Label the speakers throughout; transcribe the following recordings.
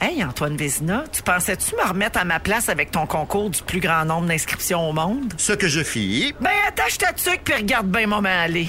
Speaker 1: Hey, Antoine Vézina, tu pensais-tu me remettre à ma place avec ton concours du plus grand nombre d'inscriptions au monde?
Speaker 2: Ce que je fis,
Speaker 1: Ben, attache ta tuque puis regarde bien moment aller.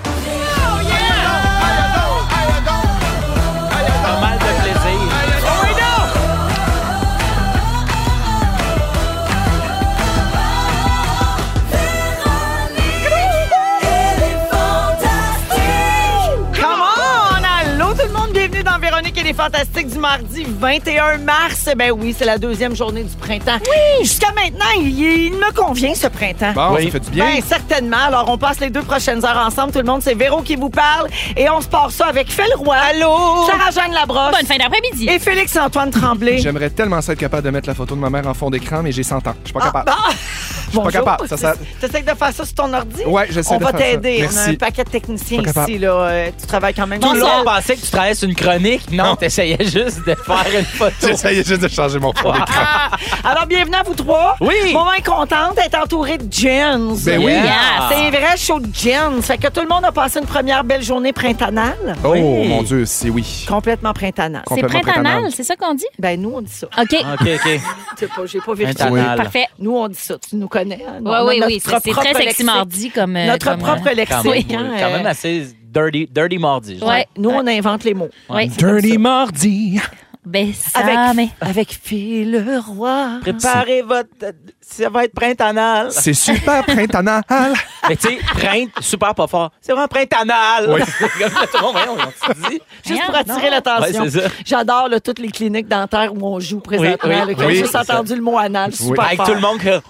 Speaker 3: Pas mal de plaisir.
Speaker 4: Come on! Allô tout le monde, bienvenue dans Véronique et les Fantastiques du mardi 21 mars. Ben oui, c'est la deuxième journée du printemps. Oui! Jusqu'à maintenant, il, il me convient ce printemps.
Speaker 5: Bon,
Speaker 3: Oui.
Speaker 5: ça fait du bien.
Speaker 4: Ben certainement. Alors, on passe les deux prochaines heures ensemble. Tout le monde, c'est Véro qui vous parle. Et on se part ça avec Phil Roy. Allô? Sarah-Jeanne Labrosse.
Speaker 6: Bonne fin d'après-midi.
Speaker 4: Et Félix-Antoine Tremblay.
Speaker 5: J'aimerais tellement ça être capable de mettre la photo de ma mère en fond d'écran, mais j'ai 100 ans. Je suis pas
Speaker 4: Ah,
Speaker 5: capable.
Speaker 4: bah, bonjour.
Speaker 5: capable, ça, ça-
Speaker 4: T'essayes de faire ça sur ton ordi?
Speaker 5: Ouais, j'essaie
Speaker 4: On
Speaker 5: de
Speaker 4: va
Speaker 5: faire ça.
Speaker 4: t'aider. On a
Speaker 5: Merci.
Speaker 4: un paquet de techniciens
Speaker 5: Pas capable.
Speaker 4: ici. Là. Euh, Tu travailles quand même.
Speaker 3: Tout le
Speaker 4: fort.
Speaker 3: long, on pensait que tu travaillais sur une chronique. Non, t'essayais juste de faire une photo.
Speaker 5: J'essayais juste de changer mon fond d'écran.
Speaker 4: Ah! Alors, bienvenue à vous trois.
Speaker 3: Oui.
Speaker 4: Maman est contente d'être entourée de Jens.
Speaker 5: Ben oui.
Speaker 3: Yeah.
Speaker 4: C'est un vrai show de Jens. Fait que tout le monde a passé une première belle journée printannale.
Speaker 5: Oh
Speaker 3: Oui.
Speaker 5: mon Dieu, c'est oui.
Speaker 4: Complètement printannale.
Speaker 6: C'est
Speaker 5: Complètement
Speaker 6: printannal, c'est ça qu'on dit?
Speaker 4: Ben, nous, on dit ça.
Speaker 6: OK.
Speaker 3: OK, OK.
Speaker 4: Je sais Ah, pas, J'ai pas vérifié.
Speaker 3: Printannale.
Speaker 6: Parfait.
Speaker 4: Nous, on dit ça. Tu nous connais. hein?
Speaker 6: Oui,
Speaker 4: On a
Speaker 6: oui,
Speaker 4: notre
Speaker 6: oui. C'est c'est
Speaker 4: propre
Speaker 6: très sexy
Speaker 4: lexique.
Speaker 6: mardi comme. euh,
Speaker 4: Notre
Speaker 6: comme,
Speaker 4: propre
Speaker 6: euh,
Speaker 4: lexique.
Speaker 3: Quand même,
Speaker 4: hein,
Speaker 3: quand même
Speaker 4: euh,
Speaker 3: assez dirty, dirty mardi. je
Speaker 6: Ouais.
Speaker 3: dirais.
Speaker 4: Nous, on invente les mots.
Speaker 6: Ouais.
Speaker 5: Dirty mardi.
Speaker 6: Ben, ça,
Speaker 4: Avec,
Speaker 6: mais.
Speaker 4: avec Phil Leroy.
Speaker 3: Préparez votre... Ça va être printannal.
Speaker 5: C'est super printannal.
Speaker 3: Mais tu sais, print, super pas fort. C'est vraiment printannal.
Speaker 5: Oui.
Speaker 3: Tout le monde, voyons, on se dit.
Speaker 4: Juste pour
Speaker 6: Voyons
Speaker 4: attirer
Speaker 6: donc.
Speaker 4: l'attention.
Speaker 3: Ouais, c'est ça.
Speaker 4: J'adore là, toutes les cliniques dentaires où on joue présentement.
Speaker 3: oui,
Speaker 4: là, qui ont
Speaker 5: oui,
Speaker 4: juste
Speaker 3: c'est
Speaker 4: entendu le mot anal. Super
Speaker 3: Avec
Speaker 4: fort.
Speaker 3: tout le monde que...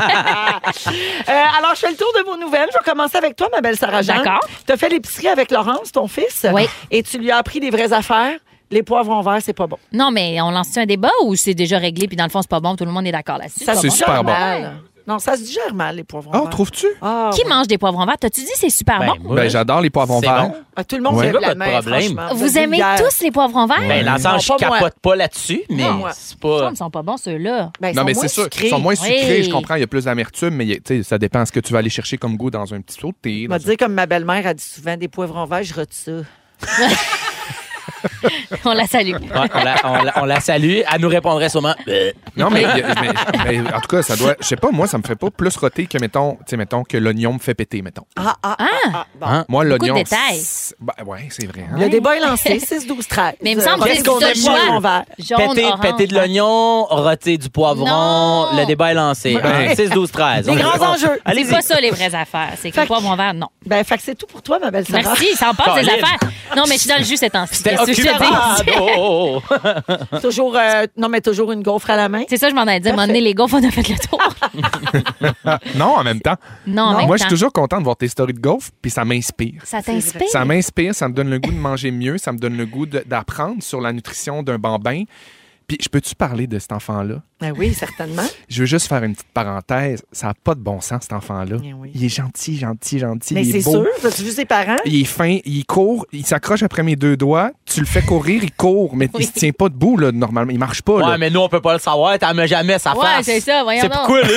Speaker 4: Euh, alors, je fais le tour de vos nouvelles. Je vais commencer avec toi, ma belle Sarah-Jeanne.
Speaker 6: D'accord.
Speaker 4: Tu as fait l'épicerie avec Laurence, ton fils.
Speaker 6: Oui.
Speaker 4: Et tu lui as appris des vraies affaires. Les poivrons verts, c'est pas bon.
Speaker 6: Non, mais on lance-tu un débat ou c'est déjà réglé, puis dans le fond, c'est pas bon, tout le monde est d'accord là-dessus?
Speaker 4: se
Speaker 5: C'est
Speaker 4: digère
Speaker 5: super bon.
Speaker 4: mal. Non, ça se digère mal, les poivrons
Speaker 5: Oh,
Speaker 4: verts.
Speaker 5: trouves-tu?
Speaker 4: Ah,
Speaker 6: Qui
Speaker 4: oui.
Speaker 6: mange des poivrons verts? T'as-tu dit c'est super Ah bon?
Speaker 3: moi,
Speaker 5: Ben j'adore les poivrons
Speaker 3: C'est
Speaker 5: verts.
Speaker 3: bon.
Speaker 4: Ah, tout le monde
Speaker 5: Ouais.
Speaker 4: se lève
Speaker 3: Pas
Speaker 4: la
Speaker 3: de
Speaker 4: main,
Speaker 3: problème.
Speaker 4: franchement.
Speaker 6: Ah, Vous aimez
Speaker 4: vulgaire.
Speaker 6: tous les poivrons verts?
Speaker 3: Ben, l'ensemble,
Speaker 4: Non,
Speaker 3: je
Speaker 4: pas moi.
Speaker 3: capote pas là-dessus, mais
Speaker 4: Non, moi.
Speaker 3: c'est
Speaker 6: Ça,
Speaker 3: pas...
Speaker 6: ils sont pas bons, ceux-là.
Speaker 4: Ben, ils
Speaker 5: Non,
Speaker 4: sont
Speaker 5: mais
Speaker 4: moins
Speaker 5: c'est sûr.
Speaker 4: sucrés.
Speaker 5: Ils sont moins
Speaker 6: Oui.
Speaker 5: sucrés, je comprends. Il y a plus d'amertume, mais il y a- tu sais, ça dépend ce que tu vas aller chercher comme goût dans un petit saut de thé.
Speaker 4: Je vais
Speaker 5: dans un-
Speaker 4: te dire comme ma belle-mère a dit souvent, des poivrons verts, je retiens ça.
Speaker 6: On la salue.
Speaker 5: Ah.
Speaker 3: Ouais, on, la, on la- on la salue. Elle nous répondrait sûrement... Euh,
Speaker 5: Non, mais, il y a- mais- mais en tout cas, ça doit. Je sais pas, moi, ça me fait pas plus roter que, mettons, tu sais, mettons, que l'oignon me fait péter, mettons.
Speaker 4: Ah, ah, ah, ah, bon.
Speaker 3: Hein?
Speaker 5: Moi,
Speaker 6: Beaucoup de
Speaker 5: l'oignon.
Speaker 6: détails.
Speaker 5: c'est- Ben, ouais, c'est vrai. hein?
Speaker 4: Le débat est lancé, 6, 12, 13.
Speaker 6: Mais il me semble que
Speaker 4: Euh, Qu'est-ce
Speaker 6: c'est
Speaker 4: qu'on
Speaker 6: ça le
Speaker 4: aime moins, on va.
Speaker 6: choix. Jaune,
Speaker 3: péter,
Speaker 6: orange,
Speaker 3: péter de
Speaker 6: ouais.
Speaker 3: l'oignon, rôter du poivron,
Speaker 6: Non.
Speaker 3: le débat est lancé. Hein?
Speaker 5: Ouais.
Speaker 3: 6, 12, 13.
Speaker 4: Les grands enjeux.
Speaker 3: Allez,
Speaker 6: C'est pas ça les vraies affaires. C'est que
Speaker 4: Fait
Speaker 6: les
Speaker 4: que-
Speaker 6: poivrons verts, non.
Speaker 4: Ben, fait que c'est tout pour toi, ma belle Sarah.
Speaker 6: Merci, ça en passe des
Speaker 3: Colin.
Speaker 6: affaires. Non, mais je suis dans le jus cet temps-ci.
Speaker 3: C'était
Speaker 6: Qu'est-ce que je te dis?
Speaker 3: occupé. Oh, oh, oh.
Speaker 4: Toujours, euh, non, mais toujours une gaufre à la main.
Speaker 6: C'est ça, je m'en allais dire. À un moment donné, les gaufres, on a fait le tour.
Speaker 5: Non, en même temps.
Speaker 6: Non, en même
Speaker 5: Moi, je
Speaker 6: temps.
Speaker 5: suis toujours content de voir tes stories de golf, puis ça m'inspire.
Speaker 6: Ça t'inspire?
Speaker 5: Ça m'inspire, ça me donne le goût de manger mieux, ça me donne le goût de- d'apprendre sur la nutrition d'un bambin. Puis, je peux-tu parler de cet enfant-là?
Speaker 4: Ben oui, certainement.
Speaker 5: Je veux juste faire une petite parenthèse. Ça n'a pas de bon sens, cet enfant-là.
Speaker 4: Eh oui.
Speaker 5: Il est gentil, gentil, gentil.
Speaker 4: Mais
Speaker 5: il
Speaker 4: c'est
Speaker 5: est beau.
Speaker 4: sûr, as-tu vu ses parents?
Speaker 5: Il est fin, il court, il s'accroche après mes deux doigts. Tu le fais courir, il court, mais il se tient pas debout, là, normalement. Il marche pas, là.
Speaker 3: Ouais, mais nous, on peut pas le savoir. T'en mets jamais sa
Speaker 6: Ouais,
Speaker 3: face.
Speaker 6: c'est ça, voyons
Speaker 3: C'est
Speaker 6: donc.
Speaker 3: pourquoi, là?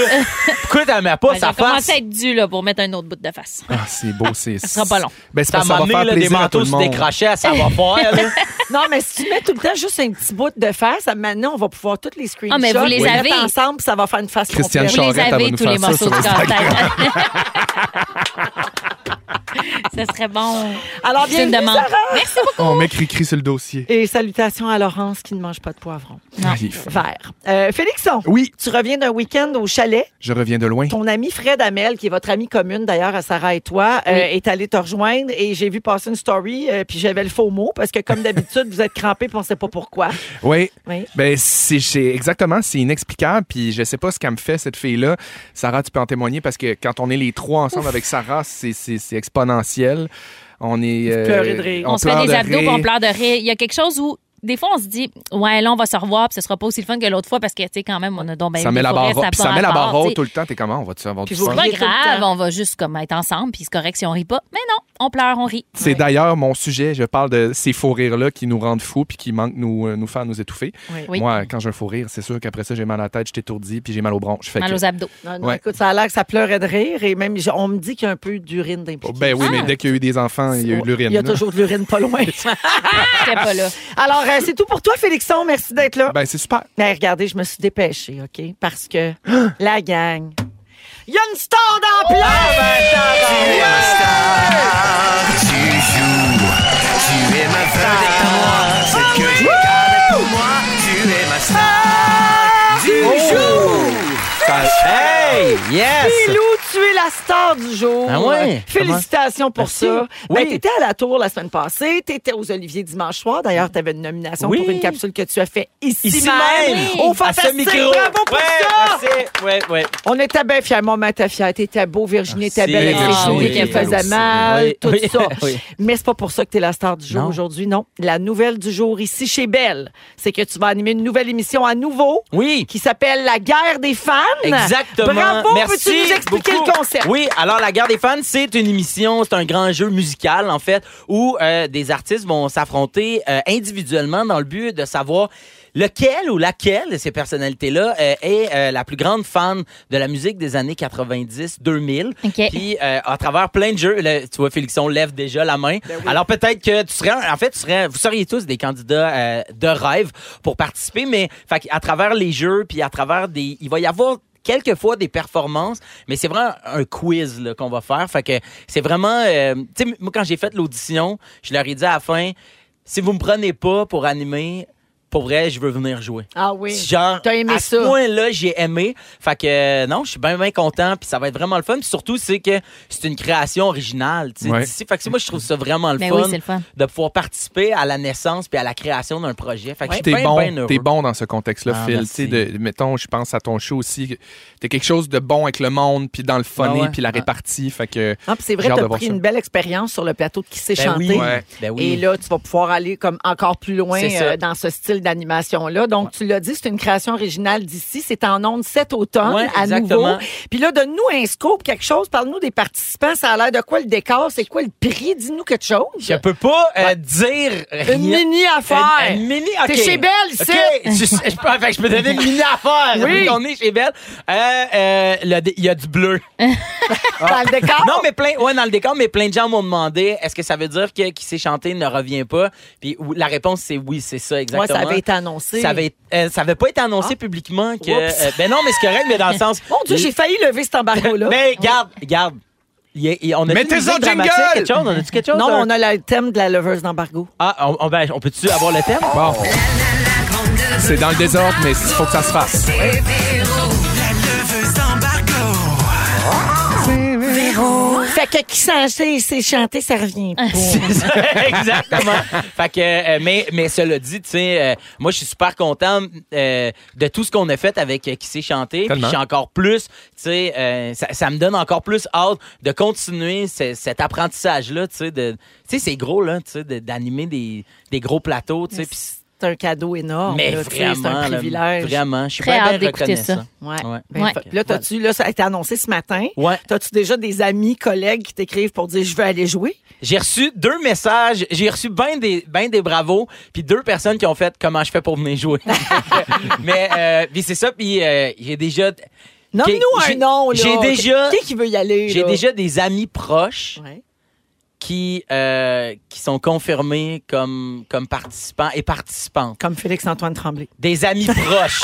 Speaker 3: pourquoi t'en mets pas
Speaker 6: Ben,
Speaker 3: sa
Speaker 6: J'ai
Speaker 3: face?
Speaker 6: commencé à être dû là, pour mettre un autre bout de face.
Speaker 5: Ah, c'est beau, c'est... Ça
Speaker 6: sera pas long.
Speaker 5: Ben, c'est
Speaker 3: Ça
Speaker 5: parce que ça
Speaker 3: m'a
Speaker 5: va
Speaker 3: amené
Speaker 5: faire
Speaker 3: là, des
Speaker 5: plaisir à tout
Speaker 3: manteaux
Speaker 5: le
Speaker 3: sur
Speaker 5: monde.
Speaker 3: des crochets, ça va faire. là.
Speaker 4: Non, mais si tu mets tout le temps juste un petit bout de face, à- maintenant, on va pouvoir toutes les screenshots.
Speaker 6: Ah, mais vous les
Speaker 4: les
Speaker 6: avez.
Speaker 4: mettre ensemble, puis ça va faire une face
Speaker 5: Christiane
Speaker 6: Vous
Speaker 4: complète.
Speaker 6: les
Speaker 5: Charrette, elle va
Speaker 6: avez
Speaker 5: nous
Speaker 6: tous
Speaker 5: faire
Speaker 6: les
Speaker 5: ça
Speaker 6: morceaux
Speaker 5: sur
Speaker 6: de
Speaker 5: Instagram.
Speaker 6: casse-tête. ça serait bon.
Speaker 4: Alors,
Speaker 6: C'est une
Speaker 4: bienvenue,
Speaker 6: demande.
Speaker 4: Sarah.
Speaker 6: Merci beaucoup.
Speaker 5: On met cri-cri sur le dossier. Ah,
Speaker 4: Et salutations à Laurence qui ne mange pas de poivrons.
Speaker 6: Non.
Speaker 5: Il est fin.
Speaker 4: Vert. Euh, Félixon,
Speaker 5: Oui,
Speaker 4: tu reviens d'un week-end au chalet.
Speaker 5: je reviens de loin.
Speaker 4: Ton ami Fred Amel, qui est votre ami commune d'ailleurs à Sarah et toi, euh, est allé te rejoindre et j'ai vu passer une story, euh, puis j'avais le faux mot parce que comme d'habitude, vous êtes crampés puis on sait pas pourquoi.
Speaker 5: Oui.
Speaker 4: Oui.
Speaker 5: Ben, c'est c'est- exactement, c'est inexplicable. Puis je sais pas ce qu'elle me fait, cette fille-là. Sarah, tu peux en témoigner parce que quand on est les trois ensemble avec Sarah, c'est c'est- c'est exponentiel. On est. euh,
Speaker 4: pleurez de rire.
Speaker 6: On, se fait
Speaker 5: pleure
Speaker 6: des
Speaker 5: de
Speaker 6: abdos,
Speaker 5: rire.
Speaker 6: puis on pleure de rire. Il y a quelque chose où des fois, on se dit, ouais, là, on va se revoir, puis ce sera pas aussi le fun que l'autre fois parce que, tu sais, quand même, on a donc ben
Speaker 5: ça
Speaker 6: des
Speaker 5: met la
Speaker 6: forêts,
Speaker 5: barre haute. Puis
Speaker 6: a
Speaker 5: ça
Speaker 6: pas
Speaker 5: met la barre
Speaker 6: rapport, tu sais.
Speaker 5: haute tout le temps. T'es comment? On va-tu avoir du
Speaker 4: vous
Speaker 5: fun?
Speaker 6: C'est pas
Speaker 4: Riez tout le
Speaker 6: grave,
Speaker 4: temps.
Speaker 6: on va juste comme être ensemble, puis c'est correct si on rit pas. Mais non, on pleure, on rit.
Speaker 5: C'est d'ailleurs mon sujet. Je parle de ces faux rires-là qui nous rendent fous puis qui manquent nous, euh, nous faire nous étouffer.
Speaker 6: Oui.
Speaker 5: Moi, quand j'ai un faux rire, c'est sûr qu'après ça, j'ai mal à la tête, je t'étourdis puis j'ai mal aux bronches. Fait
Speaker 6: Mal
Speaker 5: que-
Speaker 6: aux abdos.
Speaker 4: Non, non,
Speaker 5: Ouais.
Speaker 4: écoute, ça a l'air que ça pleurait de rire et même, j- on me dit qu'il y a un peu d'urine
Speaker 5: Oh,
Speaker 4: d'impliqué.
Speaker 5: ben oui,
Speaker 6: Ah.
Speaker 5: mais dès qu'il y a eu des enfants, il y a eu de l'urine.
Speaker 4: Il y a
Speaker 5: là.
Speaker 4: toujours de l'urine pas loin.
Speaker 6: J'étais pas
Speaker 5: Ah,
Speaker 6: là.
Speaker 4: Alors, euh, c'est tout pour toi, Félixon. Merci d'être là.
Speaker 5: Ben, c'est super.
Speaker 4: Mais regardez, je me suis dépêchée, OK? Parce que la gang. Il y a une star dans le
Speaker 5: Ah, ben,
Speaker 7: Tu es ma star, tu joues, tu es ma vedette à moi, celle que je garde pour moi, tu es ma star du jour.
Speaker 3: Ça- Hey! Yes!
Speaker 4: Pilou, tu es la star du jour.
Speaker 3: Ah ouais?
Speaker 4: Félicitations pour
Speaker 3: Merci.
Speaker 4: ça.
Speaker 3: Oui.
Speaker 4: Ben, t'étais à la tour la semaine passée, t'étais aux Oliviers dimanche soir. D'ailleurs, t'avais une nomination
Speaker 3: Oui.
Speaker 4: pour une capsule que tu as fait ici,
Speaker 3: Ici
Speaker 4: même.
Speaker 3: même.
Speaker 4: Au
Speaker 3: À ce
Speaker 4: Fantastique.
Speaker 3: micro.
Speaker 4: Bravo pour
Speaker 3: ouais,
Speaker 4: ça.
Speaker 3: Merci. Ouais, ouais.
Speaker 4: On était bien fiers. Moi, t'es fière. T'étais beau, Virginie, t'étais
Speaker 3: Merci.
Speaker 4: belle.
Speaker 6: Ah,
Speaker 4: Virginie
Speaker 6: oui.
Speaker 4: qui
Speaker 6: Belle
Speaker 4: faisait
Speaker 5: aussi.
Speaker 4: mal,
Speaker 3: Oui.
Speaker 4: tout
Speaker 3: Oui.
Speaker 4: ça.
Speaker 3: Oui.
Speaker 4: Mais c'est pas pour ça que t'es la star du jour
Speaker 3: Non.
Speaker 4: aujourd'hui, non. La nouvelle du jour ici chez Belle, c'est que tu vas animer une nouvelle émission à nouveau
Speaker 3: Oui.
Speaker 4: qui s'appelle La guerre des fans.
Speaker 3: Exactement.
Speaker 4: Bravo,
Speaker 3: Merci.
Speaker 4: peux-tu nous expliquer
Speaker 3: beaucoup.
Speaker 4: le concept?
Speaker 3: Oui, alors La Guerre des fans, c'est une émission, c'est un grand jeu musical, en fait, où euh, des artistes vont s'affronter euh, individuellement dans le but de savoir lequel ou laquelle de ces personnalités-là euh, est euh, la plus grande fan de la musique des années 90-2000.
Speaker 6: OK.
Speaker 3: Puis, euh, à travers plein de jeux, là, tu vois, Félixon lève déjà la main. Alors, peut-être que tu serais, un- en fait, tu serais, vous seriez tous des candidats euh, de rêve pour participer, mais fait, à travers les jeux, puis à travers des. Il va y avoir quelquefois des performances, mais c'est vraiment un quiz là, qu'on va faire. Fait que c'est vraiment. euh, tu sais, moi, quand j'ai fait l'audition, je leur ai dit à la fin si vous me prenez pas pour animer, pour vrai, je veux venir jouer.
Speaker 4: Ah oui.
Speaker 3: Genre,
Speaker 4: T'as aimé
Speaker 3: à
Speaker 4: ça.
Speaker 3: ce point-là, j'ai aimé. Fait que euh, non, je suis bien, bien content. Puis ça va être vraiment le fun. Puis surtout, c'est que c'est une création originale. tu sais,
Speaker 5: Ouais.
Speaker 3: d'ici. Fait que c'est- moi, je trouve ça vraiment le,
Speaker 6: Ben
Speaker 3: fun,
Speaker 6: oui, c'est le fun.
Speaker 3: de pouvoir participer à la naissance puis à la création d'un projet. Fait
Speaker 5: Puis
Speaker 3: que je suis
Speaker 5: t'es
Speaker 3: bien,
Speaker 5: bon,
Speaker 3: bien heureux.
Speaker 5: t'es bon dans ce contexte-là,
Speaker 3: Ah,
Speaker 5: Phil. Tu
Speaker 3: merci.
Speaker 5: sais, de- mettons, je pense à ton show aussi. T'es quelque chose de bon avec le monde, puis dans le funny,
Speaker 3: Ah ouais.
Speaker 5: puis la
Speaker 3: Ah.
Speaker 5: répartie. Fait que
Speaker 4: Ah, puis c'est vrai,
Speaker 5: j'ai hâte
Speaker 4: t'as
Speaker 5: de voir
Speaker 4: pris
Speaker 5: ça.
Speaker 4: une belle expérience sur le plateau de qui s'est
Speaker 3: Ben oui.
Speaker 4: chanté.
Speaker 5: Ouais.
Speaker 3: Ben oui.
Speaker 4: Et là, tu vas pouvoir aller comme encore plus loin
Speaker 3: C'est ça.
Speaker 4: euh, dans ce style d'animation-là. Donc, tu l'as dit, c'est une création originale d'ici. C'est en ondes cet automne
Speaker 3: Ouais,
Speaker 4: à nouveau.
Speaker 3: exactement.
Speaker 4: Puis là, donne-nous un scope, quelque chose. Parle-nous des participants. Ça a l'air de quoi le décor? C'est quoi le prix? Dis-nous quelque chose.
Speaker 3: Je peux pas euh, dire rien.
Speaker 4: Une mini affaire.
Speaker 3: Une, une mini,
Speaker 4: T'es
Speaker 3: ok.
Speaker 4: chez Belle,
Speaker 3: Ok,
Speaker 4: c'est-
Speaker 3: Je, je- je peux, fait que je peux donner une mini affaire.
Speaker 4: Oui.
Speaker 3: Vu qu'on est chez Belle. Euh, euh, le dé- Il y a du bleu.
Speaker 4: Dans
Speaker 3: Ah.
Speaker 4: le décor.
Speaker 3: Non, mais plein, ouais, dans le décor, mais plein de gens m'ont demandé est-ce que ça veut dire que qui s'est chanté ne revient pas Puis ou- la réponse, c'est oui, c'est ça,
Speaker 4: Moi,
Speaker 3: exactement.
Speaker 4: ça avait été annoncé. Ah.
Speaker 3: Ça avait, euh, ça avait pas été annoncé publiquement que.
Speaker 4: Oups.
Speaker 3: euh, ben non, mais c'est correct, mais dans le sens.
Speaker 4: Mon Dieu, j'ai failli lever cet embargo-là.
Speaker 3: Mais garde, garde. Il y a- il- on a
Speaker 5: Mettez ça au jingle!
Speaker 3: Quelque chose? On a-tu quelque chose?
Speaker 4: Non,
Speaker 3: un-
Speaker 4: on a le thème de la leveuse d'embargo.
Speaker 3: Ah, on, on- ben, on peut-tu avoir le thème?
Speaker 5: Bon. C'est dans le désordre, mais il faut que ça se fasse.
Speaker 4: Fait que qui s'est c'est chanté, ça revient. pas.
Speaker 3: C'est ça, Exactement. fait que, euh, mais, mais cela dit, tu sais, euh, moi, je suis super content euh, de tout ce qu'on a fait avec euh, qui s'est chanté. Puis
Speaker 5: Tellement.
Speaker 3: je suis encore plus, tu sais, euh, ça, ça me donne encore plus hâte de continuer ce- cet apprentissage-là, tu sais, de, tu sais, c'est gros, là, tu sais, de- d'animer des, des gros plateaux, tu sais. puis c'est-
Speaker 4: C'est un cadeau énorme.
Speaker 3: Mais
Speaker 4: là, tu sais,
Speaker 3: vraiment,
Speaker 4: c'est un
Speaker 3: là,
Speaker 4: privilège.
Speaker 3: vraiment, je suis
Speaker 6: Très
Speaker 3: bien,
Speaker 6: hâte
Speaker 3: bien
Speaker 6: d'écouter
Speaker 3: reconnaissant.
Speaker 6: ça.
Speaker 4: Ouais.
Speaker 3: Ouais.
Speaker 4: Ben,
Speaker 6: Ouais.
Speaker 4: fait- là, t'as-tu, là, ça a été annoncé ce matin.
Speaker 3: Ouais.
Speaker 4: T'as-tu déjà des amis, collègues qui t'écrivent pour dire je veux aller jouer?
Speaker 3: J'ai reçu deux messages. J'ai reçu ben des, ben des bravos, puis deux personnes qui ont fait comment je fais pour venir jouer. mais euh, puis c'est ça, puis euh, j'ai déjà.
Speaker 4: Nomme-nous
Speaker 3: Qu'est-
Speaker 4: un
Speaker 3: j'ai-
Speaker 4: nom, là.
Speaker 3: J'ai déjà,
Speaker 4: Qui qui veut y aller?
Speaker 3: j'ai
Speaker 4: là?
Speaker 3: déjà des amis proches
Speaker 4: Ouais.
Speaker 3: qui, euh, qui sont confirmés comme, comme participants et participantes.
Speaker 4: Comme Félix-Antoine Tremblay.
Speaker 3: Des amis proches.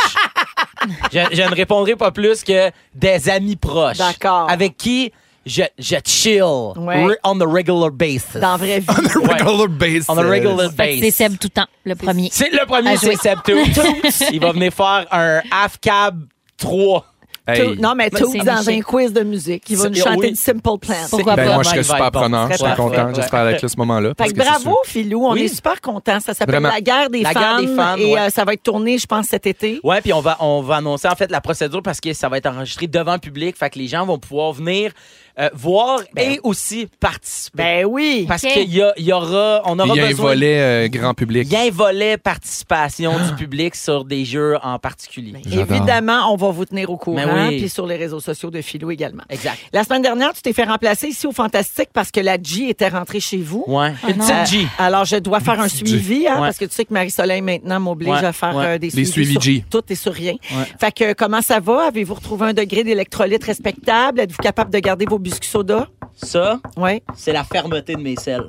Speaker 3: je, je ne répondrai pas plus que des amis proches.
Speaker 4: D'accord.
Speaker 3: Avec qui je, je chill
Speaker 4: Ouais.
Speaker 3: re- on a regular basis.
Speaker 4: Dans la vraie vie.
Speaker 5: Regular basis. Ben,
Speaker 3: On a regular
Speaker 6: Fait que
Speaker 3: basis.
Speaker 6: c'est Seb tout le temps, le premier.
Speaker 3: C'est le premier,
Speaker 6: À jouer.
Speaker 3: c'est Seb Toots. Il va venir faire un half cab 3.
Speaker 5: Hey.
Speaker 4: Tout- non, mais
Speaker 6: Ben,
Speaker 4: tout
Speaker 6: c'est
Speaker 4: dans
Speaker 6: niché.
Speaker 4: un quiz de musique. Il va
Speaker 3: C'est-
Speaker 4: nous chanter
Speaker 3: oui.
Speaker 4: du Simple Plan.
Speaker 6: Pour-
Speaker 3: C'est-
Speaker 6: Pourquoi
Speaker 5: Ben,
Speaker 6: pas?
Speaker 5: moi, je serais super
Speaker 3: Vraiment, il va être bon.
Speaker 5: preneur. Je
Speaker 3: Ouais,
Speaker 5: suis content.
Speaker 3: ouais.
Speaker 5: J'espère être là ce moment-là.
Speaker 4: Fait
Speaker 5: parce
Speaker 4: que
Speaker 5: que c'est
Speaker 4: bravo, Philou. On
Speaker 3: Oui.
Speaker 4: est super contents. Ça s'appelle
Speaker 5: Vraiment.
Speaker 4: La guerre des
Speaker 3: La
Speaker 4: fans.
Speaker 3: guerre des fans,
Speaker 4: et
Speaker 3: ouais.
Speaker 4: euh, ça va être tourné, je pense, cet été.
Speaker 3: Ouais, puis on va, on va annoncer en fait la procédure parce que ça va être enregistré devant le public. Fait que les gens vont pouvoir venir euh, voir et aussi participer.
Speaker 4: Ben oui.
Speaker 3: parce
Speaker 6: Ben. Ok.
Speaker 3: qu'il y, a- il y aura, on aura
Speaker 5: Il y a un
Speaker 3: besoin.
Speaker 5: volet euh, grand public.
Speaker 3: Il y a un volet participation du public sur des jeux en particulier.
Speaker 6: Ben,
Speaker 5: J'adore.
Speaker 4: Évidemment, on va vous tenir au courant,
Speaker 3: Ben oui.
Speaker 4: puis sur les réseaux sociaux de Philou également.
Speaker 3: Exact.
Speaker 4: La semaine dernière, tu t'es fait remplacer ici au Fantastique parce que la G était rentrée chez vous.
Speaker 3: Ouais.
Speaker 6: Oh non.
Speaker 4: Euh, Alors, je dois faire un suivi, hein,
Speaker 3: Ouais.
Speaker 4: parce que tu sais que Marie-Soleil, maintenant, m'oblige
Speaker 3: Ouais,
Speaker 4: à faire
Speaker 3: ouais.
Speaker 4: euh, des
Speaker 5: Des
Speaker 4: suivis.
Speaker 5: suivis
Speaker 4: sur
Speaker 5: G.
Speaker 4: Tout et sur rien.
Speaker 3: Ouais.
Speaker 4: Fait que, euh, comment ça va? Avez-vous retrouvé un degré d'électrolyte respectable? Êtes-vous capable de garder vos biscuits soda? Ah,
Speaker 3: Ça,
Speaker 4: Oui.
Speaker 3: c'est la fermeté de mes selles.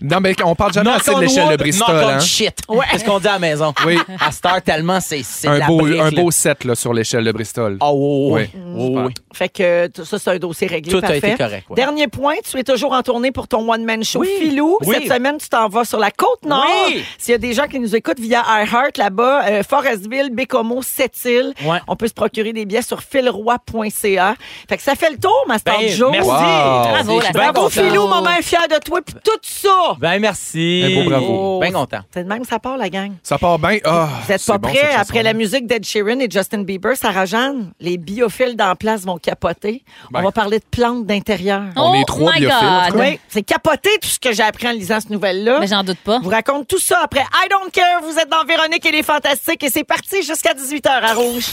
Speaker 5: Non, mais on parle jamais assez de l'échelle de Bristol.
Speaker 3: Non,
Speaker 5: hein.
Speaker 3: shit. Qu'est-ce qu'on dit à la maison?
Speaker 5: Oui.
Speaker 3: À cette heure, tellement c'est c'est de
Speaker 5: Un
Speaker 3: la
Speaker 5: beau,
Speaker 3: brique,
Speaker 5: un
Speaker 3: là.
Speaker 5: beau set là, sur l'échelle de Bristol.
Speaker 3: Oh, oui, oui,
Speaker 5: Oui.
Speaker 3: oui, oui.
Speaker 4: Fait que euh, t- ça, c'est un dossier réglé.
Speaker 3: Tout a
Speaker 4: parfait.
Speaker 3: été correct, ouais.
Speaker 4: Dernier point, tu es toujours en tournée pour ton one-man show Filou.
Speaker 3: Oui.
Speaker 4: Cette semaine, tu t'en vas sur la Côte-Nord.
Speaker 3: Oui.
Speaker 4: S'il y a des gens qui nous écoutent via iHeart là-bas, euh, Forestville, Bécomo, Sept-Îles,
Speaker 3: Ouais.
Speaker 4: on peut se procurer des billets sur filroy.ca. Fait que ça fait le tour, ma star
Speaker 3: Ben,
Speaker 4: du jour.
Speaker 3: merci.
Speaker 5: Wow.
Speaker 6: Bravo,
Speaker 3: Je suis
Speaker 6: la
Speaker 3: bien
Speaker 4: Bravo,
Speaker 3: content.
Speaker 4: Filou, maman est fière de toi, puis tout ça.
Speaker 3: Ben, merci. Oh.
Speaker 5: Un beau bravo.
Speaker 3: Bien content.
Speaker 4: C'est de même, ça part, la gang.
Speaker 5: Ça part bien. Ah,
Speaker 4: Vous êtes
Speaker 5: c'est
Speaker 4: pas
Speaker 5: bon,
Speaker 4: prêts?
Speaker 5: cette
Speaker 4: Après
Speaker 5: chanson.
Speaker 4: la musique d'Ed Sheeran et Justin Bieber, Sarah Jeanne, les biophiles d'en place vont capoter. On
Speaker 5: Ben.
Speaker 4: va parler de plantes d'intérieur.
Speaker 5: On est
Speaker 6: Oh
Speaker 5: trois
Speaker 6: my
Speaker 5: biophiles, en tout
Speaker 6: God.
Speaker 5: cas.
Speaker 4: Oui, c'est capoté tout ce que j'ai appris en lisant cette nouvelle-là.
Speaker 6: Mais j'en doute pas.
Speaker 4: Je vous raconte tout ça après I Don't Care. Vous êtes dans Véronique et les Fantastiques et c'est parti jusqu'à 18h à Rouge.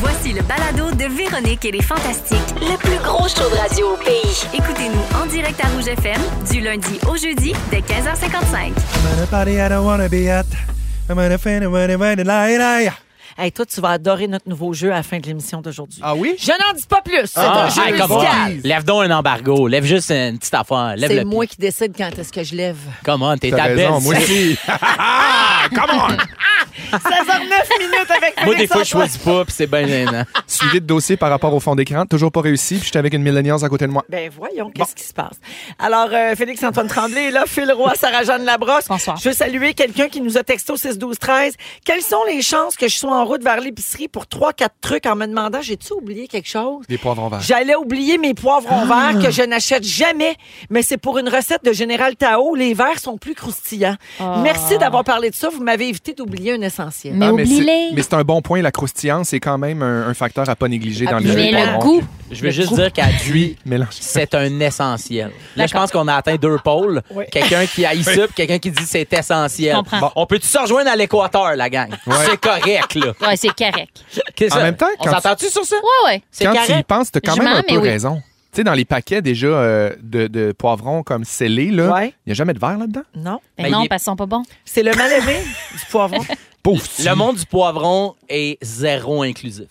Speaker 8: Voici le balado de Véronique et les Fantastiques, le plus gros show de radio au pays. Écoutez-nous en direct à Rouge FM du lundi au jeudi dès 15h55.
Speaker 4: Hey, toi, tu vas adorer notre nouveau jeu à la fin de l'émission d'aujourd'hui.
Speaker 5: Ah oui?
Speaker 4: Je n'en dis pas plus. C'est un jeu
Speaker 3: Ah, hey, come on.
Speaker 4: musical.
Speaker 3: Lève donc un embargo. Lève juste une petite affaire. Lève
Speaker 4: C'est
Speaker 3: le
Speaker 4: moi qui décide quand est-ce que je lève.
Speaker 3: Comment? T'es
Speaker 5: T'as
Speaker 3: ta
Speaker 5: raison,
Speaker 3: belle.
Speaker 5: moi aussi. Come on!
Speaker 4: 16h09 minutes avec
Speaker 3: Moi, des
Speaker 4: Félix
Speaker 3: fois, je
Speaker 4: Antoine.
Speaker 3: choisis pas, puis c'est bien gênant.
Speaker 5: Suivi de dossier par rapport au fond d'écran. Toujours pas réussi, puis j'étais avec une millennials à côté de moi.
Speaker 4: Ben voyons, qu'est-ce qui se passe? Alors, euh, Félix-Antoine Tremblay est là, Phil Roy, Sarah-Jeanne Labrosse.
Speaker 6: Bonsoir.
Speaker 4: Je veux saluer quelqu'un qui nous a texté au 6-12-13. Quelles sont les chances que je sois en route vers l'épicerie pour 3-4 trucs en me demandant, j'ai-tu oublié quelque chose?
Speaker 5: Des poivrons verts.
Speaker 4: J'allais oublier mes poivrons
Speaker 6: Ah!
Speaker 4: verts que je n'achète jamais, mais c'est pour une recette de Général Tao. Les verts sont plus croustillants.
Speaker 6: Ah!
Speaker 4: Merci d'avoir parlé de ça. Vous m'avez évité d'oublier un essentiel.
Speaker 6: Mais
Speaker 5: Ah, c'est-
Speaker 6: oublie-les.
Speaker 5: mais c'est un bon point. La croustillance, c'est quand même un, un facteur à pas négliger dans les
Speaker 6: Ah, Mais
Speaker 5: jeux de
Speaker 6: le
Speaker 5: poivrons.
Speaker 6: goût.
Speaker 3: Je veux juste dire qu'à Duy,
Speaker 5: Mélange.
Speaker 3: c'est un essentiel. Là, je pense qu'on a atteint deux pôles. Quelqu'un qui haït ça, puis quelqu'un qui dit c'est essentiel.
Speaker 6: Je comprends.
Speaker 3: Bon, on peut-tu se rejoindre à l'équateur, la gang? C'est correct, là.
Speaker 6: Ouais, c'est correct.
Speaker 3: Qu'est-ce
Speaker 5: En
Speaker 3: que-
Speaker 5: même temps,
Speaker 3: on
Speaker 5: quand tu-
Speaker 3: s'entend-tu sur ça?
Speaker 6: Ouais, ouais.
Speaker 3: C'est
Speaker 5: quand tu y
Speaker 3: correct.
Speaker 5: penses, t'as quand
Speaker 6: Je
Speaker 5: même
Speaker 6: mens,
Speaker 5: un
Speaker 6: mais
Speaker 5: peu
Speaker 6: oui.
Speaker 5: raison. Tu sais, dans les paquets déjà euh, de, de poivrons comme scellés, là, il
Speaker 4: Ouais.
Speaker 5: n'y a jamais de verre là-dedans.
Speaker 4: Non,
Speaker 6: Mais
Speaker 3: Ben, il
Speaker 6: non,
Speaker 3: est-
Speaker 6: parce qu'ils sont pas bons.
Speaker 4: c'est le mal aimé du poivron.
Speaker 5: Pouf!
Speaker 3: Le monde du poivron est zéro inclusif.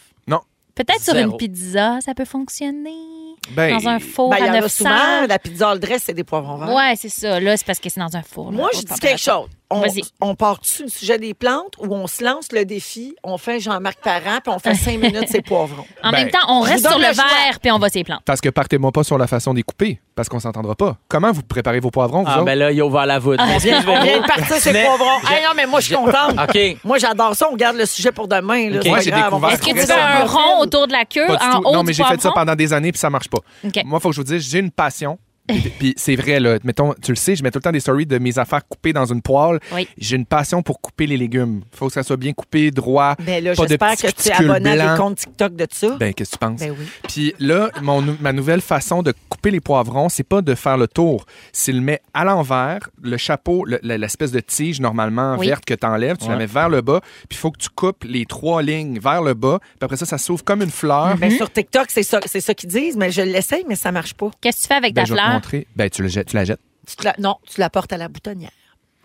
Speaker 6: Peut-être sur
Speaker 3: Zéro.
Speaker 6: une pizza, ça peut fonctionner.
Speaker 5: Ben,
Speaker 6: dans un four
Speaker 4: Ben, il y en
Speaker 6: à
Speaker 4: a
Speaker 6: 900.
Speaker 4: souvent. La pizza all dress, c'est des poivrons verts.
Speaker 6: Ouais, c'est ça. Là, c'est parce que c'est dans un four. là,
Speaker 4: Moi,
Speaker 6: à
Speaker 4: je
Speaker 6: haute
Speaker 4: dis quelque chose. On,
Speaker 6: Vas-y.
Speaker 4: on part-tu le sujet des plantes ou on se lance le défi, on fait Jean-Marc Parent, puis on fait cinq minutes ses poivrons.
Speaker 6: En
Speaker 5: Ben,
Speaker 6: même temps, on
Speaker 4: je
Speaker 6: reste
Speaker 4: vous
Speaker 6: sur
Speaker 4: donne
Speaker 6: le
Speaker 4: le choix.
Speaker 6: verre puis on va s'y plantes.
Speaker 5: Parce que partez-moi pas sur la façon d'y couper, parce qu'on s'entendra pas. Comment vous préparez vos poivrons, vous
Speaker 3: Ah,
Speaker 5: autres?
Speaker 3: ben là, il a ouvert la voûte.
Speaker 4: On vient, on vient de partir ses
Speaker 3: Mais-
Speaker 4: poivrons. Hey, non, mais moi, je suis contente.
Speaker 3: OK.
Speaker 4: Moi, j'adore ça. On garde le sujet pour demain. là.
Speaker 5: Ah. Ok.
Speaker 4: C'est
Speaker 5: Moi,
Speaker 4: pas
Speaker 5: j'ai
Speaker 4: grave, on va
Speaker 5: découvert
Speaker 6: Est-ce que tu
Speaker 4: se
Speaker 6: fais un
Speaker 4: concentrer.
Speaker 6: rond autour de la queue,
Speaker 5: Pas du
Speaker 6: en
Speaker 5: tout.
Speaker 6: haut
Speaker 5: non,
Speaker 6: du
Speaker 5: mais j'ai fait ça
Speaker 6: poivron?
Speaker 5: pendant des années puis ça marche pas.
Speaker 6: OK.
Speaker 5: Moi, faut que je vous dise, j'ai une passion. Puis- Puis c'est vrai, là, mettons, tu le sais, je mets tout le temps des stories de mes affaires coupées dans une poêle.
Speaker 6: Oui.
Speaker 5: J'ai une passion pour couper les légumes. faut que ça soit bien coupé, droit.
Speaker 4: Mais Ben là,
Speaker 5: pas de
Speaker 4: j'espère
Speaker 5: petits
Speaker 4: que tu es
Speaker 5: cuticules
Speaker 4: abonné à
Speaker 5: blancs.
Speaker 4: des comptes TikTok de ça.
Speaker 5: Ben, qu'est-ce que tu penses?
Speaker 4: Ben oui.
Speaker 5: Puis là, mon nou- ma nouvelle façon de couper les poivrons, c'est pas de faire le tour. S'il le met à l'envers, le chapeau, le- le- l'espèce de tige normalement
Speaker 6: Oui.
Speaker 5: verte que tu enlèves, tu la mets vers le bas, puis il faut que tu coupes les trois lignes vers le bas, puis après ça, ça s'ouvre comme une fleur.
Speaker 4: Ben, Sur TikTok, c'est ça, c'est ça qu'ils disent, mais je l'essaye, mais ça marche pas.
Speaker 6: Qu'est-ce que tu fais avec
Speaker 5: Ben,
Speaker 6: ta
Speaker 5: je vais te
Speaker 6: fleur?
Speaker 5: montrer. Ben, tu, le jettes- tu la jettes.
Speaker 4: Tu te la- non, tu la portes à la boutonnière.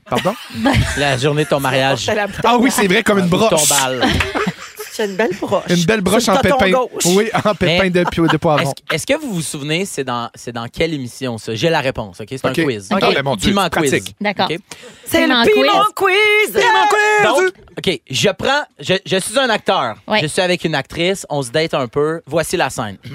Speaker 5: Pardon?
Speaker 3: La journée de ton
Speaker 4: Tu
Speaker 3: mariage.
Speaker 4: la portes à la
Speaker 5: Ah
Speaker 4: boutonnière.
Speaker 5: oui, c'est vrai, comme une
Speaker 3: Ton
Speaker 5: broche.
Speaker 3: bal.
Speaker 4: Tu as une belle broche.
Speaker 5: Une belle broche
Speaker 4: Sur
Speaker 5: en
Speaker 4: le coton
Speaker 5: pépin.
Speaker 4: gauche.
Speaker 5: Oui, en pépin
Speaker 3: Mais-
Speaker 5: de, pio- de poivron.
Speaker 3: Est-ce que- est-ce que vous vous souvenez, c'est dans, c'est dans quelle émission ça? J'ai la réponse, OK? C'est
Speaker 5: OK.
Speaker 3: un quiz.
Speaker 5: OK. Ah, ben, mon Dieu,
Speaker 3: Piment
Speaker 5: c'est
Speaker 3: quiz.
Speaker 5: pratique.
Speaker 6: D'accord.
Speaker 3: OK?
Speaker 4: C'est
Speaker 6: Piment
Speaker 4: le piment quiz.
Speaker 3: Donc, OK, je prends. Je, je suis un acteur.
Speaker 6: Ouais.
Speaker 3: Je suis avec une actrice. On se date un peu. Voici la scène.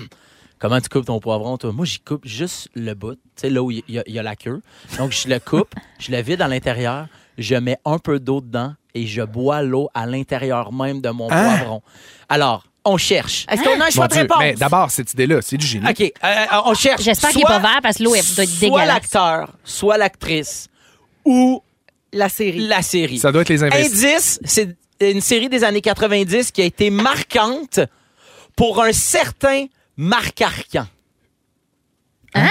Speaker 3: Comment tu coupes ton poivron, toi? Moi, j'y coupe juste le bout, tu sais, là où il y, a- il y a la queue. Donc, je le coupe, je le vide à l'intérieur, je mets un peu d'eau dedans et je bois l'eau à l'intérieur même de mon poivron. Alors, on cherche. Hein?
Speaker 4: Est-ce qu'on a un
Speaker 5: Hein? Mon
Speaker 4: choix de
Speaker 5: Dieu,
Speaker 4: réponse?
Speaker 5: mais d'abord, cette idée-là, c'est du génie.
Speaker 3: OK, euh, euh, on cherche.
Speaker 6: J'espère qu'il est pas
Speaker 3: soit-
Speaker 6: vert parce que l'eau est- doit être
Speaker 3: Soit
Speaker 6: dégueulasse.
Speaker 3: l'acteur, soit l'actrice ou
Speaker 4: la série.
Speaker 3: la série.
Speaker 5: Ça doit être les investissements.
Speaker 3: Indice, c'est une série des années 90 qui a été marquante pour un certain Marc Arcan.
Speaker 6: Hein?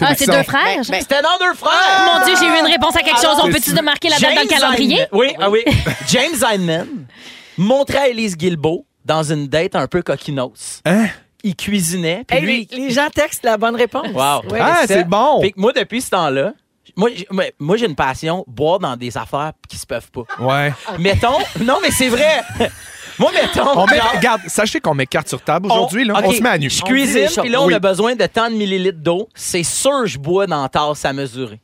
Speaker 6: Ah, c'est
Speaker 5: bizarre.
Speaker 6: deux frères?
Speaker 4: Ben,
Speaker 3: C'était dans deux frères!
Speaker 6: Ah! Mon Dieu, j'ai eu
Speaker 4: Ah.
Speaker 6: une réponse à quelque chose. On
Speaker 3: c'est-
Speaker 6: peut-tu marquer la date dans le
Speaker 3: James
Speaker 6: calendrier?
Speaker 3: Einman- Oui, ah oui. James Einman montrait à Elise Guilbeault dans une date un peu coquinos.
Speaker 5: Hein?
Speaker 3: Il cuisinait, puis
Speaker 4: Hey,
Speaker 3: lui...
Speaker 4: les, les gens textent la bonne réponse.
Speaker 3: Wow.
Speaker 4: Ouais.
Speaker 5: Ah, c'est bon!
Speaker 3: Fait que moi, depuis ce temps-là, moi, j'ai- moi- moi, j'ai une passion, boire dans des affaires qui se peuvent pas.
Speaker 5: Ouais.
Speaker 3: Mettons... Non, mais c'est vrai! moi, mettons...
Speaker 5: On met,
Speaker 3: genre,
Speaker 5: regarde, sachez qu'on met carte sur table
Speaker 3: Ah. on-
Speaker 5: aujourd'hui. là.
Speaker 3: OK,
Speaker 5: On se met à nu.
Speaker 3: Je
Speaker 4: On dit les
Speaker 3: cuisine,
Speaker 4: choses.
Speaker 3: puis là, on
Speaker 5: Oui.
Speaker 3: a besoin de tant de millilitres d'eau. C'est sûr je bois dans la tasse à mesurer.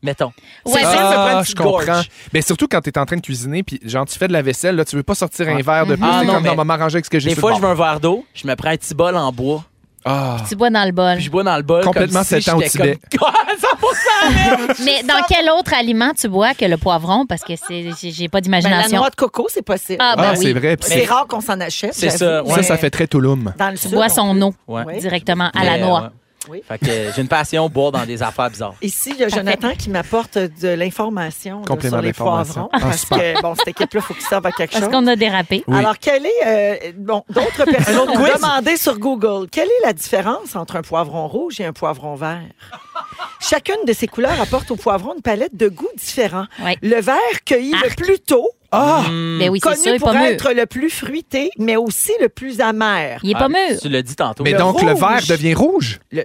Speaker 3: Mettons.
Speaker 6: Ouais,
Speaker 3: c'est
Speaker 6: mais-
Speaker 3: sûr que je me prends une
Speaker 5: Ah, je
Speaker 3: petite gorge.
Speaker 5: comprends. Mais surtout quand t'es en train de cuisiner, puis genre tu fais de la vaisselle, là, tu veux pas sortir un verre de plus.
Speaker 3: Ah,
Speaker 5: c'est
Speaker 3: non,
Speaker 5: comme
Speaker 3: mais-
Speaker 5: dans maman rangée avec ce que j'ai
Speaker 3: Des
Speaker 5: sur
Speaker 3: fois,
Speaker 5: le
Speaker 3: je veux un verre d'eau, je me prends un petit bol en bois,
Speaker 5: bord. Ah.
Speaker 6: Tu bois dans le bol.
Speaker 3: puis je bois dans le bol.
Speaker 5: Complètement
Speaker 3: comme si
Speaker 5: sept ans au
Speaker 3: j'étais comme-
Speaker 5: Tibet.
Speaker 6: Mais dans quel autre aliment tu bois que le poivron? Parce que c'est- j'ai j'ai pas
Speaker 4: Ben, la
Speaker 6: d'imagination.
Speaker 4: noix de coco, c'est possible.
Speaker 6: Ah, ben
Speaker 5: Ah,
Speaker 6: oui.
Speaker 5: c'est vrai. puis
Speaker 4: C'est
Speaker 5: c'est-
Speaker 4: rare qu'on s'en achète.
Speaker 3: C'est
Speaker 4: j'avoue,
Speaker 3: ça,
Speaker 5: Ça,
Speaker 4: mais
Speaker 5: ça fait très Touloum.
Speaker 4: Dans le
Speaker 6: Tu
Speaker 4: sud,
Speaker 6: bois
Speaker 4: on
Speaker 6: son
Speaker 4: peut.
Speaker 6: eau
Speaker 3: Ouais.
Speaker 4: Oui.
Speaker 6: directement à la
Speaker 5: euh,
Speaker 3: Mais,
Speaker 6: noix.
Speaker 3: ouais.
Speaker 4: Oui.
Speaker 3: Fait que euh, j'ai une passion boire dans des affaires bizarres.
Speaker 4: Ici, il y a Jonathan qui m'apporte de l'information là,
Speaker 5: Complément
Speaker 4: sur les
Speaker 5: d'information. Ah,
Speaker 4: poivrons. parce que, bon, cette équipe-là, il faut qu'il serve à quelque
Speaker 6: Parce
Speaker 4: chose.
Speaker 6: qu'on a dérapé.
Speaker 5: Oui.
Speaker 4: Alors, quelle est. euh, bon, d'autres personnes ont demandé sur Google quelle est la différence entre un poivron rouge et un poivron vert? Chacune de ces couleurs apporte au poivron une palette de goûts différents.
Speaker 6: Ouais.
Speaker 4: Le vert cueilli le plus tôt,
Speaker 5: Ah!
Speaker 6: Mais Ben oui, c'est
Speaker 4: connu
Speaker 6: ça, il est
Speaker 4: pour
Speaker 6: pas mûr.
Speaker 4: être le plus fruité, mais aussi le plus amer.
Speaker 6: Il est pas
Speaker 3: Ah,
Speaker 6: mûr.
Speaker 3: Tu l'as dit tantôt.
Speaker 5: Mais
Speaker 4: Le
Speaker 5: donc, le
Speaker 4: rouge.
Speaker 5: vert devient rouge.
Speaker 4: Le,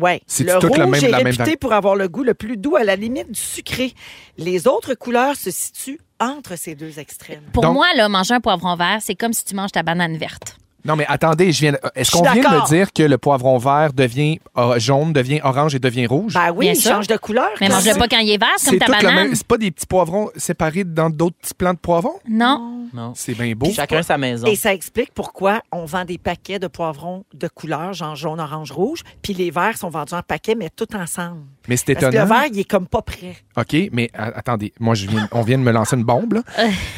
Speaker 4: ouais.
Speaker 5: C'est-tu
Speaker 4: le
Speaker 5: tout
Speaker 4: rouge
Speaker 5: le même-
Speaker 4: est
Speaker 5: la même
Speaker 4: réputé
Speaker 5: variété?
Speaker 4: pour avoir le goût le plus doux à la limite du sucré. Les autres couleurs se situent entre ces deux extrêmes.
Speaker 6: Pour
Speaker 5: Donc-
Speaker 6: moi, là, manger un poivron vert, c'est comme si tu manges ta banane verte.
Speaker 5: Non, mais attendez, je viens. de- euh, Est-ce
Speaker 4: Je suis
Speaker 5: qu'on vient de me
Speaker 4: d'accord.
Speaker 5: dire que le poivron vert devient euh, jaune, devient orange et devient rouge?
Speaker 4: Ben oui,
Speaker 6: Bien
Speaker 4: ils
Speaker 6: sûr.
Speaker 4: changent de couleur.
Speaker 6: Mais
Speaker 4: quand
Speaker 6: mange-le
Speaker 4: même.
Speaker 6: pas quand il est vert,
Speaker 5: c'est
Speaker 6: comme ta
Speaker 5: tout le
Speaker 6: banane.
Speaker 5: même. C'est pas des petits poivrons séparés dans d'autres petits plants de poivrons?
Speaker 6: Non.
Speaker 3: Non.
Speaker 5: C'est bien beau.
Speaker 3: Chacun sa maison.
Speaker 4: Et ça explique pourquoi on vend des paquets de poivrons de couleurs, genre jaune, orange, rouge, puis les verts sont vendus en paquets, mais tout ensemble.
Speaker 5: Mais c'est
Speaker 4: Parce que le
Speaker 5: étonnant.
Speaker 4: vert, il est comme pas prêt.
Speaker 5: OK, mais a- attendez, moi, je viens- on vient de me lancer une bombe. Là.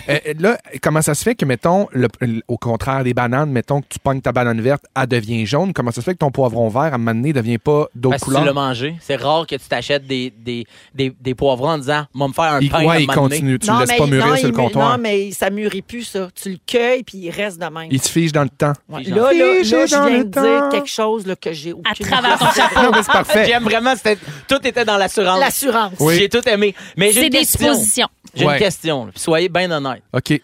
Speaker 5: Euh, là, comment ça se fait que, mettons, le- le- au contraire des bananes, mettons que tu pognes ta banane verte, elle devient jaune. Comment ça se fait que ton poivron vert, à un moment donné, ne devient pas d'autres
Speaker 3: Parce que tu l'as
Speaker 5: couleurs?
Speaker 3: mangé. Ben, C'est rare que tu t'achètes des, des, des, des poivrons en disant, va me faire un
Speaker 5: Il,
Speaker 3: pain à un
Speaker 5: ouais, il
Speaker 3: moment donné.
Speaker 5: continue, tu
Speaker 4: non,
Speaker 5: le laisses
Speaker 4: mais,
Speaker 5: pas mûrir
Speaker 4: non,
Speaker 5: sur le
Speaker 4: il mû-
Speaker 5: comptoir.
Speaker 4: non, mais ça mûrit plus, ça. Tu le cueilles, puis il reste de même.
Speaker 5: Il te fige dans le temps.
Speaker 4: Ouais.
Speaker 3: Puis
Speaker 4: Là, là, là,
Speaker 5: Figé
Speaker 4: je
Speaker 5: dans
Speaker 4: viens
Speaker 5: le
Speaker 4: de
Speaker 5: temps.
Speaker 4: dire quelque chose là, que j'ai
Speaker 6: À
Speaker 4: aucune
Speaker 6: travers ton chapeau.
Speaker 5: Non, Ah, mais c'est parfait.
Speaker 3: J'aime vraiment, c'était- tout était dans l'assurance.
Speaker 4: L'assurance.
Speaker 5: Oui.
Speaker 3: J'ai tout aimé. Mais j'ai
Speaker 6: C'est
Speaker 3: une
Speaker 6: des
Speaker 3: question.
Speaker 6: suppositions.
Speaker 3: J'ai
Speaker 5: Ouais.
Speaker 3: une question. là, puis Soyez bien honnête.
Speaker 5: OK.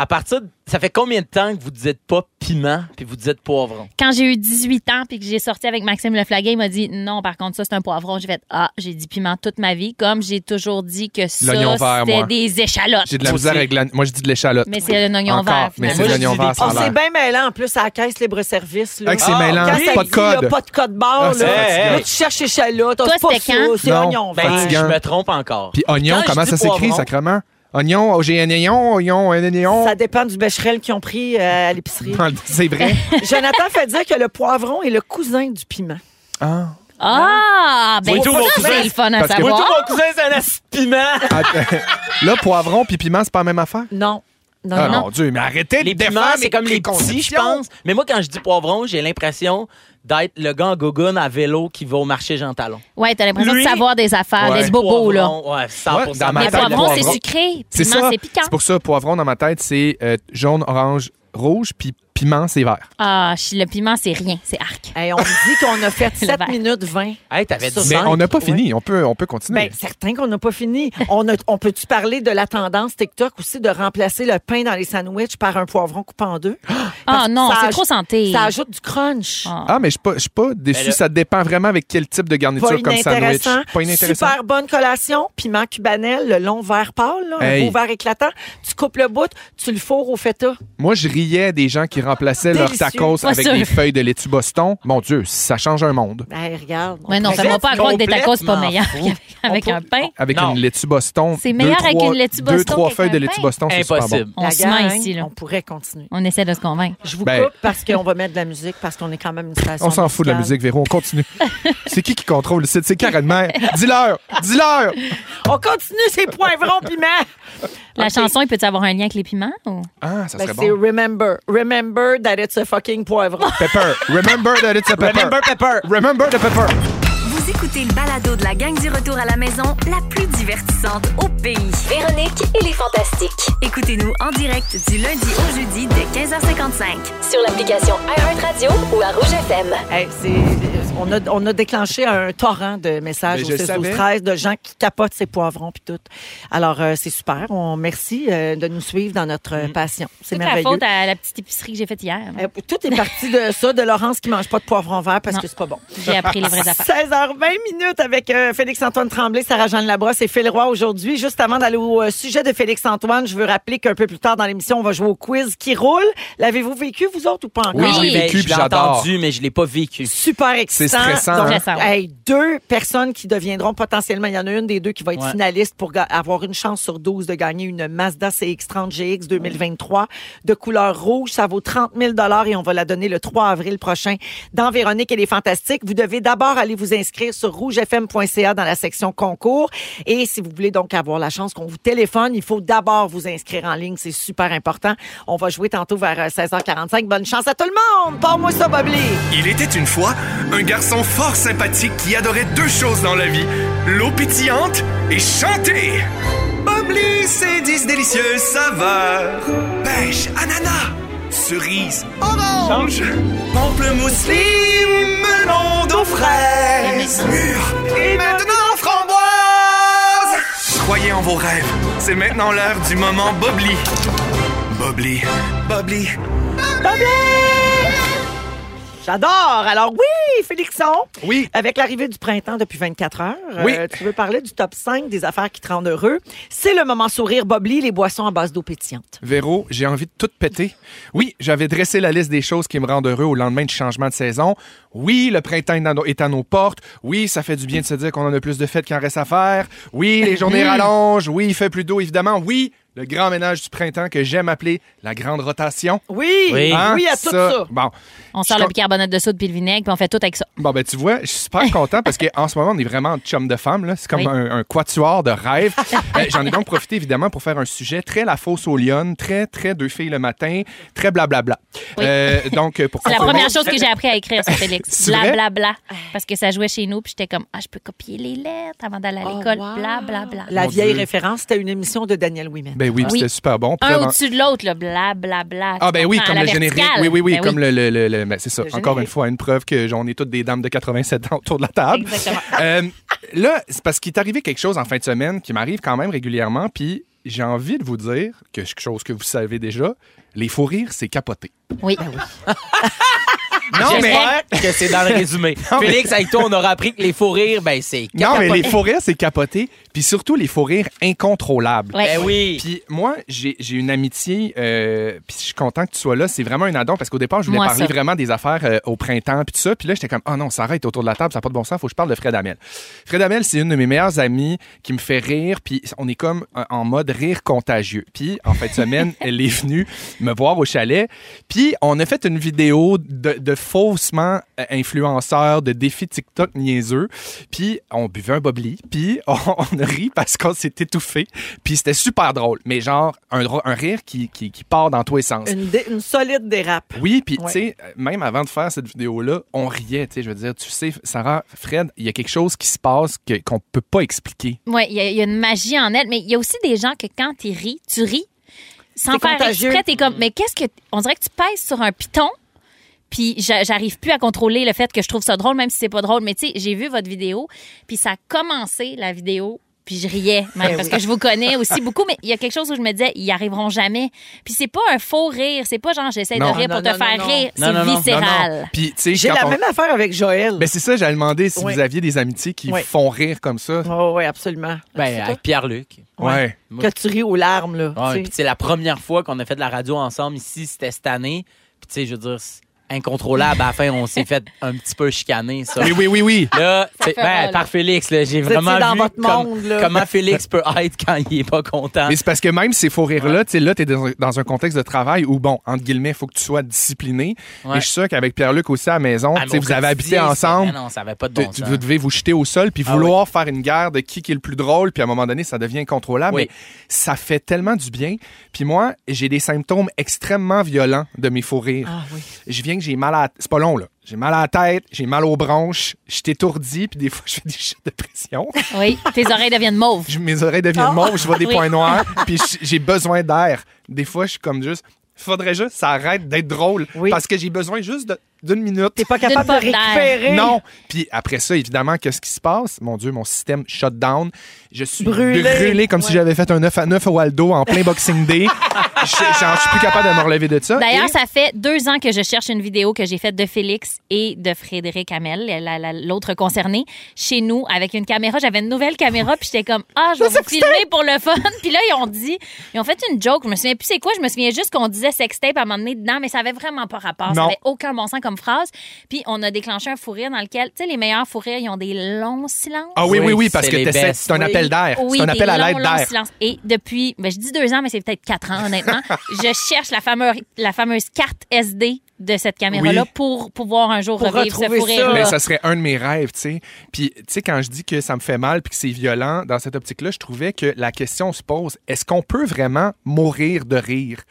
Speaker 3: À partir de- Ça fait combien de temps que vous dites pas piment puis vous dites poivron?
Speaker 6: Quand j'ai eu 18 ans puis que j'ai sorti avec Maxime Leflaguet, il m'a dit non, par contre, ça, c'est un poivron. J'ai fait ah, j'ai dit piment toute ma vie, comme j'ai toujours dit que
Speaker 5: L'oignon vert, moi.
Speaker 6: ça, c'était des échalotes.
Speaker 5: J'ai de la misère avec la... Moi, je dis de l'échalote.
Speaker 6: Mais c'est un oignon
Speaker 5: Encore,
Speaker 6: vert.
Speaker 5: mais
Speaker 6: finalement.
Speaker 5: c'est de
Speaker 3: Moi, je
Speaker 5: l'oignon
Speaker 3: dis des
Speaker 5: vert, ça a
Speaker 4: Ah, c'est
Speaker 5: l'air.
Speaker 4: bien mêlant, en plus, à la caisse libre-service. là.
Speaker 5: Ah, que c'est
Speaker 4: Ah,
Speaker 5: mêlant,
Speaker 4: quand ça
Speaker 5: pas de
Speaker 4: dit, là,
Speaker 5: code.
Speaker 4: pas de code barre.
Speaker 5: Ah, c'est
Speaker 4: là.
Speaker 3: fatigant.
Speaker 4: Là, tu cherches échalote.
Speaker 6: Toi,
Speaker 4: C'est pas
Speaker 6: c'était
Speaker 4: ça,
Speaker 6: quand?
Speaker 4: c'est
Speaker 5: Non.
Speaker 4: oignon
Speaker 3: Ben,
Speaker 4: vert.
Speaker 3: je
Speaker 5: Fatigant.
Speaker 3: me trompe encore.
Speaker 5: Puis oignon,
Speaker 3: Quand je
Speaker 5: comment
Speaker 3: dis
Speaker 5: ça s'écrit,
Speaker 3: poivron-
Speaker 5: sacrement? Oignon, oh, j'ai un oignon, oignon, un oignon.
Speaker 4: Ça dépend du bécherel qu'ils ont pris euh, à l'épicerie.
Speaker 5: C'est vrai.
Speaker 4: Jonathan fait dire que le poivron est le cousin du piment.
Speaker 5: Ah.
Speaker 6: Ah, ben
Speaker 3: Oui, tout mon
Speaker 6: ça,
Speaker 3: cousin.
Speaker 6: c'est le fun à
Speaker 5: Parce que-
Speaker 6: savoir.
Speaker 3: Moi, tout mon cousin, c'est un asti de piment.
Speaker 5: Attends. Ah, ben, Là, poivron puis piment, c'est pas la même affaire?
Speaker 4: Non. Non,
Speaker 5: Ah,
Speaker 4: non.
Speaker 5: mon Dieu, mais arrêtez
Speaker 3: Les
Speaker 5: de défendre
Speaker 3: piments, c'est comme les petits, je
Speaker 5: préconceptions.
Speaker 3: pense. Mais moi, quand je dis poivron, j'ai l'impression d'être le gars en gogoune à vélo qui va au marché Jean Talon.
Speaker 6: Ouais, t'as l'impression de
Speaker 3: Lui-
Speaker 6: savoir des affaires,
Speaker 5: Ouais.
Speaker 6: des bobos, là.
Speaker 3: Poivron, Ouais, 100
Speaker 5: Ouais, dans ma
Speaker 6: Mais
Speaker 5: tête, le
Speaker 6: poivron, c'est
Speaker 5: poivron.
Speaker 6: sucré.
Speaker 5: C'est
Speaker 6: Piment,
Speaker 5: ça.
Speaker 6: c'est piquant.
Speaker 5: C'est pour ça, poivron, dans ma tête, c'est euh, jaune, orange, rouge, puis piment, c'est vert.
Speaker 6: Ah, chi- le piment, c'est rien. C'est arc.
Speaker 4: Hey, on me dit qu'on a fait 7
Speaker 6: vert.
Speaker 4: minutes 20.
Speaker 3: Hey, t'avais
Speaker 4: Mais
Speaker 3: dit
Speaker 5: Mais
Speaker 3: cinq.
Speaker 5: on n'a pas fini. On, peut, on peut continuer.
Speaker 3: Ben,
Speaker 4: Bien, Ben, certain qu'on n'a pas fini. On, a- on peut-tu parler de la tendance TikTok aussi de remplacer le pain dans les sandwichs par un poivron coupé en deux? Parce
Speaker 6: Ah
Speaker 4: que
Speaker 6: non,
Speaker 4: ça
Speaker 6: c'est
Speaker 4: aj-
Speaker 6: trop santé.
Speaker 4: Ça ajoute du crunch.
Speaker 6: Ah.
Speaker 5: ah, mais je suis pas- je suis pas déçu.
Speaker 3: Mais là-
Speaker 5: Ça dépend vraiment avec quel type de
Speaker 4: Pas
Speaker 5: garniture comme sandwich.
Speaker 4: inintéressant.
Speaker 5: Pas inintéressant.
Speaker 4: Super bonne collation. Piment cubanel, le long vert pâle, là, un
Speaker 5: Hey.
Speaker 4: beau vert éclatant. Tu coupes le bout, tu le fourres au feta.
Speaker 5: Moi, je riais des gens qui remplaçaient leurs
Speaker 4: Délicieux.
Speaker 5: tacos
Speaker 6: Pas
Speaker 5: avec
Speaker 6: sûr.
Speaker 5: des feuilles de laitue Boston. Mon Dieu, ça change un monde.
Speaker 4: Ben, regarde. on
Speaker 6: Mais non,
Speaker 4: pourrait-
Speaker 6: fais-moi pas à croire que des tacos, c'est pas meilleur
Speaker 3: Complètement
Speaker 6: qu'avec avec un pain.
Speaker 5: Avec
Speaker 3: Non.
Speaker 5: une laitue Boston.
Speaker 6: C'est
Speaker 5: deux,
Speaker 6: meilleur avec
Speaker 5: trois-
Speaker 6: une laitue
Speaker 5: Deux,
Speaker 6: Boston
Speaker 5: trois
Speaker 6: qu'avec
Speaker 5: feuilles de
Speaker 6: un
Speaker 5: laitue
Speaker 6: pain.
Speaker 5: Boston, c'est super bon.
Speaker 3: Impossible.
Speaker 6: On
Speaker 4: La
Speaker 6: se ment
Speaker 4: gang,
Speaker 6: ici, là.
Speaker 4: On pourrait continuer.
Speaker 6: On essaie de se convaincre.
Speaker 4: Je vous
Speaker 5: Ben-
Speaker 4: coupe parce qu'on va mettre de la musique, parce qu'on est quand même une station
Speaker 5: On s'en fout de la
Speaker 4: musicale.
Speaker 5: musique, Véro. On continue. c'est qui qui contrôle le site? C'est Karen Maire. Dis-leur! Dis-leur!
Speaker 4: On continue ces poivrons piment.
Speaker 6: La
Speaker 4: Ok.
Speaker 6: chanson, il peut y avoir un lien avec les piments? ou-
Speaker 5: Ah, ça
Speaker 4: Ben,
Speaker 5: serait
Speaker 4: c'est
Speaker 5: bon.
Speaker 4: Remember. Remember that it's a fucking poivron.
Speaker 5: Pepper. Remember that it's a pepper.
Speaker 3: Remember Pepper.
Speaker 5: Remember the pepper.
Speaker 8: Vous écoutez le balado de la gang du retour à la maison, la plus divertissante au pays.
Speaker 9: Véronique et les Fantastiques.
Speaker 8: Écoutez-nous en direct du lundi au jeudi dès 15h55.
Speaker 9: Sur l'application iHeartRadio ou à Rouge FM.
Speaker 4: Hey, c'est- On a, on a déclenché un torrent de messages
Speaker 5: Mais
Speaker 4: au
Speaker 5: je
Speaker 4: 16
Speaker 5: savais.
Speaker 4: 13 de gens qui capotent ces poivrons puis tout. Alors, euh, c'est super. On merci euh, de nous suivre dans notre
Speaker 5: Mm.
Speaker 4: euh, passion. C'est
Speaker 6: C'est la
Speaker 4: merveilleux.
Speaker 6: faute à la petite épicerie que j'ai faite hier.
Speaker 4: Euh, tout est parti de ça, de Laurence qui mange pas de poivron vert parce
Speaker 6: Non.
Speaker 4: que c'est pas bon.
Speaker 6: J'ai appris les vraies affaires.
Speaker 4: 16h20 minutes avec euh, Félix-Antoine Tremblay, Sarah-Jeanne Labrosse et Phil Roy aujourd'hui. Juste avant d'aller au euh, sujet de Félix-Antoine, je veux rappeler qu'un peu plus tard dans l'émission, on va jouer au quiz qui roule. L'avez-vous vécu, vous autres, ou pas encore?
Speaker 3: Oui, je l'ai
Speaker 5: Oui.
Speaker 3: vécu,
Speaker 5: Je
Speaker 3: puis
Speaker 5: l'ai
Speaker 3: j'adore.
Speaker 5: entendu,
Speaker 3: mais je l'ai pas vécu.
Speaker 4: Super excitant.
Speaker 5: stressant,
Speaker 4: Donc,
Speaker 6: hein? Stressant, ouais.
Speaker 4: hey, deux personnes qui deviendront potentiellement, il y en a une des deux qui va être
Speaker 3: Ouais.
Speaker 4: finaliste pour ga- avoir une chance sur 12 de gagner une Mazda CX-30 GX 2023 de couleur rouge. Ça vaut 30 000 et on va la donner le 3 avril prochain dans Véronique et les Fantastiques. Vous devez d'abord aller vous inscrire sur rougefm.ca dans la section concours. Et si vous voulez donc avoir la chance qu'on vous téléphone, il faut d'abord vous inscrire en ligne. C'est super important. On va jouer tantôt vers euh, 16h45. Bonne chance à tout le monde! Pas moi ça, Bob Lee.
Speaker 10: Il était une fois un garçon fort sympathique qui adorait deux choses dans la vie l'eau pétillante et chanter. Bubbly, c'est dix délicieuses saveurs pêche, ananas, cerise, orange, pamplemousse, lime, melon d'eau fraise, mûre et maintenant framboise. Croyez en vos rêves, c'est maintenant l'heure du moment Bobli. Bobli, Bobli.
Speaker 4: J'adore. Alors oui, Félixon.
Speaker 5: Oui.
Speaker 4: Avec l'arrivée du printemps depuis 24 heures, euh,
Speaker 5: Oui.
Speaker 4: tu veux parler du top 5 des affaires qui te rendent heureux. C'est le moment sourire Bobli, les boissons à base d'eau pétillante.
Speaker 5: Véro, j'ai envie de tout péter. Oui, j'avais dressé la liste des choses qui me rendent heureux au lendemain du changement de saison. Oui, le printemps est à nos- est à nos portes. Oui, ça fait du bien de se dire qu'on en a plus de fêtes qu'il en reste à faire. Oui,
Speaker 4: Eh
Speaker 5: les journées rallongent. Oui, il fait plus d'eau, évidemment. Oui, le grand ménage du printemps que j'aime appeler la grande rotation.
Speaker 4: Oui, Eh oui,
Speaker 5: Hein,
Speaker 4: à tout ça.
Speaker 5: Bon.
Speaker 6: On
Speaker 5: Je
Speaker 6: sort le
Speaker 5: com-
Speaker 6: bicarbonate de soude puis le vinaigre, puis on fait tout avec ça.
Speaker 5: Bon, ben, tu vois, je suis super content parce qu'en ce moment, on est vraiment en chum de femme. là. C'est comme
Speaker 6: Oui.
Speaker 5: un, un quatuor de rêve. Euh, J'en ai donc profité, évidemment, pour faire un sujet très la fosse aux lionnes, très, très deux filles le matin, très blablabla. Euh, donc, euh, pour
Speaker 6: C'est la
Speaker 5: confirmer-
Speaker 6: première chose que j'ai appris à écrire sur Félix.
Speaker 5: C'est vrai?
Speaker 6: Bla bla bla. Parce que ça jouait chez nous, puis j'étais comme ah je peux copier les lettres avant d'aller à
Speaker 4: Oh,
Speaker 6: l'école. Bla bla bla.
Speaker 4: La
Speaker 5: Mon
Speaker 4: vieille
Speaker 5: Dieu.
Speaker 4: référence, c'était une émission de Daniel Wimen.
Speaker 5: Ben oui, puis c'était super bon. Puis là,
Speaker 6: Un
Speaker 5: dans-
Speaker 6: au-dessus de l'autre, là, bla bla bla.
Speaker 5: Ah, ben oui,
Speaker 6: Tu comprends,
Speaker 5: comme
Speaker 6: à
Speaker 5: le
Speaker 6: la
Speaker 5: générique.
Speaker 6: verticale.
Speaker 5: Oui, oui, oui,
Speaker 6: Ben
Speaker 5: comme le. le- le- le- ben, c'est ça.
Speaker 4: Le
Speaker 5: Encore une
Speaker 4: générique.
Speaker 5: fois, une preuve que j- on est toutes des dames de 87 ans autour de la table.
Speaker 6: Exactement.
Speaker 5: Euh, là, c'est parce qu'il est arrivé quelque chose en fin de semaine qui m'arrive quand même régulièrement, puis j'ai envie de vous dire que quelque chose que vous savez déjà, les faux rires, c'est capoté.
Speaker 6: Oui.
Speaker 5: Non, mais.
Speaker 3: Ah, J'espère que c'est dans le résumé. Félix, avec toi, on aura appris que les faux rires, ben c'est...
Speaker 5: Non, mais les faux rires, c'est capoté. Puis surtout, les faux rires incontrôlables.
Speaker 6: Ouais.
Speaker 3: Ben oui.
Speaker 5: Puis moi, j'ai j'ai une amitié, euh, puis je suis content que tu sois là. C'est vraiment un addon parce qu'au départ, je voulais
Speaker 6: Moi,
Speaker 5: parler
Speaker 6: ça.
Speaker 5: vraiment des affaires euh, au printemps, puis tout ça. Puis là, j'étais comme, oh non, Sarah est autour de la table, ça n'a pas de bon sens, faut que je parle de Fred Amel. Fred Amel, c'est une de mes meilleures amies qui me fait rire, puis on est comme euh, en mode rire contagieux. Puis en fin de semaine, elle est venue me voir au chalet, puis on a fait une vidéo de, de faussement euh, influenceurs, de défis TikTok niaiseux. Puis on buvait un bobli, puis on, on a ri parce qu'on s'est étouffé. Puis c'était super drôle, mais genre un, dro- un rire qui, qui, qui part dans tous les sens.
Speaker 4: Une, dé- une solide dérape.
Speaker 5: Oui, puis
Speaker 4: Ouais.
Speaker 5: tu sais, euh, même avant de faire cette vidéo-là, on riait, tu sais, je veux dire, tu sais, Sarah, Fred, il y a quelque chose qui se passe que- qu'on peut pas expliquer.
Speaker 6: Oui, il y, a- il y a une magie en elle, mais il y a aussi des gens que quand tu ris, tu ris sans
Speaker 4: C'est
Speaker 6: faire
Speaker 4: contagieux.
Speaker 6: exprès. T'es comme, mais qu'est-ce que. On dirait que tu pèses sur un piton, puis j'a- j'arrive plus à contrôler le fait que je trouve ça drôle, même si c'est pas drôle. Mais tu sais, j'ai vu votre vidéo, puis ça a commencé la vidéo. Puis je riais, même, parce que je vous connais aussi beaucoup, mais il y a quelque chose où je me disais, ils arriveront jamais. Puis c'est pas un faux rire, c'est pas genre j'essaie de
Speaker 5: Non.
Speaker 6: rire
Speaker 4: Non,
Speaker 6: pour
Speaker 4: non,
Speaker 6: te
Speaker 4: non,
Speaker 6: faire
Speaker 4: non.
Speaker 6: rire,
Speaker 3: Non, non,
Speaker 6: c'est
Speaker 3: non.
Speaker 6: viscéral.
Speaker 5: Puis tu sais,
Speaker 4: J'ai
Speaker 5: quand
Speaker 4: la
Speaker 5: on-
Speaker 4: même affaire avec Joël.
Speaker 5: Ben c'est ça, j'allais demander si
Speaker 4: Ouais.
Speaker 5: vous aviez des amitiés qui
Speaker 4: Ouais.
Speaker 5: font rire comme ça.
Speaker 4: Oh, oui, absolument.
Speaker 3: Ben, avec Pierre-Luc.
Speaker 5: ouais.
Speaker 3: moi-
Speaker 4: Que tu ris aux larmes, là.
Speaker 3: Ouais,
Speaker 4: tu sais.
Speaker 3: puis c'est la première fois qu'on a fait de la radio ensemble ici, c'était cette année. Puis tu sais, je veux dire, c'est incontrôlable. À la fin, on s'est fait un petit peu chicaner, ça.
Speaker 5: Oui, oui, oui, oui.
Speaker 3: Là, tu sais,
Speaker 6: fait
Speaker 3: ben,
Speaker 6: mal.
Speaker 3: par Félix, là, j'ai
Speaker 4: Vous
Speaker 3: vraiment
Speaker 4: étiez dans
Speaker 3: vu
Speaker 4: votre
Speaker 3: comme-
Speaker 4: monde, là.
Speaker 3: comment Félix peut être quand il est pas content.
Speaker 4: Ah.
Speaker 5: Mais c'est parce que même ces faux rires-là, tu sais, là, t'es dans, un- dans un contexte de travail où, bon, entre guillemets, il faut que tu sois discipliné.
Speaker 3: Ouais.
Speaker 5: Et je suis sûr qu'avec Pierre-Luc aussi à la maison,
Speaker 3: Ah,
Speaker 5: tu
Speaker 3: mais
Speaker 5: sais,
Speaker 3: au
Speaker 5: vous avez habité
Speaker 3: quotidien,
Speaker 5: ensemble.
Speaker 3: c'était- Non, ça avait pas de
Speaker 5: de-
Speaker 3: bon
Speaker 5: tu-
Speaker 3: sens.
Speaker 5: vous devez vous jeter au sol puis
Speaker 3: Ah
Speaker 5: vouloir faire une guerre de qui qui est le plus drôle puis à un moment donné ça devient incontrôlable
Speaker 3: Oui.
Speaker 5: mais ça fait tellement du bien puis moi j'ai des symptômes extrêmement violents de mes faux rires
Speaker 4: Ah oui.
Speaker 5: je viens que j'ai mal à c'est pas long là j'ai mal à la tête j'ai mal aux bronches je suis étourdi puis des fois je fais des chutes de pression
Speaker 6: Oui, tes oreilles deviennent mauves.
Speaker 5: je- mes oreilles deviennent mauves, je vois des
Speaker 6: Oui.
Speaker 5: points noirs, puis j- j'ai besoin d'air. Des fois, je suis comme juste. Faudrait juste, ça arrête d'être drôle.
Speaker 4: Oui.
Speaker 5: Parce que j'ai besoin juste de d'une minute. T'es pas
Speaker 4: D'une capable de pomme d'air. récupérer.
Speaker 5: Non. Puis après ça, évidemment, qu'est-ce qui se passe? Mon Dieu, mon système shut down. Je suis
Speaker 4: Brûlé.
Speaker 5: brûlé, comme si
Speaker 4: Ouais.
Speaker 5: j'avais fait un 9 à 9 au Waldo en plein Boxing Day. Je j'en- je suis plus capable de me relever de ça.
Speaker 6: D'ailleurs,
Speaker 5: Et-
Speaker 6: ça fait deux ans que je cherche une vidéo que j'ai faite de Félix et de Frédéric Hamel, la- la- l'autre concerné, chez nous avec une caméra. J'avais une nouvelle caméra, puis j'étais comme ah, je vais vous filmer pour le fun. Puis là, ils ont dit, ils ont fait une joke. Je me souviens plus c'est quoi. Je me souviens juste qu'on disait sextape à un moment donné dedans, mais ça avait vraiment pas rapport. Ça
Speaker 11: Non.
Speaker 6: avait aucun bon sens comme phrase. Puis on a déclenché un fou rire dans lequel, tu sais, les meilleurs fou rires, ils ont des longs silences.
Speaker 5: Ah oui, oui, oui, parce
Speaker 3: c'est
Speaker 5: que
Speaker 3: les
Speaker 5: t'essaies-
Speaker 3: best.
Speaker 5: c'est un appel d'air.
Speaker 6: Oui,
Speaker 5: c'est un
Speaker 6: des
Speaker 5: appel à l'aide
Speaker 6: longs, longs
Speaker 5: d'air.
Speaker 6: silences. Et depuis, ben, je dis deux ans, mais c'est peut-être quatre ans, honnêtement, je cherche la fameuse, la fameuse carte SD de cette caméra-là
Speaker 5: Oui.
Speaker 6: pour pouvoir un jour
Speaker 4: Pour
Speaker 6: revivre ce
Speaker 4: retrouver
Speaker 6: fou
Speaker 4: ça.
Speaker 6: rire-là.
Speaker 5: Mais ça serait un de mes rêves, tu sais. Puis, tu sais, quand je dis que ça me fait mal puis que c'est violent, dans cette optique-là, je trouvais que la question se pose est-ce qu'on peut vraiment mourir de rire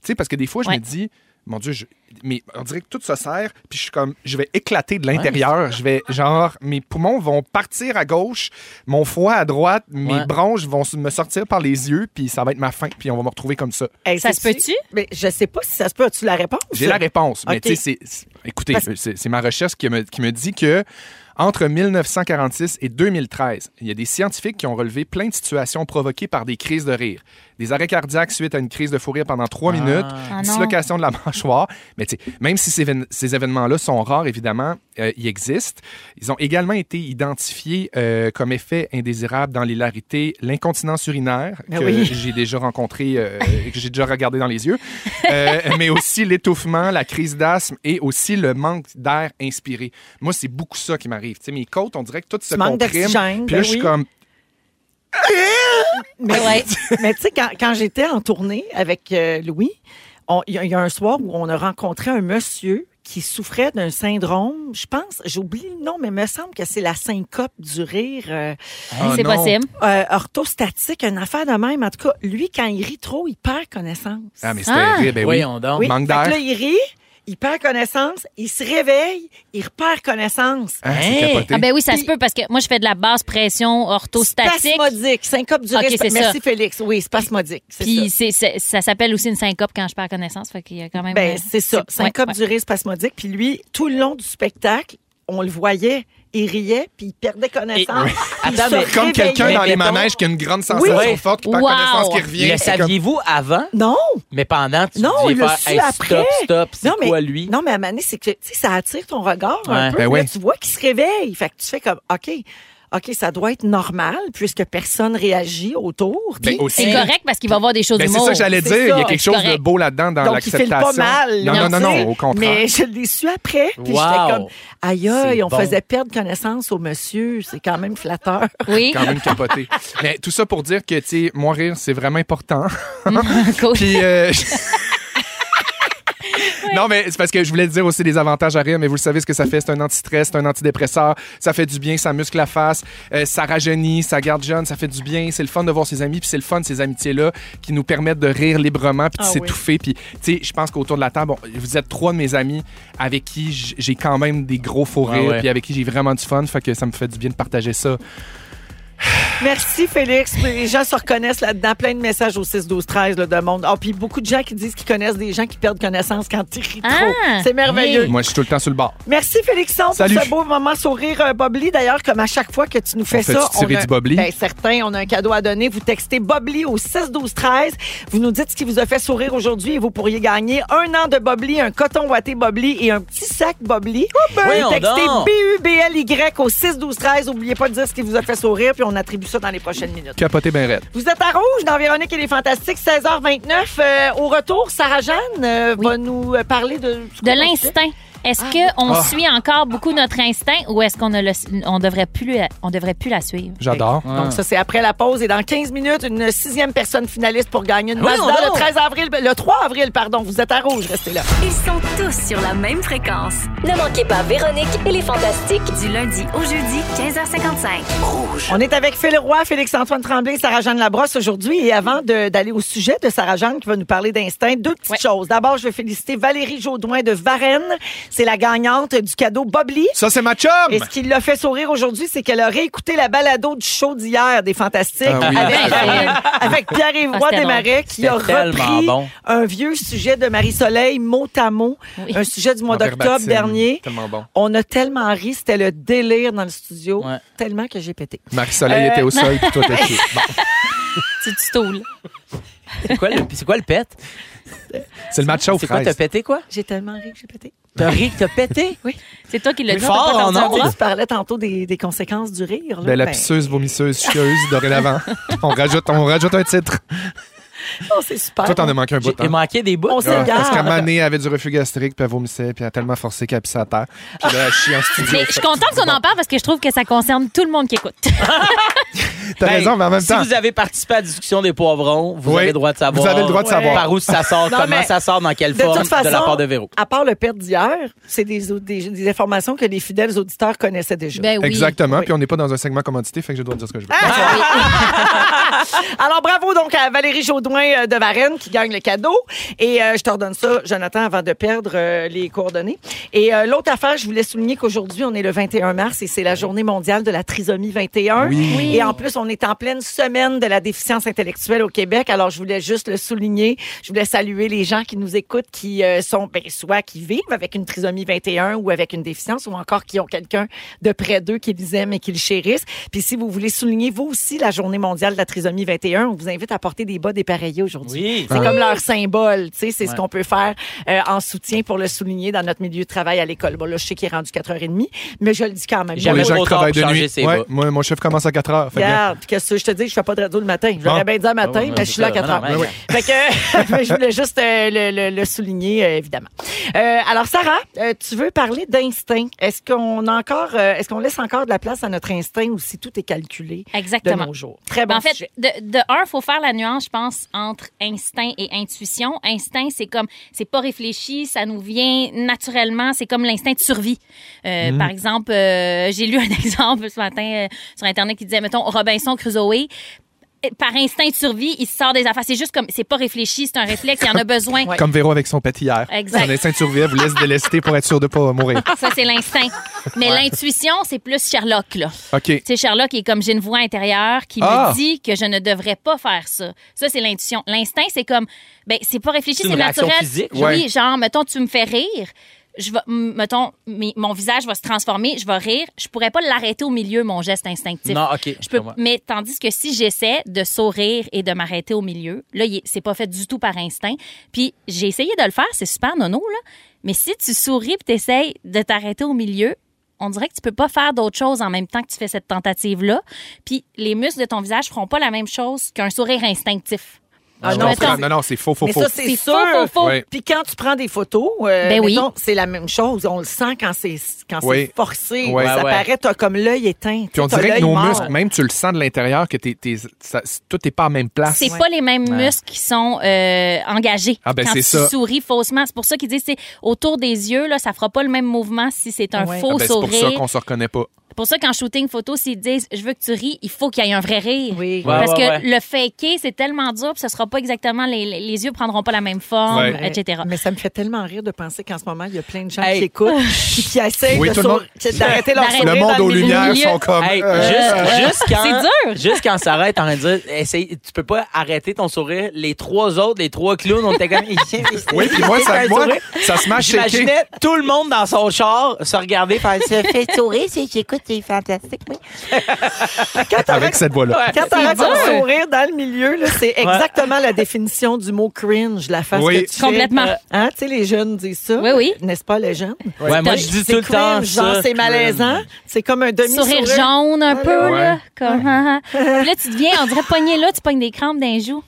Speaker 5: Tu sais, parce que des fois, je
Speaker 6: Ouais.
Speaker 5: me dis. Mon Dieu, je- mais on dirait que tout se serre, puis je suis comme, je vais éclater de l'intérieur. Je vais, genre, mes poumons vont partir à gauche, mon foie à droite, mes
Speaker 3: Ouais.
Speaker 5: bronches vont me sortir par les yeux, puis ça va être ma fin, puis on va me retrouver comme ça.
Speaker 4: Hey,
Speaker 6: Ça se
Speaker 4: sais-tu-
Speaker 6: peut-tu?
Speaker 4: Mais je sais pas si ça se peut. As-tu la réponse?
Speaker 5: J'ai la réponse, mais
Speaker 4: Ok.
Speaker 5: tu sais, c'est- c'est- écoutez,
Speaker 4: Parce-
Speaker 5: euh, c'est c'est ma recherche qui me, qui me dit que entre 1946 et 2013, il y a des scientifiques qui ont relevé plein de situations provoquées par des crises de rire. Des arrêts cardiaques suite à une crise de fou rire pendant trois minutes,
Speaker 6: Ah non.
Speaker 5: dislocation de la mâchoire. Mais tu sais, même si ces, évén- ces événements-là sont rares, évidemment, euh, ils existent. Ils ont également été identifiés euh, comme effets indésirables dans l'hilarité, l'incontinence urinaire,
Speaker 4: Ben
Speaker 5: que
Speaker 4: oui.
Speaker 5: j'ai déjà rencontré, euh, et que j'ai déjà regardé dans les yeux, Euh, mais aussi l'étouffement, la crise d'asthme et aussi le manque d'air inspiré. Moi, c'est beaucoup ça qui m'arrive. Tu sais, mes côtes, on dirait que tout se
Speaker 4: manque
Speaker 5: comprime. Puis là,
Speaker 4: d'oxygène, ben
Speaker 5: je suis
Speaker 4: oui.
Speaker 5: comme,
Speaker 4: Mais,
Speaker 6: Ouais.
Speaker 4: mais tu sais, quand, quand j'étais en tournée avec euh, Louis, on- il y, a- il y a un soir où on a rencontré un monsieur qui souffrait d'un syndrome, je pense, j'oublie le nom, mais il me semble que c'est la syncope du rire euh,
Speaker 5: Ah
Speaker 6: c'est
Speaker 5: non.
Speaker 6: possible.
Speaker 4: euh, orthostatique, une affaire de même. En tout cas, lui, quand il rit trop, il perd connaissance.
Speaker 5: ah, mais c'est
Speaker 6: Ah.
Speaker 5: terrible. Ben oui.
Speaker 3: Voyons donc.
Speaker 4: Oui,
Speaker 5: Manque
Speaker 4: fait que
Speaker 5: d'air.
Speaker 4: là, il rit, il perd connaissance, il se réveille, il repère connaissance.
Speaker 5: Hein, c'est
Speaker 3: Hey.
Speaker 5: capoté.
Speaker 6: Ah ben oui, ça se peut parce que moi, je fais de la basse pression orthostatique.
Speaker 4: Spasmodique, syncope du
Speaker 6: Ok,
Speaker 4: rire.
Speaker 6: c'est ça.
Speaker 4: Merci Félix. Oui, spasmodique. c'est ça.
Speaker 6: Puis c'est- c'est- ça s'appelle aussi une syncope quand je perds connaissance. Fait qu'il y a quand même...
Speaker 4: Ben,
Speaker 6: euh,
Speaker 4: c'est ça.
Speaker 6: ouais,
Speaker 4: Syncope
Speaker 6: ouais.
Speaker 4: du rire spasmodique. Puis lui, tout le long du spectacle, on le voyait. Il riait, puis il perdait connaissance. puis il
Speaker 3: Attends,
Speaker 4: se
Speaker 3: mais
Speaker 5: Comme quelqu'un
Speaker 4: réveillait.
Speaker 5: dans les
Speaker 3: mettons-
Speaker 5: manèges qui a une grande sensation
Speaker 3: Oui.
Speaker 5: forte, qui perd
Speaker 6: Wow.
Speaker 5: connaissance, qui revient.
Speaker 3: Le
Speaker 5: C'est comme-
Speaker 3: saviez-vous avant,
Speaker 4: Non,
Speaker 3: mais pendant, tu
Speaker 4: non,
Speaker 3: devais
Speaker 4: il le
Speaker 3: faire,
Speaker 4: su
Speaker 3: Hey,
Speaker 4: après.
Speaker 3: stop, stop, c'est
Speaker 4: Non, mais-
Speaker 3: quoi lui?
Speaker 4: Non, mais à Mané, c'est que tu sais, ça attire ton regard un
Speaker 3: Ouais.
Speaker 4: peu.
Speaker 5: Ben
Speaker 4: Là,
Speaker 5: oui.
Speaker 4: tu vois qu'il se réveille. Fait que tu fais comme, OK, OK, ça doit être normal puisque personne réagit autour. tu
Speaker 5: Ben,
Speaker 4: sais.
Speaker 5: aussi-
Speaker 6: C'est correct parce qu'il va voir des choses
Speaker 5: Ben, c'est
Speaker 6: d'humour.
Speaker 5: ça que j'allais dire.
Speaker 4: C'est
Speaker 5: Il y
Speaker 4: ça.
Speaker 5: a quelque
Speaker 6: C'est
Speaker 5: chose de
Speaker 6: correct.
Speaker 5: beau là-dedans dans
Speaker 4: Donc, il file
Speaker 5: l'acceptation.
Speaker 4: pas mal.
Speaker 5: Non, non, non,
Speaker 4: tu sais.
Speaker 5: non, au contraire.
Speaker 4: Mais je l'ai su après. Puis
Speaker 3: Wow.
Speaker 4: j'étais comme, aïe, aïe,
Speaker 3: C'est
Speaker 4: on
Speaker 3: bon.
Speaker 4: faisait perdre connaissance au monsieur. C'est quand même flatteur.
Speaker 6: Oui,
Speaker 5: quand même capoté. Mais tout ça pour dire que, tu sais, moi, rire, c'est vraiment important.
Speaker 6: cool.
Speaker 5: Puis. euh, Non, mais c'est parce que je voulais dire aussi des avantages à rire, mais vous le savez ce que ça fait. C'est un antistress, c'est un antidépresseur. Ça fait du bien, ça muscle la face, euh, ça rajeunit, ça garde jeune, ça fait du bien. C'est le fun de voir ses amis, puis c'est le fun, ces amitiés-là, qui nous permettent de rire librement, puis de
Speaker 4: Ah oui.
Speaker 5: s'étouffer. Puis, tu sais, je pense qu'autour de la table, on- vous êtes trois de mes amis avec qui j- j'ai quand même des gros faux
Speaker 3: Ouais,
Speaker 5: rires,
Speaker 3: ouais.
Speaker 5: puis avec qui j'ai vraiment du fun. Fait que ça me fait du bien de partager ça.
Speaker 4: Merci Félix. Les gens se reconnaissent là-dedans. Plein de messages au 6 12 13 là, de monde. Ah, puis beaucoup de gens qui disent qu'ils connaissent des gens qui perdent connaissance quand ils rient
Speaker 6: Ah!
Speaker 4: trop. C'est merveilleux.
Speaker 5: Moi, je suis tout le temps sur le bord.
Speaker 4: Merci Félixon pour
Speaker 5: Salut.
Speaker 4: ce beau moment sourire euh, Bobli. D'ailleurs, comme à chaque fois que tu nous fais
Speaker 5: On fait-tu
Speaker 4: ça,
Speaker 5: tirer
Speaker 4: a,
Speaker 5: du Bobli?
Speaker 4: Ben, certain, on a un cadeau à donner. Vous textez Bobli au 6 12 13. Vous nous dites ce qui vous a fait sourire aujourd'hui et vous pourriez gagner un an de Bobli, un coton watté Bobli et un petit sac Bobli.
Speaker 5: Oh, ben,
Speaker 3: Voyons
Speaker 4: Vous textez
Speaker 3: donc.
Speaker 4: B U B L Y au 6 12 13. N'oubliez pas de dire ce qui vous a fait sourire puis on attribue ça dans les prochaines minutes.
Speaker 5: Capoté ben raide.
Speaker 4: Vous êtes à Rouge dans Véronique et les Fantastiques, 16h29. Euh, au retour, Sarah-Jeanne euh, va nous euh, parler de...
Speaker 6: De l'instinct. Est-ce qu'on
Speaker 5: Ah.
Speaker 6: suit encore beaucoup notre instinct ou est-ce qu'on ne le- on devrait plus la- on devrait plus la suivre?
Speaker 5: J'adore.
Speaker 4: Donc
Speaker 3: Ah.
Speaker 4: ça, c'est après la pause. Et dans 15 minutes, une sixième personne finaliste pour gagner une
Speaker 3: Voyons
Speaker 4: Mazda le
Speaker 3: donc!
Speaker 4: 13 avril, le 3 avril, pardon. Vous êtes à Rouge, restez là.
Speaker 8: Ils sont tous sur la même fréquence.
Speaker 9: Ne manquez pas Véronique et les Fantastiques.
Speaker 8: Du lundi au jeudi, 15h55.
Speaker 4: On est avec Phil Roy, Félix-Antoine Tremblay, Sarah-Jeanne Labrosse aujourd'hui. Et avant de- d'aller au sujet de Sarah-Jeanne qui va nous parler d'instinct, deux petites choses. D'abord, je veux féliciter Valérie Jaudoin de Varennes. C'est la gagnante du cadeau Bob Lee.
Speaker 5: Ça, c'est ma chum!
Speaker 4: Et ce qui l'a fait sourire aujourd'hui, c'est qu'elle a réécouté la balado du show d'hier des Fantastiques
Speaker 5: Ah oui.
Speaker 4: avec,
Speaker 5: Ah,
Speaker 4: avec Pierre-Yves
Speaker 6: ben, Ah,
Speaker 4: Roy
Speaker 6: c'était
Speaker 4: Desmarais
Speaker 6: bon.
Speaker 4: qui a
Speaker 6: C'était tellement
Speaker 4: repris
Speaker 6: bon.
Speaker 4: un vieux sujet de Marie-Soleil, mot à mot, un sujet du mois d'octobre dernier.
Speaker 5: Tellement bon.
Speaker 4: On a tellement ri, c'était le délire dans le studio, tellement que j'ai pété.
Speaker 5: Marie-Soleil
Speaker 4: Euh,
Speaker 5: était au sol, puis toi, t'as chié. Bon,
Speaker 6: Tu te stoules.
Speaker 3: C'est quoi le, c'est quoi le pet?
Speaker 5: c'est le match au
Speaker 3: C'est quoi, t'as pété quoi?
Speaker 4: J'ai tellement ri que j'ai pété.
Speaker 3: T'as ri que t'as pété?
Speaker 4: Oui.
Speaker 6: C'est toi qui l'as
Speaker 3: Mais
Speaker 6: dit. on
Speaker 3: fort,
Speaker 6: t'a pas
Speaker 3: en
Speaker 6: entendu
Speaker 3: ondes.
Speaker 6: dire.
Speaker 4: Tu parlais tantôt des, des conséquences du rire. là.
Speaker 5: Ben, la
Speaker 4: Ben,
Speaker 5: pisseuse, vomisseuse, chieuse, dorénavant. on, rajoute, on rajoute un titre.
Speaker 4: oh, c'est super.
Speaker 5: Toi, t'en as manqué un bout. hein?
Speaker 3: J'ai manqué des bouts.
Speaker 4: On
Speaker 5: Ah,
Speaker 4: s'égare.
Speaker 5: parce qu'à un moment donné, elle avait du reflux gastrique, puis elle vomissait, puis elle a tellement forcé qu'elle pissait à terre. Puis là, elle
Speaker 3: Ah.
Speaker 5: chie en studio.
Speaker 6: Mais je suis contente qu'on en parle parce que je trouve que ça concerne tout le monde qui écoute.
Speaker 5: T'as
Speaker 3: Ben,
Speaker 5: raison, mais en même
Speaker 3: si
Speaker 5: temps.
Speaker 3: vous avez participé à la discussion des poivrons, vous
Speaker 5: Oui.
Speaker 3: avez le droit de savoir.
Speaker 5: Vous avez le droit de savoir.
Speaker 3: Par où ça sort,
Speaker 4: Non,
Speaker 3: comment
Speaker 4: mais
Speaker 3: ça sort, dans quelle
Speaker 4: De
Speaker 3: forme,
Speaker 4: toute façon,
Speaker 3: de la part de Véro.
Speaker 4: à part le père d'hier, c'est des, au- des, des informations que les fidèles auditeurs connaissaient déjà.
Speaker 6: Ben oui.
Speaker 5: Exactement, puis on n'est pas dans un segment commandité, fait que j'ai le droit de dire ce que je veux.
Speaker 3: Ah,
Speaker 4: Ah,
Speaker 6: Ben,
Speaker 4: Alors, bravo donc à Valérie Jaudoin euh, de Varennes qui gagne le cadeau. Et euh, je te redonne ça, Jonathan, avant de perdre euh, les coordonnées. Et euh, l'autre affaire, je voulais souligner qu'aujourd'hui, on est le 21 mars et c'est la journée mondiale de la trisomie 21.
Speaker 6: Oui.
Speaker 4: Et en plus, on est en pleine semaine de la déficience intellectuelle au Québec. Alors, je voulais juste le souligner. Je voulais saluer les gens qui nous écoutent, qui euh, sont, ben, soit qui vivent avec une trisomie 21 ou avec une déficience, ou encore qui ont quelqu'un de près d'eux qui les aime et qui le chérissent. Puis si vous voulez souligner, vous aussi, la journée mondiale de la trisomie 21, on vous invite à porter des bas dépareillés aujourd'hui.
Speaker 3: Oui. Ah.
Speaker 4: C'est comme leur symbole, tu sais, c'est ce
Speaker 3: Ouais.
Speaker 4: qu'on peut faire euh, en soutien pour le souligner dans notre milieu de travail à l'école. Bon, là, je sais qu'il est rendu 4h30, mais je le dis quand même.
Speaker 3: Jamais
Speaker 5: les
Speaker 3: trop
Speaker 5: gens qui
Speaker 3: tard
Speaker 5: travaillent
Speaker 3: pour
Speaker 5: de
Speaker 3: changer
Speaker 5: nuit.
Speaker 3: ses bas.
Speaker 5: Ouais, moi, mon chef commence à 4 heures. Fait que-
Speaker 4: Regarde, puis qu'est-ce que je te dis, je fais pas de radio le matin. J'aurais bien dit le matin,
Speaker 3: Ah ouais,
Speaker 4: mais je suis là à 4
Speaker 3: non,
Speaker 4: heures.
Speaker 3: non, ouais.
Speaker 4: Fait que mais je voulais juste euh, le, le- le souligner, euh, évidemment. Euh, alors, Sarah, euh, tu veux parler d'instinct. Est-ce qu'on a encore, euh, est-ce qu'on laisse encore de la place à notre instinct ou si tout est calculé de
Speaker 6: Exactement.
Speaker 4: nos jours? Très bon
Speaker 6: en fait,
Speaker 4: sujet.
Speaker 6: de, de un, il faut faire la nuance, je pense, entre instinct et intuition. Instinct, c'est comme, c'est pas réfléchi, ça nous vient naturellement, c'est comme l'instinct de survie. Euh,
Speaker 3: Mhm.
Speaker 6: Par exemple, euh, j'ai lu un exemple ce matin euh, sur Internet qui disait, mettons, Robinson Crusoe. euh, Par instinct de survie, il sort des affaires. C'est juste comme, c'est pas réfléchi, c'est un réflexe, il en a besoin.
Speaker 5: Comme Véro avec son pet hier.
Speaker 6: Exact.
Speaker 5: Son instinct de survie, elle vous laisse délester pour être sûr de pas mourir.
Speaker 6: Ça, c'est l'instinct. Mais l'intuition, c'est plus Sherlock, là.
Speaker 5: OK.
Speaker 6: Tu sais, Sherlock il est comme j'ai une voix intérieure qui
Speaker 5: Ah!
Speaker 6: me dit que je ne devrais pas faire ça. Ça, c'est l'intuition. L'instinct, c'est comme, ben, c'est pas réfléchi,
Speaker 3: C'est
Speaker 6: c'est
Speaker 3: une réaction
Speaker 6: naturel.
Speaker 3: physique,
Speaker 6: oui,
Speaker 5: ouais.
Speaker 6: genre, mettons, tu me fais rire. Je vais, m- mettons, mes- mon visage va se transformer, je vais rire. Je pourrais pas l'arrêter au milieu, mon geste instinctif.
Speaker 3: Non, OK.
Speaker 6: Je peux,
Speaker 3: comprends.
Speaker 6: mais tandis que si j'essaie de sourire et de m'arrêter au milieu, là, il est- c'est pas fait du tout par instinct. Puis j'ai essayé de le faire, c'est super nono, là. Mais si tu souris et t'essayes de t'arrêter au milieu, on dirait que tu peux pas faire d'autres choses en même temps que tu fais cette tentative-là. Puis les muscles de ton visage feront pas la même chose qu'un sourire instinctif.
Speaker 4: Ah
Speaker 5: non,
Speaker 6: non,
Speaker 5: Fran,
Speaker 6: attends.
Speaker 5: non, non, c'est faux, faux,
Speaker 4: Mais
Speaker 5: faux.
Speaker 4: ça, c'est
Speaker 6: C'est
Speaker 4: sûr.
Speaker 6: faux, faux, faux.
Speaker 5: Ouais.
Speaker 4: Puis quand tu prends des photos, euh,
Speaker 6: Ben oui.
Speaker 4: mettons, c'est la même chose. On le sent quand c'est quand
Speaker 5: Oui.
Speaker 4: c'est forcé.
Speaker 5: Ouais.
Speaker 4: Ça
Speaker 3: Ouais, ouais.
Speaker 4: paraît, t'as comme l'œil éteint.
Speaker 5: Puis on
Speaker 4: T'as
Speaker 5: dirait que
Speaker 4: l'œil
Speaker 5: nos
Speaker 4: mort.
Speaker 5: muscles, même tu le sens de l'intérieur, que t'es- t'es- ça- tout n'est pas à la même place.
Speaker 6: C'est pas les mêmes muscles qui sont euh, engagés.
Speaker 5: Ah, ben,
Speaker 6: quand
Speaker 5: c'est
Speaker 6: tu
Speaker 5: ça.
Speaker 6: souris faussement, c'est pour ça qu'ils disent c'est autour des yeux là, ça fera pas le même mouvement si c'est un
Speaker 4: Ouais.
Speaker 6: faux
Speaker 5: Ah ben, c'est pour
Speaker 6: sourire.
Speaker 5: ça qu'on se reconnaît pas.
Speaker 6: pour ça, quand shooting photo, s'ils disent je veux que tu ris, il faut qu'il y ait un vrai rire.
Speaker 4: Oui.
Speaker 6: Parce
Speaker 3: Ouais,
Speaker 6: que
Speaker 3: ouais,
Speaker 6: le faker, c'est tellement dur, puis ce sera pas exactement les, les- les yeux prendront pas la même forme,
Speaker 5: Ouais.
Speaker 6: etc.
Speaker 4: Mais ça me fait tellement rire de penser qu'en ce moment, il y a plein de gens
Speaker 3: Hey.
Speaker 4: qui écoutent et qui essayent
Speaker 5: Oui,
Speaker 4: de
Speaker 5: tout le
Speaker 4: sour-
Speaker 5: monde-
Speaker 4: qui- d'arrêter leur
Speaker 6: Le
Speaker 4: sourire
Speaker 5: Le
Speaker 4: dans
Speaker 5: monde aux
Speaker 4: milieu.
Speaker 5: lumières
Speaker 6: milieu.
Speaker 5: sont comme.
Speaker 3: Hey,
Speaker 5: euh,
Speaker 3: juste, juste quand,
Speaker 6: C'est dur.
Speaker 3: Juste quand Sarah est en train de dire, essaye, tu peux pas arrêter ton sourire. Les trois autres, les trois clowns, on était comme.
Speaker 5: Oui, puis moi, ça,
Speaker 3: Un
Speaker 5: moi,
Speaker 3: sourire.
Speaker 5: ça se m'a shaké.
Speaker 3: J'imaginais tout le monde dans son char se regarder faire ça.
Speaker 12: Fais sourire si j'écoute, c'est fantastique. Oui.
Speaker 5: Avec cette voix-là.
Speaker 4: Quand t'arrêtes ton sourire dans le milieu, là, c'est exactement la définition du mot cringe, la face
Speaker 5: Oui.
Speaker 4: que tu fais.
Speaker 6: Complètement.
Speaker 4: Hein, tu sais, les jeunes disent ça.
Speaker 6: Oui, oui.
Speaker 4: N'est-ce pas, les jeunes?
Speaker 3: Ouais, moi, je dis
Speaker 4: C'est
Speaker 3: tout le temps.
Speaker 4: cringe, genre,
Speaker 3: ça,
Speaker 4: c'est malaisant. C'est comme un
Speaker 6: Sourire
Speaker 4: demi-sourire.
Speaker 6: jaune un
Speaker 5: ouais.
Speaker 6: peu, là. Comme, ah, ah. Puis là, tu deviens, on dirait pogné là, tu pognes des crampes d'un joue.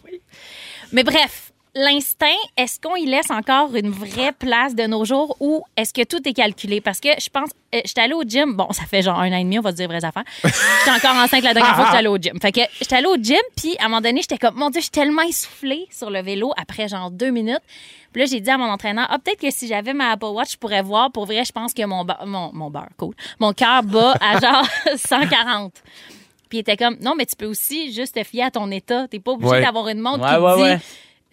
Speaker 6: Mais bref, l'instinct, est-ce qu'on y laisse encore une vraie place de nos jours ou est-ce que tout est calculé? Parce que je pense, euh, j'étais allée au gym, bon, ça fait genre un an et demi, on va se dire vraies affaires. J'étais encore enceinte la dernière fois que j'étais allée au gym. Fait que j'étais allée au gym, puis à un moment donné, j'étais comme, mon Dieu, je suis tellement essoufflée sur le vélo après genre deux minutes. Puis là, j'ai dit à mon entraîneur, ah, peut-être que si j'avais ma Apple Watch, je pourrais voir. Pour vrai, je pense que mon, ba- mon, mon beurre, cool. Mon cœur bat à genre 140. Puis il était comme, non, mais tu peux aussi juste te fier à ton état. T'es pas obligé
Speaker 5: Ouais.
Speaker 6: d'avoir une montre
Speaker 3: Ouais,
Speaker 6: qui
Speaker 3: ouais,
Speaker 6: te dit
Speaker 3: ouais.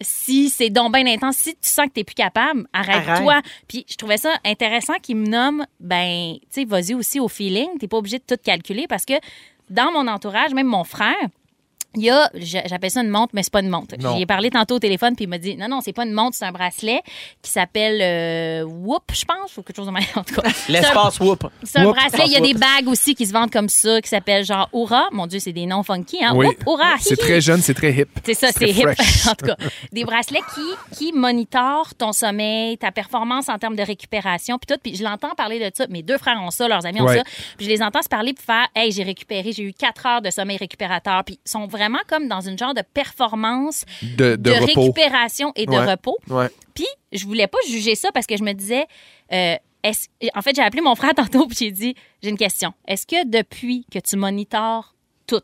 Speaker 6: si c'est donc bien intense, si tu sens que t'es plus capable, arrête-toi.
Speaker 4: Arrête.
Speaker 6: Puis je trouvais ça intéressant qu'il me nomme, ben, tu sais, vas-y aussi au feeling. T'es pas obligé de tout calculer parce que dans mon entourage, même mon frère, il y a, j'a- j'appelle ça une montre, mais c'est pas une montre.
Speaker 11: Non.
Speaker 6: J'y ai parlé tantôt au téléphone, puis il m'a dit non, non, c'est pas une montre, c'est un bracelet qui s'appelle euh, Whoop, je pense, ou quelque chose de même. En tout cas, C'est un-
Speaker 3: L'espace whoop.
Speaker 6: c'est un
Speaker 3: Whoop.
Speaker 6: bracelet. Il y a
Speaker 3: Whoop.
Speaker 6: des bagues aussi qui se vendent comme ça, qui s'appellent genre Aura. Mon Dieu, c'est des noms funky, hein? Whoop, Aura,
Speaker 5: C'est
Speaker 6: hihi.
Speaker 5: très jeune, c'est très hip.
Speaker 6: C'est ça, c'est
Speaker 5: très
Speaker 6: hip.
Speaker 5: fresh.
Speaker 6: en tout cas, des bracelets qui, qui monitorent ton sommeil, ta performance en termes de récupération, puis tout. Puis je l'entends parler de ça. Mes deux frères ont ça, leurs amis ont
Speaker 11: Ouais.
Speaker 6: ça. Puis je les entends se parler puis faire Hey, j'ai récupéré, j'ai eu quatre heures de sommeil récupérateur. Puis ils sont vraiment comme dans une genre de performance
Speaker 5: De, de, repos.
Speaker 6: récupération et de
Speaker 5: Ouais.
Speaker 6: repos.
Speaker 5: Ouais.
Speaker 6: Puis, je voulais pas juger ça parce que je me disais, euh, est-ce- en fait, j'ai appelé mon frère tantôt puis j'ai dit, j'ai une question. Est-ce que depuis que tu monitores tout,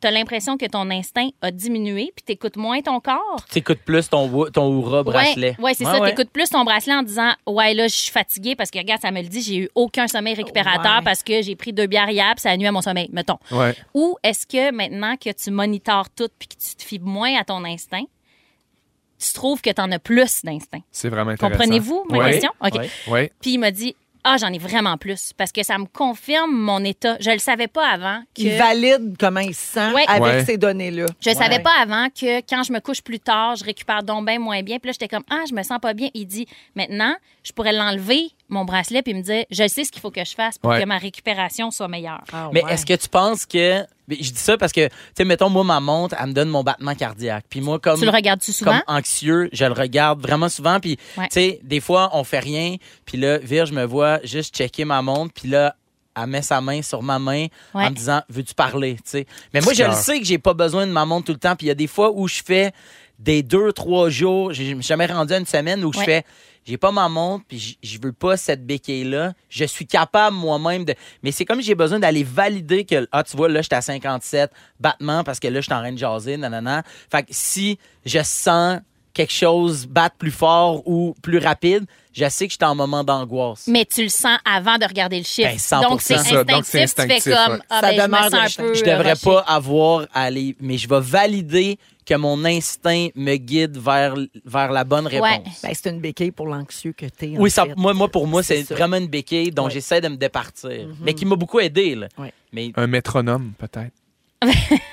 Speaker 6: tu as l'impression que ton instinct a diminué puis t'écoutes moins ton corps?
Speaker 3: T'écoutes plus ton, wo- ton Oura bracelet.
Speaker 6: Ouais, ouais, c'est ça. T'écoutes plus ton bracelet en disant, ouais, là, je suis fatiguée parce que regarde, ça me le dit, j'ai eu aucun sommeil récupérateur
Speaker 11: Ouais.
Speaker 6: parce que j'ai pris deux bières hier puis ça a nuit à mon sommeil, mettons.
Speaker 11: Ouais.
Speaker 6: Ou est-ce que maintenant que tu monitores tout puis que tu te fies moins à ton instinct, tu trouves que tu en as plus d'instinct?
Speaker 5: C'est vraiment intéressant.
Speaker 6: Comprenez-vous ma
Speaker 5: Ouais.
Speaker 6: question? OK.
Speaker 5: Ouais. Ouais.
Speaker 6: Puis il m'a dit Ah, j'en ai vraiment plus parce que ça me confirme mon état. Je le savais pas avant. Que...
Speaker 4: Il valide comment il se sent
Speaker 6: Ouais.
Speaker 4: avec
Speaker 6: Ouais.
Speaker 4: ces données-là.
Speaker 6: Je savais pas avant que quand je me couche plus tard, je récupère donc bien moins bien. Puis là, j'étais comme Ah, je me sens pas bien. Il dit Maintenant, je pourrais l'enlever, mon bracelet, puis me dire Je sais ce qu'il faut que je fasse pour
Speaker 3: Ouais.
Speaker 6: que ma récupération soit meilleure.
Speaker 3: Mais est-ce que tu penses que. mais Je dis ça parce que, tu sais, mettons, moi, ma montre, elle me donne mon battement cardiaque. Puis moi, comme.
Speaker 6: Tu le regardes-tu souvent?
Speaker 3: Comme anxieux, je le regarde vraiment souvent. Puis,
Speaker 6: Ouais.
Speaker 3: tu sais, des fois, on fait rien. Puis là, Virge me voit juste checker ma montre. Puis là, elle met sa main sur ma main
Speaker 6: Ouais.
Speaker 3: en me disant Veux-tu parler? Tu sais. Mais
Speaker 12: Petit
Speaker 3: moi, je le
Speaker 12: cœur.
Speaker 3: sais que j'ai pas besoin de ma montre tout le temps. Puis il y a des fois où je fais des deux, trois jours, j'ai- je me suis jamais rendu à une semaine où je
Speaker 6: Ouais.
Speaker 3: fais j'ai pas ma montre puis j- je veux pas cette béquille là je suis capable moi-même de mais c'est comme j'ai besoin d'aller valider que ah tu vois là j'étais à 57 battements parce que là je suis en train de jaser nanana fait que si je sens quelque chose battre plus fort ou plus rapide je sais que j'étais en moment d'angoisse
Speaker 6: Mais tu le sens avant de regarder le chiffre.
Speaker 3: Ben, 100%.
Speaker 6: donc, c'est
Speaker 3: C'est ça,
Speaker 6: instinctif,
Speaker 3: donc c'est
Speaker 6: Tu
Speaker 3: instinctif,
Speaker 6: fais comme
Speaker 3: ouais.
Speaker 6: Ah,
Speaker 3: Ça
Speaker 6: ben, je me
Speaker 3: demeure
Speaker 6: sens un
Speaker 3: je,
Speaker 6: peu.
Speaker 3: je devrais
Speaker 6: rushée.
Speaker 3: pas avoir à aller mais je vais valider que mon instinct me guide vers vers la bonne réponse
Speaker 4: Ben, c'est une béquille pour l'anxieux que t'es. en
Speaker 3: Oui, ça,
Speaker 4: fait.
Speaker 3: moi, moi, pour moi, c'est
Speaker 4: ça.
Speaker 3: vraiment une béquille dont j'essaie de me départir,
Speaker 6: Mhm.
Speaker 3: mais qui m'a beaucoup aidé. Là. Mais,
Speaker 5: Un métronome, peut-être.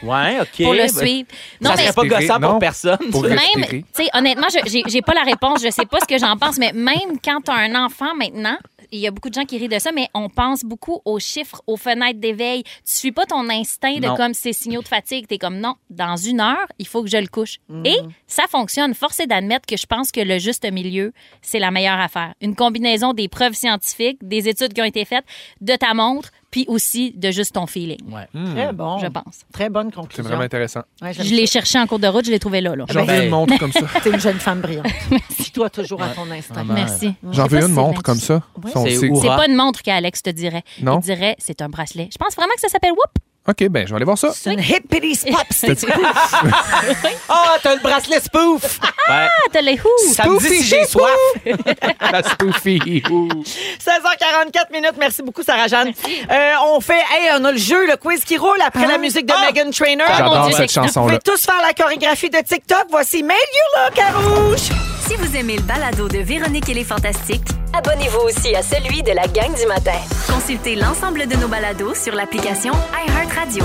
Speaker 3: ouais, OK.
Speaker 6: Pour le
Speaker 3: ben,
Speaker 6: suivre.
Speaker 3: ça
Speaker 6: Non, mais-
Speaker 3: serait pas
Speaker 5: Respirer,
Speaker 3: gossant
Speaker 5: non.
Speaker 3: pour personne.
Speaker 5: Pour
Speaker 3: ça.
Speaker 6: même, tu sais, honnêtement, je- j'ai- j'ai pas la réponse, je sais pas ce que j'en pense, mais même quand tu as un enfant maintenant, il y a beaucoup de gens qui rient de ça, mais on pense beaucoup aux chiffres, aux fenêtres d'éveil. Tu suis pas ton instinct de
Speaker 11: Non.
Speaker 6: comme ces signaux de fatigue. Tu es comme non, dans une heure, il faut que je le couche.
Speaker 5: Mm.
Speaker 6: Et ça fonctionne. Force est d'admettre que je pense que le juste milieu, c'est la meilleure affaire. Une combinaison des preuves scientifiques, des études qui ont été faites, de ta montre, puis aussi de juste ton feeling.
Speaker 5: Hmm.
Speaker 4: Très bon.
Speaker 6: Je pense.
Speaker 4: Très bonne
Speaker 5: C'est
Speaker 4: conclusion.
Speaker 5: vraiment intéressant.
Speaker 4: Ouais, j'aime
Speaker 6: Je l'ai
Speaker 4: ça.
Speaker 6: cherché en cours de route, je l'ai trouvé là. là.
Speaker 5: J'en veux une montre comme ça.
Speaker 4: T'es une jeune femme brillante. Fie-toi toujours à ton instinct.
Speaker 5: Vraiment.
Speaker 6: Merci.
Speaker 5: J'en
Speaker 6: Je sais
Speaker 5: veux
Speaker 6: pas
Speaker 5: une
Speaker 6: si
Speaker 5: montre
Speaker 6: c'est
Speaker 5: comme ça.
Speaker 6: Oui.
Speaker 5: Ça, on sait.
Speaker 6: C'est pas une montre qu'Alex te dirait.
Speaker 5: Non.
Speaker 6: Il dirait c'est un bracelet. Je pense vraiment que ça s'appelle Whoop.
Speaker 5: OK, ben, je vais aller voir ça.
Speaker 4: C'est une hippity pop
Speaker 3: Ah, t'as le bracelet spoof!
Speaker 6: Ah, t'as les who.
Speaker 3: Ça me dit si j'ai soif.
Speaker 5: La spoofy.
Speaker 4: 16h44 minutes. Merci beaucoup, Sarah-Jeanne. Euh, on fait, hey, on a le jeu, le quiz qui roule après
Speaker 3: Hein?
Speaker 4: la musique de Megan Trainor.
Speaker 5: Ah, J'adore mon Dieu. cette
Speaker 4: Vous
Speaker 5: chanson-là.
Speaker 4: pouvez tous faire la chorégraphie de TikTok. Voici Mail You Look à Rouge.
Speaker 8: Si vous aimez le balado de Véronique et les Fantastiques,
Speaker 9: Abonnez-vous aussi à celui de la gang du matin.
Speaker 8: consultez l'ensemble de nos balados sur l'application iHeartRadio.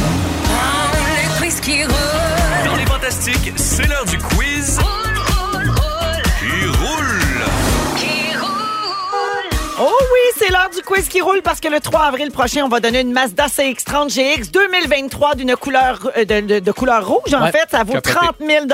Speaker 9: Le quiz qui roule.
Speaker 10: Dans les fantastiques, c'est l'heure du quiz. Qui roule.
Speaker 4: Oh oui, c'est l'heure du quiz qui roule parce que le 3 avril prochain, on va donner une Mazda CX-30 GX 2023 d'une couleur euh, de, de- de couleur rouge. En
Speaker 3: Ouais.
Speaker 4: fait, ça vaut
Speaker 3: Capoté.
Speaker 4: 30 000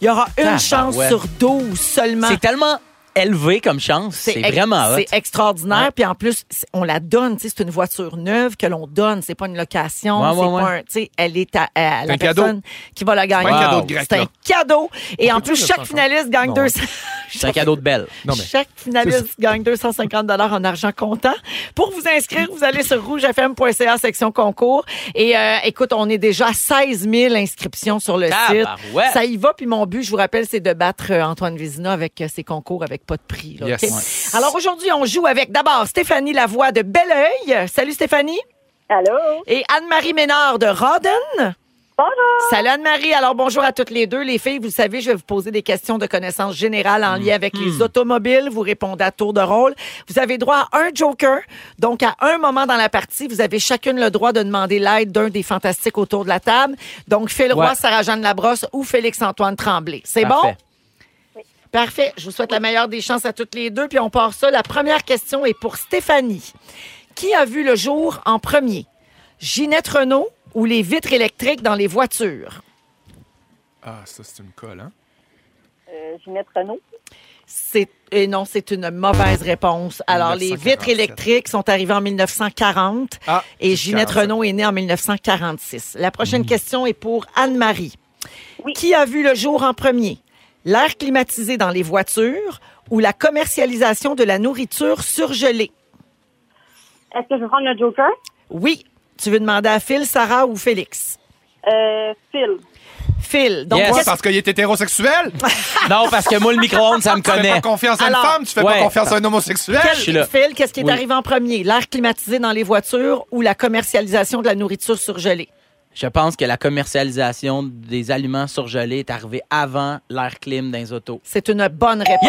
Speaker 4: Il y aura une
Speaker 3: Ah,
Speaker 4: chance
Speaker 3: ouais.
Speaker 4: sur 12 seulement.
Speaker 3: C'est tellement élevé comme chance. C'est
Speaker 4: ex-
Speaker 3: vraiment hot.
Speaker 4: C'est extraordinaire. Puis en plus, c'est- on la donne. tu sais, C'est une voiture neuve que l'on donne. C'est pas une location.
Speaker 3: Ouais,
Speaker 4: c'est
Speaker 3: ouais,
Speaker 4: pas un-
Speaker 3: ouais.
Speaker 4: tu sais, elle est à, à la
Speaker 3: un cadeau.
Speaker 4: personne qui va la gagner.
Speaker 3: pas un cadeau de grec,
Speaker 4: C'est un
Speaker 3: là.
Speaker 4: cadeau. Et en plus,
Speaker 3: dire ça
Speaker 4: chaque
Speaker 3: encore?
Speaker 4: finaliste gagne
Speaker 3: Non.
Speaker 4: 200.
Speaker 3: C'est un cadeau de belle.
Speaker 4: Chaque finaliste gagne 250 en argent comptant. Pour vous inscrire, vous allez sur rougefm.ca section concours. Et euh, écoute, on est déjà à 16 000 inscriptions sur le site.
Speaker 3: Tabarouette.
Speaker 4: Ça y va. Puis mon but, je vous rappelle, c'est de battre euh, Antoine Vézina avec euh, ses concours avec pas de prix. là,
Speaker 5: Yes.
Speaker 4: OK?
Speaker 5: Ouais.
Speaker 4: Alors aujourd'hui, on joue avec d'abord Stéphanie Lavoie de Belleuil. Salut Stéphanie. Allô. Et Anne-Marie Ménard de Rodden. Bonjour. Salut Anne-Marie. Alors bonjour à toutes les deux. Les filles, vous le savez, je vais vous poser des questions de connaissances générales en lien avec
Speaker 3: Mhm.
Speaker 4: les automobiles. Vous répondez à tour de rôle. Vous avez droit à un joker. Donc, à un moment dans la partie, vous avez chacune le droit de demander l'aide d'un des fantastiques autour de la table. Donc, Phil Roy,
Speaker 3: Ouais.
Speaker 4: Sarah-Jeanne Labrosse ou Félix-Antoine Tremblay. C'est bon?
Speaker 3: Parfait.
Speaker 4: Parfait. Je vous souhaite la meilleure des chances à toutes les deux. Puis on part ça. La première question est pour Stéphanie. Qui a vu le jour en premier? Ginette Renault ou les vitres électriques dans les voitures?
Speaker 5: Ah, ça, c'est une colle, hein?
Speaker 11: Euh, Ginette Renault.
Speaker 4: C'est et non, c'est une mauvaise réponse. Alors, les
Speaker 11: 1947.
Speaker 4: vitres électriques sont arrivées en 1940
Speaker 5: Ah.
Speaker 4: et Ginette
Speaker 11: 47.
Speaker 4: Renault est née en 1946. La prochaine question est pour Anne-Marie. Qui a vu le jour en premier? L'air climatisé dans les voitures ou la commercialisation de la nourriture surgelée?
Speaker 11: Est-ce que je vais prendre le Joker?
Speaker 4: Oui. Tu veux demander à Phil, Sarah ou Félix?
Speaker 11: Euh, Phil.
Speaker 4: Phil. Donc,
Speaker 5: Pourquoi?
Speaker 4: qu'est-ce-
Speaker 5: Parce qu'il est hétérosexuel?
Speaker 3: Non, parce que moi, le micro-ondes, ça me
Speaker 5: Tu fais
Speaker 3: connaît.
Speaker 5: pas confiance à une
Speaker 4: Alors-
Speaker 5: femme, tu fais
Speaker 3: Ouais.
Speaker 5: pas confiance à un homosexuel.
Speaker 4: Quel- Phil, qu'est-ce qui est
Speaker 5: Oui.
Speaker 4: arrivé en premier? L'air climatisé dans les voitures ou la commercialisation de la nourriture surgelée?
Speaker 3: Je pense que la commercialisation des aliments surgelés est arrivée avant l'air clim dans les autos.
Speaker 4: C'est une bonne réponse.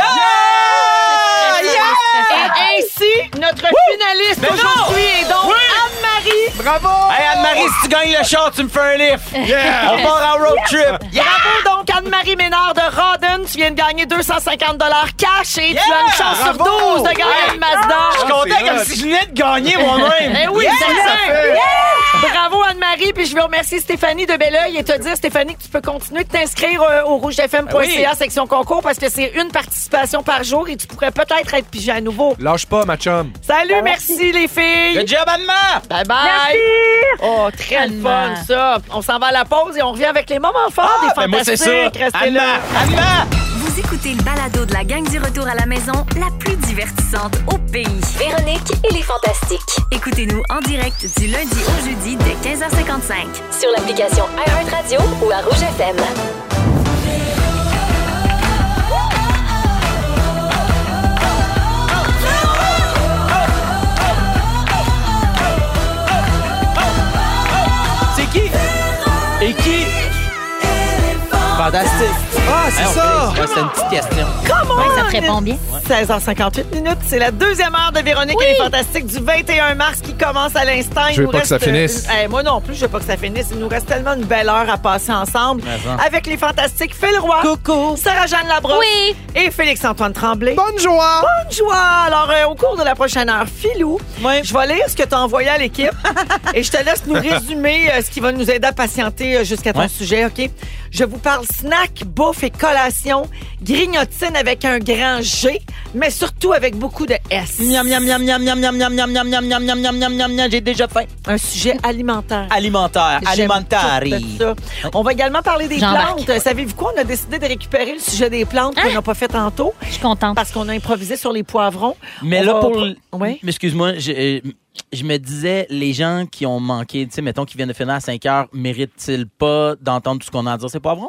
Speaker 4: Et ainsi, notre finaliste
Speaker 3: Mais non!
Speaker 4: aujourd'hui est donc
Speaker 3: Oui!
Speaker 4: Anne-Marie.
Speaker 5: Bravo!
Speaker 3: Hey, Anne-Marie, si tu gagnes le chat, tu me fais un lift.
Speaker 5: Yeah!
Speaker 3: On part en road trip. Yeah!
Speaker 4: Bravo donc Anne-Marie Ménard de Rodden. Tu viens de gagner 250 cash et
Speaker 3: Yeah!
Speaker 4: tu as une chance
Speaker 3: Bravo!
Speaker 4: sur 12 de gagner
Speaker 3: Hey!
Speaker 4: une Mazda.
Speaker 3: Je suis
Speaker 5: c'est
Speaker 3: content comme
Speaker 5: hot.
Speaker 3: si je venais de gagner moi-même.
Speaker 4: Eh oui,
Speaker 3: Yeah!
Speaker 4: c'est
Speaker 3: Ça
Speaker 4: vrai.
Speaker 3: fait-
Speaker 4: Yeah! Bravo Anne-Marie, puis je veux remercier Stéphanie de Belleuil et te dire Stéphanie que tu peux continuer de t'inscrire euh, au rougefm.ca
Speaker 3: Ben oui.
Speaker 4: section concours parce que c'est une participation par jour et tu pourrais peut-être être pigé à nouveau.
Speaker 5: Lâche pas, ma chum.
Speaker 4: Salut, merci. les filles.
Speaker 3: Ben Good job, Anne-Marie.
Speaker 4: Bye bye. Oh, très le fun
Speaker 6: Anne-Marie.
Speaker 4: ça. On s'en va à la pause et on revient avec les moments forts des
Speaker 3: ben moi, c'est
Speaker 4: fantastiques.
Speaker 3: ça.
Speaker 4: Restez là.
Speaker 8: Vous écoutez le balado de la gang du retour à la maison, la plus divertissante au pays.
Speaker 9: Véronique et les Fantastiques.
Speaker 8: Écoutez-nous en direct du lundi au jeudi dès 15h55.
Speaker 9: Sur l'application iHeartRadio ou à Rouge FM.
Speaker 3: C'est qui? Et qui? Fantastique.
Speaker 5: Ah, c'est
Speaker 3: Hey, on
Speaker 5: ça!
Speaker 3: fait- ouais, c'est une petite question.
Speaker 4: Come on!
Speaker 6: Ouais, Ah, ça te répond bien.
Speaker 4: 16h58 minutes, c'est la deuxième heure de Véronique et les Fantastiques du 21 mars qui commence à l'instant. Il
Speaker 5: Je veux
Speaker 4: nous
Speaker 5: pas que
Speaker 4: reste,
Speaker 5: ça finisse.
Speaker 4: euh, eh, moi non plus, je veux pas que ça finisse. Il nous reste tellement une belle heure à passer ensemble
Speaker 3: Mais bon.
Speaker 4: avec les Fantastiques Phil Roy, Coucou. Sarah-Jeanne Labrosse
Speaker 6: Oui.
Speaker 4: et Félix-Antoine Tremblay.
Speaker 5: Bonne joie!
Speaker 4: Bonne joie! Alors, euh, au cours de la prochaine heure, Philou, je vais lire ce que tu as envoyé à l'équipe et je te laisse nous résumer euh, ce qui va nous aider à patienter euh, jusqu'à ton
Speaker 3: Ouais.
Speaker 4: sujet, OK? Je vous parle snack, bouffe et collation, grignotine avec un grand G, mais surtout avec beaucoup de S.
Speaker 3: Miam, miam, miam, miam, miam, miam, miam, miam, miam, miam, miam, miam, miam, miam, miam, miam, j'ai déjà faim.
Speaker 4: Un sujet alimentaire.
Speaker 3: Alimentaire,
Speaker 4: J'aime
Speaker 3: alimentari.
Speaker 4: tout ça. On va également parler des
Speaker 6: J'embarque.
Speaker 4: plantes. Euh, Savez-vous quoi? On a décidé de récupérer le sujet des plantes qu'on n'a pas fait tantôt
Speaker 6: Je suis contente.
Speaker 4: parce qu'on a improvisé sur les poivrons.
Speaker 3: Mais
Speaker 4: On
Speaker 3: là,
Speaker 4: va-
Speaker 3: pour.
Speaker 4: Ouais.
Speaker 3: Mais Excuse-moi, je, euh, je me disais, les gens qui ont manqué, tu sais, mettons, qui viennent de finir à 5 heures, méritent-ils pas d'entendre tout ce qu'on a à dire? C'est pas vrai?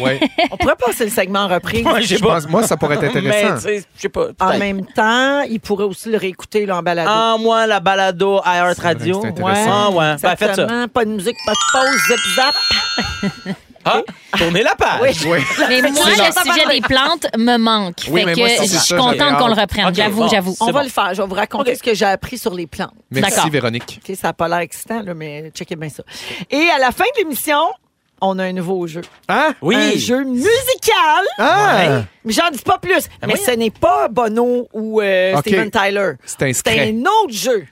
Speaker 5: Ouais.
Speaker 4: On pourrait passer le segment en reprise.
Speaker 3: Moi, j'ai
Speaker 5: Je pense, moi, ça pourrait être
Speaker 3: Mais, tu
Speaker 5: intéressant.
Speaker 3: sais, je sais pas.
Speaker 4: En
Speaker 3: peut-être.
Speaker 4: même temps, il pourrait aussi le réécouter là, en balado.
Speaker 3: Ah, moi, la balado à Earth
Speaker 5: C'est vrai que
Speaker 3: Radio.
Speaker 5: c'est intéressant.
Speaker 3: Ah, ouais. Ben, faites ça.
Speaker 4: Exactement. Pas de musique, pas de pause, zip zap.
Speaker 3: Ah, tournez la page.
Speaker 5: Oui.
Speaker 6: Mais moi,
Speaker 4: C'est
Speaker 6: le
Speaker 4: long.
Speaker 6: sujet des plantes me manque.
Speaker 5: Oui,
Speaker 6: fait
Speaker 5: mais
Speaker 6: que
Speaker 5: moi, c'est
Speaker 6: je suis
Speaker 5: ça, j'avais
Speaker 6: contente qu'on le
Speaker 5: hâte.
Speaker 6: reprenne.
Speaker 3: Ok,
Speaker 6: j'avoue,
Speaker 3: bon.
Speaker 6: j'avoue.
Speaker 4: On
Speaker 3: C'est
Speaker 4: va
Speaker 3: bon.
Speaker 4: le faire. Je vais vous raconter ce que j'ai appris sur les plantes.
Speaker 5: Merci,
Speaker 6: D'accord.
Speaker 5: Véronique.
Speaker 4: OK, ça n'a pas l'air excitant, là, mais checkez bien ça. Et à la fin de l'émission, on a un nouveau jeu.
Speaker 5: Hein?
Speaker 3: Oui.
Speaker 4: Un jeu musical.
Speaker 5: Ah!
Speaker 4: Mais j'en dis pas plus. Mais
Speaker 3: Ben voyons.
Speaker 4: ce n'est pas Bono ou euh,
Speaker 5: OK.
Speaker 4: Steven Tyler.
Speaker 5: C'est un
Speaker 4: C'est
Speaker 5: secret.
Speaker 4: un autre jeu.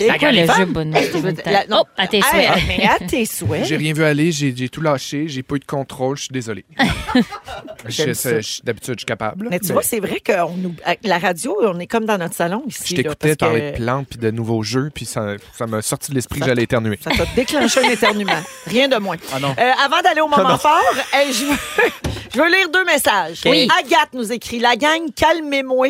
Speaker 4: OK?
Speaker 6: C'est quoi le jeu Bono?
Speaker 4: La- non.
Speaker 6: Oh, à tes
Speaker 4: Ah,
Speaker 6: souhaits.
Speaker 4: mais à tes souhaits.
Speaker 5: J'ai rien vu aller, j'ai j'ai tout lâché, j'ai pas eu de contrôle, je suis désolé. Je-
Speaker 4: ça.
Speaker 5: je- D'habitude, je suis capable.
Speaker 4: Mais tu vois, c'est vrai que la radio, on est comme dans notre salon ici.
Speaker 5: je
Speaker 4: là,
Speaker 5: t'écoutais
Speaker 4: parce que
Speaker 5: parler de plantes puis de nouveaux jeux, puis ça ça m'a sorti de l'esprit que j'allais éternuer.
Speaker 4: Ça t'a déclenché un éternuement. Rien de moins.
Speaker 3: Ah non.
Speaker 4: Euh, avant d'aller au moment fort, hey, je, veux, je veux lire deux messages.
Speaker 3: Oui.
Speaker 4: Agathe nous écrit La gang, calmez-moi.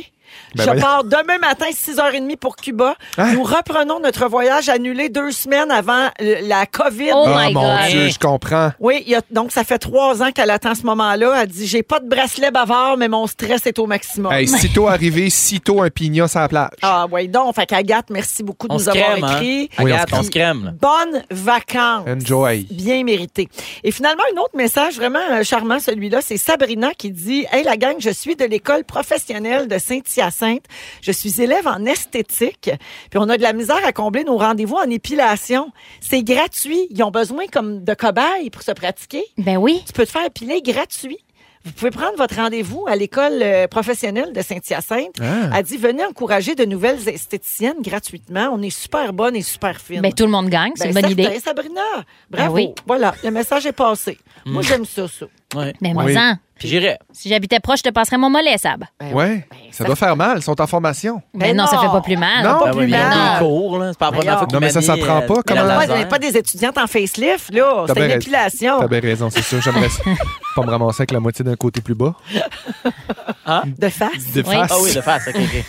Speaker 5: Ben
Speaker 4: je
Speaker 5: voyons. Ah.
Speaker 4: pars demain matin, 6h30 pour Cuba. Nous reprenons notre voyage annulé deux semaines avant euh, la COVID.
Speaker 5: Ah, mon Dieu, je comprends.
Speaker 4: Oui, il y a- donc ça fait trois ans qu'elle attend ce moment-là. Elle dit J'ai pas de bracelet bavard, mais mon stress est au maximum.
Speaker 5: Hey, sitôt arrivé, sitôt un pignon sur la plage.
Speaker 4: Oh Ah, oui, donc. Fait qu'Agathe, merci beaucoup de
Speaker 3: On
Speaker 4: nous
Speaker 3: se
Speaker 4: avoir
Speaker 3: crème, hein?
Speaker 4: écrit.
Speaker 3: Oui, on se Agathe, crème. on se crème, là.
Speaker 4: Bonnes
Speaker 5: Euh.
Speaker 4: vacances.
Speaker 5: Enjoy.
Speaker 4: Bien mérité. Et finalement, un autre message vraiment euh, charmant, celui-là, c'est Sabrina qui dit Hey, la gang, je suis de l'école professionnelle de Saint-Hyacinthe. Je suis élève en esthétique. Puis on a de la misère à combler nos rendez-vous en épilation. C'est gratuit. Ils ont besoin comme de cobayes pour se pratiquer.
Speaker 6: Ben oui.
Speaker 4: Tu peux te faire épiler gratuit. Vous pouvez prendre votre rendez-vous à l'école euh, professionnelle de Saint-Hyacinthe.
Speaker 6: Ah.
Speaker 4: Elle dit venez encourager de nouvelles esthéticiennes gratuitement. On est super bonnes et super fines.
Speaker 6: Ben, tout le monde gagne, c'est une
Speaker 4: Ben,
Speaker 6: bonne
Speaker 4: certain,
Speaker 6: idée.
Speaker 4: Sabrina, bravo.
Speaker 6: Ben oui.
Speaker 4: Voilà, le message est passé.
Speaker 3: Mm.
Speaker 4: Moi, j'aime ça, ça.
Speaker 3: Ouais.
Speaker 6: Mais
Speaker 5: Oui.
Speaker 6: Ben, moi-en,
Speaker 3: Puis Ah j'irais.
Speaker 6: si j'habitais proche, je te passerais mon mollet, Sab.
Speaker 4: Ben
Speaker 5: Ouais. Ça doit faire mal, ils sont en formation.
Speaker 6: Mais non, ça fait pas plus mal.
Speaker 5: Non,
Speaker 6: pas
Speaker 5: Ah
Speaker 6: plus
Speaker 5: oui, mais
Speaker 6: mal.
Speaker 3: Des cours, là. C'est pas la première
Speaker 4: Non.
Speaker 3: fois que
Speaker 5: Non, mais ça
Speaker 3: Mélanie,
Speaker 5: s'apprend
Speaker 3: euh,
Speaker 5: pas,
Speaker 3: met
Speaker 5: comment?
Speaker 3: la
Speaker 4: On
Speaker 3: laser.
Speaker 4: n'est pas des étudiantes en facelift, là. C'est
Speaker 5: T'as
Speaker 4: une
Speaker 5: bien raison.
Speaker 4: épilation.
Speaker 5: T'as bien raison, c'est sûr. J'aimerais ça. pas me ramasser avec la moitié d'un côté plus bas.
Speaker 4: De face.
Speaker 5: De face.
Speaker 3: Ah oui, de face, ok, ok.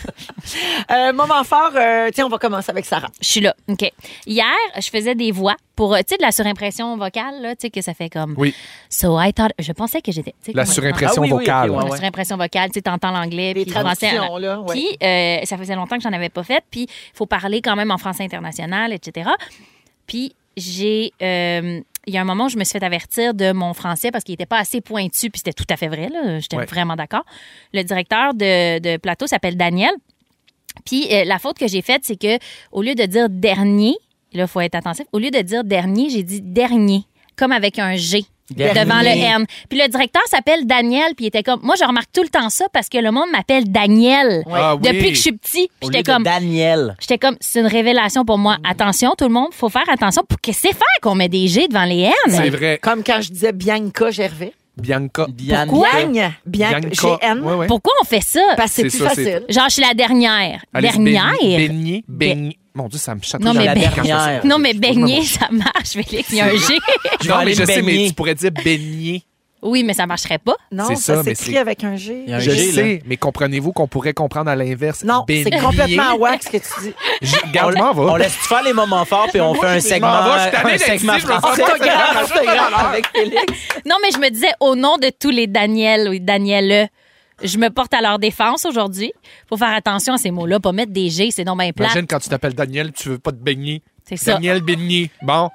Speaker 4: Euh, moment fort, euh, tiens, on va commencer avec Sarah.
Speaker 6: Je suis là. OK. Hier, je faisais des voix pour, euh, tu sais, de la surimpression vocale, là, tu sais, que ça fait comme.
Speaker 5: Oui.
Speaker 6: So I thought. Je pensais que j'étais. tu sais,
Speaker 5: La
Speaker 6: comme-
Speaker 5: surimpression
Speaker 3: Ah oui, oui,
Speaker 5: vocale.
Speaker 3: ok, ouais,
Speaker 6: La
Speaker 3: ouais.
Speaker 6: surimpression vocale, tu sais, t'entends l'anglais, puis le français.
Speaker 4: traductions, là, ouais.
Speaker 6: Puis, euh, ça faisait longtemps que j'en avais pas fait, puis il faut parler quand même en français international, etc. Puis, j'ai. euh, il y a un moment où je me suis fait avertir de mon français parce qu'il n'était pas assez pointu, puis c'était tout à fait vrai, là. J'étais
Speaker 5: Ouais.
Speaker 6: vraiment d'accord. Le directeur de, de plateau s'appelle Daniel. Puis euh, la faute que j'ai faite, c'est que au lieu de dire dernier, là, faut être attentif, au lieu de dire dernier, j'ai dit dernier, comme avec un G.
Speaker 3: Dernier.
Speaker 6: Devant le N. Puis le directeur s'appelle Daniel, puis il était comme. Moi, je remarque tout le temps ça parce que le monde m'appelle Daniel.
Speaker 3: Ah oui.
Speaker 6: Depuis que je suis petit, Puis
Speaker 3: Au lieu
Speaker 6: j'étais
Speaker 3: de
Speaker 6: comme.
Speaker 3: Daniel.
Speaker 6: J'étais comme, c'est une révélation pour moi. Attention, tout le monde, faut faire attention. Pour que c'est faire qu'on met des G devant les N?
Speaker 5: C'est vrai.
Speaker 4: Comme quand je disais Bianca Gervais.
Speaker 5: Bianca.
Speaker 3: Diane.
Speaker 6: Pourquoi?
Speaker 4: Bianca. Bianca.
Speaker 5: Bianca.
Speaker 4: G-N.
Speaker 5: Ouais, ouais.
Speaker 6: Pourquoi on fait ça?
Speaker 4: Parce que c'est
Speaker 5: C'est
Speaker 4: plus
Speaker 5: ça, c'est-
Speaker 4: facile.
Speaker 6: Genre, je suis la dernière.
Speaker 5: Allez, c'est
Speaker 6: dernière?
Speaker 5: Baigner. Baigner. Mon Dieu, ça me chatouille
Speaker 6: Non,
Speaker 5: dans
Speaker 6: mais
Speaker 5: la
Speaker 6: baigner.
Speaker 5: tête quand je fais ça.
Speaker 3: Dernière.
Speaker 6: Non, mais Ben baigner, ça marche, Félix. Il y a un G.
Speaker 3: Je vais
Speaker 5: Non,
Speaker 3: aller
Speaker 5: mais je
Speaker 3: me
Speaker 5: sais, mais
Speaker 3: baigner.
Speaker 5: tu pourrais dire baigner.
Speaker 6: Oui, mais ça marcherait pas.
Speaker 4: Non,
Speaker 5: C'est
Speaker 4: ça,
Speaker 5: ça, mais
Speaker 4: s'écrit
Speaker 5: c'est-
Speaker 4: avec un G.
Speaker 3: Il y a un
Speaker 5: Je
Speaker 3: G, là.
Speaker 5: sais, mais comprenez-vous qu'on pourrait comprendre à l'inverse.
Speaker 4: Non, c'est
Speaker 5: Baigner.
Speaker 4: complètement wack ce que tu dis.
Speaker 5: Je- Garde, moi
Speaker 3: On
Speaker 5: va.
Speaker 3: laisse faire les moments forts, puis on fait un segment,
Speaker 5: m'en vais, je suis tanné
Speaker 3: un
Speaker 5: d'être ici,
Speaker 3: segment
Speaker 5: je veux pas
Speaker 3: français.
Speaker 4: Orthographe, orthographe.
Speaker 3: avec Félix.
Speaker 6: Non, mais je me disais, au nom de tous les Daniel ou Danielle, je me porte à leur défense aujourd'hui. Faut faire attention à ces mots-là, pas mettre des G, c'est non bien plat.
Speaker 5: Imagine quand tu t'appelles Daniel, tu veux pas te baigner.
Speaker 6: C'est ça.
Speaker 5: Daniel baigner. Bon.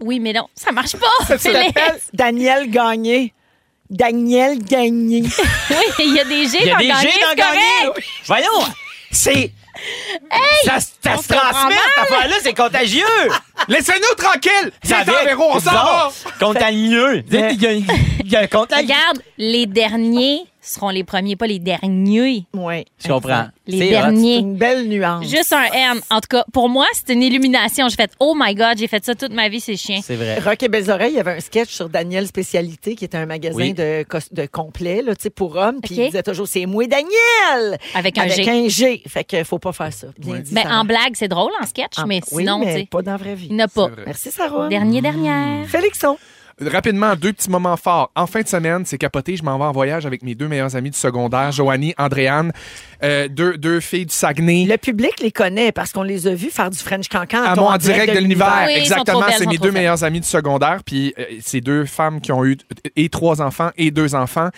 Speaker 6: Oui, mais non, ça marche pas.
Speaker 4: Tu
Speaker 6: Félix.
Speaker 4: t'appelles Daniel Gagné. Daniel Gagné.
Speaker 6: Oui, il y a des G
Speaker 3: Il y a
Speaker 6: dans
Speaker 3: des
Speaker 6: gagner,
Speaker 3: G dans
Speaker 6: c'est
Speaker 3: gagner.
Speaker 6: correct.
Speaker 3: Voyons, c'est... ça se- ça se transmet, cette affaire-là, c'est contagieux!
Speaker 5: Laissez-nous tranquille.
Speaker 3: Ça
Speaker 5: Viens, t'en verrou, on s'en va.
Speaker 3: bizarre, Contagieux! Il y a- il y a un contagieux.
Speaker 6: Regarde, les derniers seront les premiers, pas les derniers.
Speaker 4: Oui.
Speaker 3: Je comprends.
Speaker 6: Les
Speaker 3: C'est
Speaker 6: derniers.
Speaker 4: Une belle nuance.
Speaker 6: Juste un N. En tout cas, pour moi, c'est une illumination. J'ai fait, oh my God, j'ai fait ça toute ma vie, c'est chiant.
Speaker 3: hot. C'est vrai.
Speaker 4: Rock et Belles Oreilles, il y avait un sketch sur Daniel Spécialité, qui était un magasin
Speaker 3: Oui.
Speaker 4: de, cos- de complet là, tu sais, pour hommes. Puis
Speaker 6: OK.
Speaker 4: il disait toujours, c'est moi Daniel!
Speaker 6: Avec un G.
Speaker 4: un G. Fait que faut pas faire ça. Bien dit.
Speaker 6: Ben,
Speaker 4: Sarah.
Speaker 6: en blague, c'est drôle, en sketch,
Speaker 4: En-
Speaker 6: mais
Speaker 4: Ah, oui,
Speaker 6: sinon, tu
Speaker 4: mais
Speaker 6: sais,
Speaker 4: pas Hmm. dans la vraie vie.
Speaker 6: il n'y en a pas.
Speaker 4: Merci, Sarah.
Speaker 6: Dernier, dernière.
Speaker 4: Félixon.
Speaker 5: Rapidement, deux petits moments forts. En fin de semaine, c'est capoté. Je m'en vais en voyage avec mes deux meilleurs amis du secondaire, Joanie, Andréane, euh, deux, deux filles du Saguenay.
Speaker 4: Le public les connaît parce qu'on les a vus faire du French Cancan.
Speaker 5: à moi en direct de l'univers.
Speaker 6: Oui, ils sont trop
Speaker 5: Exactement,
Speaker 6: belles,
Speaker 5: c'est
Speaker 6: ils
Speaker 5: mes
Speaker 6: sont trop
Speaker 5: deux
Speaker 6: belles.
Speaker 5: meilleurs amis du secondaire. Puis euh, c'est deux femmes qui ont eu euh, et trois enfants et deux enfants.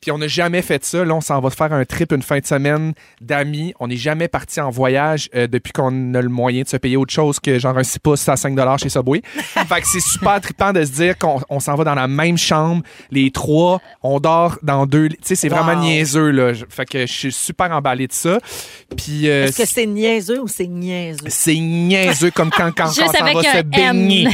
Speaker 5: Puis on n'a jamais fait ça. Là, on s'en va faire un trip une fin de semaine d'amis. On n'est jamais parti en voyage euh, depuis qu'on a le moyen de se payer autre chose que genre un 6 pouces à 5 chez Subway. fait que c'est super trippant de se dire qu'on on s'en va dans la même chambre, les trois, on dort dans deux. lits. Tu sais, c'est vraiment
Speaker 4: Wow.
Speaker 5: niaiseux, là. Je- Fait que je suis super emballé de ça. Puis. euh,
Speaker 4: Est-ce que c'est niaiseux ou c'est niaiseux?
Speaker 5: c'est niaiseux comme quand, quand,
Speaker 6: Juste
Speaker 5: quand ça
Speaker 6: avec
Speaker 5: va
Speaker 6: un
Speaker 5: se
Speaker 6: M.
Speaker 5: baigner.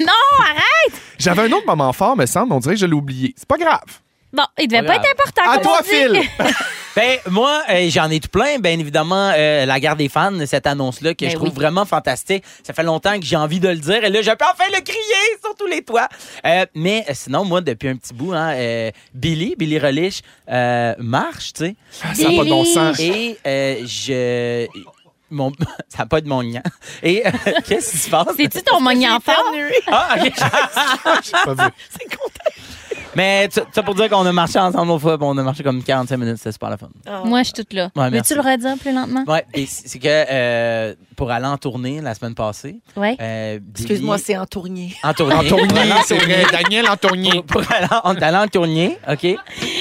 Speaker 6: non, arrête!
Speaker 5: J'avais un autre moment fort, me semble. On dirait que je l'ai oublié. C'est pas grave.
Speaker 6: Bon, il devait pas
Speaker 3: Pas grave.
Speaker 6: être important.
Speaker 5: À
Speaker 6: comme
Speaker 5: toi,
Speaker 6: on dit.
Speaker 5: Phil.
Speaker 3: Ben, moi, euh, j'en ai tout plein. Bien évidemment, euh, la guerre des fans, cette annonce-là que
Speaker 6: Ben
Speaker 3: je trouve
Speaker 6: oui.
Speaker 3: vraiment fantastique. Ça fait longtemps que j'ai envie de le dire. Et là, je peux enfin le crier sur tous les toits. Euh, mais euh, sinon, moi, depuis un petit bout, hein, euh, Billy, Billy Relish, euh, marche, tu sais.
Speaker 5: Ça n'a pas de bon sens.
Speaker 3: Et euh, je. Mon... Ça n'a pas de mon lien. Et euh, qu'est-ce qui se passe?
Speaker 6: C'est-tu ton moyen fort?
Speaker 3: Ah, ok.
Speaker 5: J'ai pas vu.
Speaker 4: C'est contagieux.
Speaker 3: Mais tu- ça pour dire qu'on a marché ensemble au fois, puis on a marché comme 45 minutes, c'était super la fun.
Speaker 6: Moi, je suis toute là.
Speaker 3: Ouais,
Speaker 6: Mais
Speaker 3: merci.
Speaker 6: tu le redire plus lentement?
Speaker 3: Ouais, et c- c'est que euh, pour aller en tournée la semaine passée.
Speaker 6: Ouais.
Speaker 3: euh, Billy-
Speaker 4: Excuse-moi, c'est en tournier.
Speaker 3: En tournée.
Speaker 5: En tournée,
Speaker 3: Voilà,
Speaker 5: c'est vrai. Daniel en tournée.
Speaker 3: Pour, pour aller, en- on est allé en tournée, OK?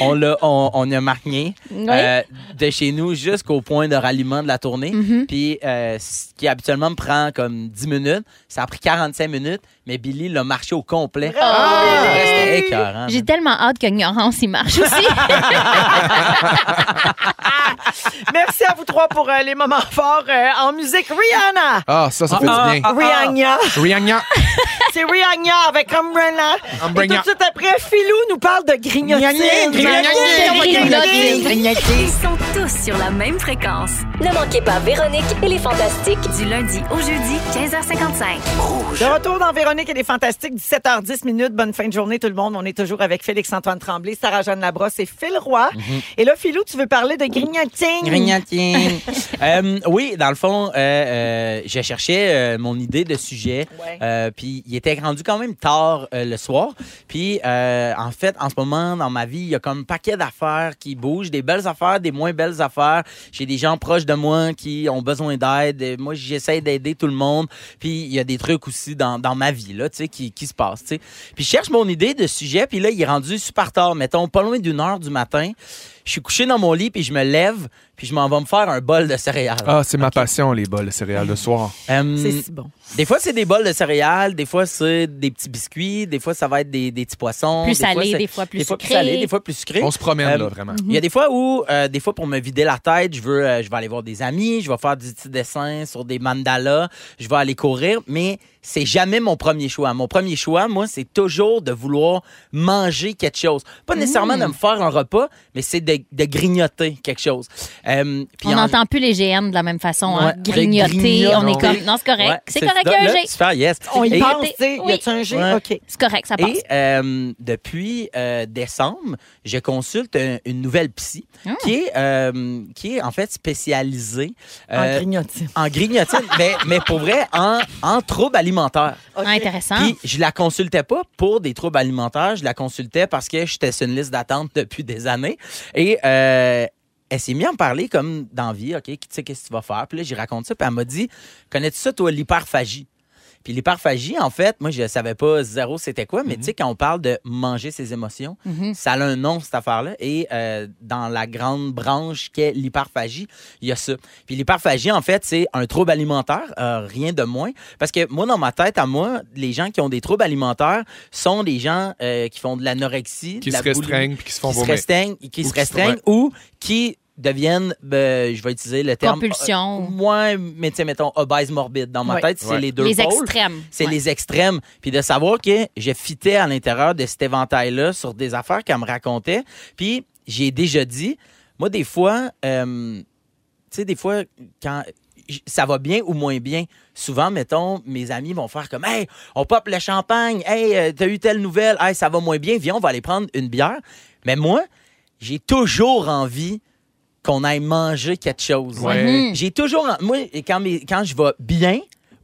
Speaker 3: On, l'a- on, on a marqué
Speaker 6: Oui.
Speaker 3: euh, de chez nous jusqu'au point de ralliement de la tournée.
Speaker 6: Mhm.
Speaker 3: Puis euh, ce qui habituellement me prend comme 10 minutes, ça a pris 45 minutes, mais Billy l'a marché au complet. C'était écœurant.
Speaker 6: J'ai tellement hâte que l'ignorance, il marche aussi.
Speaker 4: Ah! Merci à vous trois pour euh, les moments forts euh, en musique. Rihanna!
Speaker 5: Ah, ça, ça fait
Speaker 4: Ah,
Speaker 5: du bien.
Speaker 4: ah, Rihanna.
Speaker 5: Rihanna.
Speaker 4: C'est Rihanna avec Umbrella.
Speaker 5: Umbrella.
Speaker 4: Et tout de suite après, Philou nous parle de grignotine.
Speaker 8: Ils sont tous sur la même fréquence.
Speaker 9: Ne manquez pas Véronique et les Fantastiques.
Speaker 8: Du lundi au jeudi, 15h55.
Speaker 4: De retour dans Véronique et les Fantastiques, 17h10 minutes. Bonne fin de journée, tout le monde. On est toujours avec Félix-Antoine Tremblay, Sarah-Jeanne Labrosse et Phil Roy.
Speaker 3: Mm-hmm.
Speaker 4: Et là, Philou, tu veux parler de grignotine.
Speaker 3: Grignotine. Euh, oui, dans le fond, euh, euh, je cherchais euh, mon idée de sujet.
Speaker 4: Ouais.
Speaker 3: Euh, puis il était rendu quand même tard euh, le soir. Puis euh, en fait, en ce moment, dans ma vie, il y a comme un paquet d'affaires qui bougent, des belles affaires, des moins belles affaires. J'ai des gens proches de moi qui ont besoin d'aide. Et Moi, j'essaie d'aider tout le monde. Puis il y a des trucs aussi dans, dans ma vie là, tu sais, qui, qui se passent. tu sais. Puis je cherche mon idée de sujet. Puis là, il est rendu super tard, mettons pas loin d'une heure du matin. Je suis couché dans mon lit, puis je me lève, puis je m'en vais me faire un bol de céréales.
Speaker 5: Ah, c'est ma passion, les bols de céréales le soir.
Speaker 3: Euh,
Speaker 4: C'est si bon.
Speaker 3: Des fois, c'est des bols de céréales, des fois, c'est des petits biscuits, des fois, ça va être des, des petits poissons.
Speaker 6: Plus
Speaker 3: fois,
Speaker 6: salé,
Speaker 3: c'est-
Speaker 6: des fois plus
Speaker 3: des fois
Speaker 6: sucré.
Speaker 3: salé, des fois plus sucré.
Speaker 5: On se promène,
Speaker 3: Euh,
Speaker 5: là, vraiment.
Speaker 3: Il y a des fois où, euh, des fois, pour me vider la tête, je veux, euh, je vais aller voir des amis, je vais faire des petits dessins sur des mandalas, je vais aller courir, mais c'est jamais mon premier choix. Mon premier choix, moi, c'est toujours de vouloir manger quelque chose. Pas
Speaker 6: Mm.
Speaker 3: nécessairement de me faire un repas, mais c'est de, de grignoter quelque chose. Euh, puis
Speaker 6: on
Speaker 3: en-
Speaker 6: n'entend plus les GN de la même façon. hein.
Speaker 3: Ouais.
Speaker 6: Grignoter,
Speaker 3: Grignoter.
Speaker 6: on est comme. Non, c'est correct.
Speaker 3: Ouais,
Speaker 6: c'est correct, il y
Speaker 3: là,
Speaker 6: a un
Speaker 3: là,
Speaker 6: G.
Speaker 3: Super, yes.
Speaker 4: On y
Speaker 3: Et-
Speaker 4: pense, tu sais. Y
Speaker 6: Oui.
Speaker 4: a-tu un G?
Speaker 3: Ouais.
Speaker 4: OK.
Speaker 6: C'est correct, ça passe.
Speaker 3: Et euh, depuis euh, décembre, je consulte un- une nouvelle psy
Speaker 6: Ah.
Speaker 3: qui, est, euh, qui est en fait spécialisée
Speaker 4: En
Speaker 3: euh,
Speaker 4: grignotine.
Speaker 3: en grignotine, mais, mais pour vrai, en, en troubles alimentaires.
Speaker 6: Ah, intéressant.
Speaker 3: Puis je la consultais pas pour des troubles alimentaires, je la consultais parce que j'étais sur une liste d'attente depuis des années. Et euh, elle s'est mise à me parler comme d'envie, OK, tu sais, qu'est-ce que tu vas faire? Puis là, j'y raconte ça, puis elle m'a dit, connais-tu ça, toi, l'hyperphagie? Puis l'hyperphagie, en fait, moi, je savais pas zéro c'était quoi,
Speaker 5: Mhm.
Speaker 3: mais tu sais, quand on parle de manger ses émotions,
Speaker 6: Mhm.
Speaker 3: ça a un nom, cette affaire-là. Et euh, dans la grande branche qu'est l'hyperphagie, il y a ça. Puis l'hyperphagie, en fait, c'est un trouble alimentaire, euh, rien de moins. Parce que moi, dans ma tête, à moi, les gens qui ont des troubles alimentaires sont des gens euh, qui font de l'anorexie,
Speaker 5: Qui
Speaker 3: de la
Speaker 5: se
Speaker 3: boulimie,
Speaker 5: restreignent puis qui se font
Speaker 3: qui se
Speaker 5: vomir.
Speaker 3: restreignent, qui se
Speaker 5: qui-
Speaker 3: restreignent
Speaker 5: ouais.
Speaker 3: ou qui deviennent, ben, je vais utiliser le terme...
Speaker 6: Compulsion.
Speaker 3: euh, moins, mais tu sais, mettons, obèse morbide. Dans ma
Speaker 4: Ouais.
Speaker 3: tête, c'est
Speaker 5: Ouais.
Speaker 3: les deux
Speaker 6: les
Speaker 3: pôles.
Speaker 6: extrêmes.
Speaker 3: C'est
Speaker 6: Ouais.
Speaker 3: les extrêmes. Puis de savoir que je fitais à l'intérieur de cet éventail-là sur des affaires qu'elle me racontait. Puis j'ai déjà dit, moi, des fois, euh, tu sais, des fois, quand j- ça va bien ou moins bien, souvent, mettons, mes amis vont faire comme Hey, on pop le champagne, hey, euh, t'as eu telle nouvelle, hey, ça va moins bien, viens, on va aller prendre une bière. Mais moi, j'ai toujours envie qu'on aille manger quelque chose.
Speaker 6: Mhm.
Speaker 5: Ouais.
Speaker 3: J'ai toujours, en- moi, quand, mes- quand je vais bien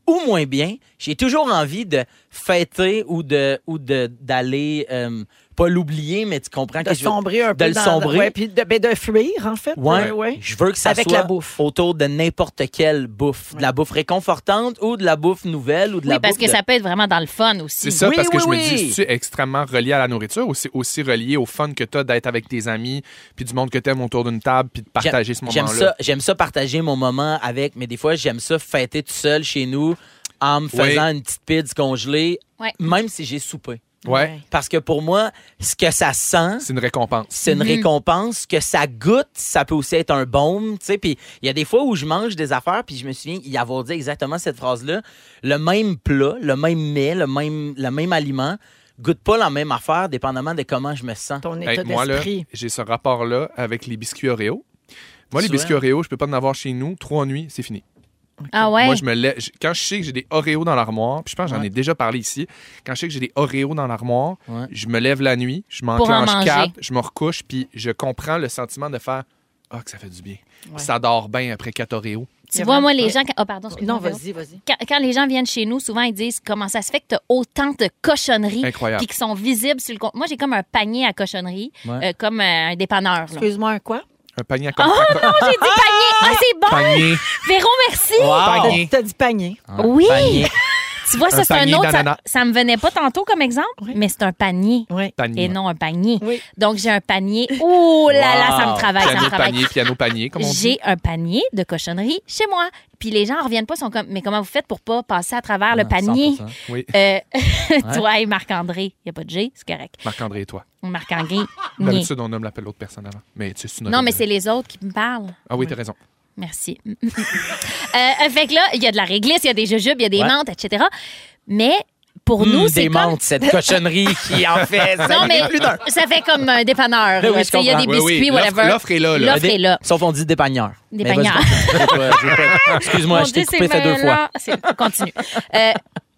Speaker 3: ou moins bien, j'ai toujours envie de fêter ou de ou de d'aller euh, pas l'oublier, mais tu comprends
Speaker 4: De
Speaker 3: que je veux-
Speaker 4: sombrer un
Speaker 3: de
Speaker 4: peu.
Speaker 3: le
Speaker 4: dans-
Speaker 3: sombrer.
Speaker 4: Ouais, puis de, ben, de fuir, en fait.
Speaker 3: Ouais,
Speaker 4: Euh, ouais.
Speaker 3: Je veux que ça
Speaker 4: Avec
Speaker 3: soit
Speaker 4: la bouffe.
Speaker 3: autour de n'importe quelle bouffe. De la bouffe réconfortante ou de la bouffe nouvelle ou de la
Speaker 6: Oui, parce
Speaker 3: bouffe
Speaker 6: que
Speaker 3: de-
Speaker 6: ça peut être vraiment dans le fun aussi.
Speaker 5: C'est ça,
Speaker 3: Oui,
Speaker 5: parce que
Speaker 3: oui,
Speaker 5: je
Speaker 3: oui.
Speaker 5: me dis, c'est extrêmement relié à la nourriture ou c'est aussi relié au fun que tu as d'être avec tes amis, puis du monde que tu aimes autour d'une table, puis de partager ce
Speaker 3: J'aime
Speaker 5: moment-là?
Speaker 3: ça, j'aime ça partager mon moment avec, mais des fois, j'aime ça fêter tout seul chez nous en me faisant une petite pizza congelée,
Speaker 6: Ouais.
Speaker 3: même si j'ai soupé.
Speaker 5: Ouais,
Speaker 3: Parce que pour moi, ce que ça sent,
Speaker 5: c'est une récompense.
Speaker 3: c'est une récompense, que ça goûte, ça peut aussi être un baume, tu sais. Puis il y a des fois où je mange des affaires, puis je me souviens y avoir dit exactement cette phrase-là. Le même plat, le même mets, le même, le même aliment goûte pas la même affaire, dépendamment de comment je me sens.
Speaker 4: Ton
Speaker 5: Hey,
Speaker 4: état
Speaker 5: moi, là,
Speaker 4: d'esprit.
Speaker 5: j'ai ce rapport-là avec les biscuits Oreo. Moi, les
Speaker 3: Souvent.
Speaker 5: biscuits Oreo, je peux pas en avoir chez nous. Trois nuits, c'est fini.
Speaker 6: Ah ouais?
Speaker 5: Moi, je me lève. je- Quand je sais que j'ai des Oreos dans l'armoire, puis je pense que j'en ai déjà parlé ici. Quand je sais que j'ai des Oreos dans l'armoire,
Speaker 3: Ouais.
Speaker 5: je me lève la nuit, je
Speaker 6: Pour en
Speaker 5: m'enclenche
Speaker 6: manger.
Speaker 5: quatre, je me recouche, puis je comprends le sentiment de faire Ah, que ça fait du bien. Puis Ça dort bien après 4 Oreos.
Speaker 6: Tu vois, moi, les gens. quand- Oh, pardon. excuse-moi,
Speaker 4: Non,
Speaker 6: Véro.
Speaker 4: vas-y, vas-y.
Speaker 6: Quand, quand les gens viennent chez nous, souvent, ils disent comment ça se fait que tu as autant de cochonneries
Speaker 4: Incroyable.
Speaker 6: puis qui sont visibles sur le compte. Moi, j'ai comme un panier à cochonneries,
Speaker 5: Ouais.
Speaker 6: euh, comme euh, un dépanneur. là.
Speaker 4: Excuse-moi, un quoi?
Speaker 5: Un panier à
Speaker 6: Oh
Speaker 5: coca-
Speaker 6: non, j'ai dit panier! Ah, c'est bon!
Speaker 5: Panier.
Speaker 6: Véro, merci!
Speaker 5: Wow. Panier.
Speaker 4: T'as dit panier.
Speaker 3: Ah.
Speaker 6: Oui!
Speaker 5: Panier.
Speaker 6: Tu vois,
Speaker 5: Un
Speaker 6: ça, c'est un
Speaker 5: panier
Speaker 6: autre. Ça,
Speaker 5: d'ananas.
Speaker 6: ça me venait pas tantôt comme exemple, mais c'est un panier.
Speaker 5: Panier,
Speaker 6: Et
Speaker 5: ouais.
Speaker 6: non un panier. Donc, j'ai un panier. Ouh là là, ça me travaille, ben, ça
Speaker 5: Piano
Speaker 6: me travaille.
Speaker 5: panier, piano panier, comme on dit.
Speaker 6: J'ai un panier de cochonneries chez moi. Puis les gens en reviennent pas, sont comme, mais comment vous faites pour pas passer à travers
Speaker 5: Ah,
Speaker 6: le panier?
Speaker 5: 100%, oui.
Speaker 6: Euh, toi et Marc-André, il n'y a pas de G, c'est correct.
Speaker 5: Marc-André et toi.
Speaker 6: Marc-André, niais.
Speaker 5: D'habitude, on nomme l'appel l'autre personne avant. Mais tu
Speaker 6: Non, mais c'est les autres qui me parlent.
Speaker 5: Ah oui, t'as raison.
Speaker 6: Merci. Euh, euh, fait que là, il y a de la réglisse, il y a des jujubes, il y a des
Speaker 3: Ouais. Hmm,
Speaker 6: menthes, etc. Mais pour nous, c'est
Speaker 3: Mm, des
Speaker 6: comme...
Speaker 3: menthes, cette cochonnerie qui en fait. ça en
Speaker 6: Non, mais
Speaker 3: est plus d'un.
Speaker 6: ça fait comme un dépanneur.
Speaker 3: Ben
Speaker 6: là,
Speaker 3: oui,
Speaker 6: tu
Speaker 3: je
Speaker 6: sais, il y a des
Speaker 3: comprends. Oui,
Speaker 6: biscuits,
Speaker 3: oui, l'offre-
Speaker 6: whatever.
Speaker 3: L'offre est là. là.
Speaker 6: L'offre est là.
Speaker 3: Sauf on dit dépanneur. Mais vas-y,
Speaker 6: Dépanneur.
Speaker 3: continue. Je vais pas- je vais pas- Excuse-moi,
Speaker 6: Mon
Speaker 3: je t'ai
Speaker 6: Dieu, c'est
Speaker 3: coupé ça deux fois.
Speaker 6: mêlant. C'est- Continue. Euh,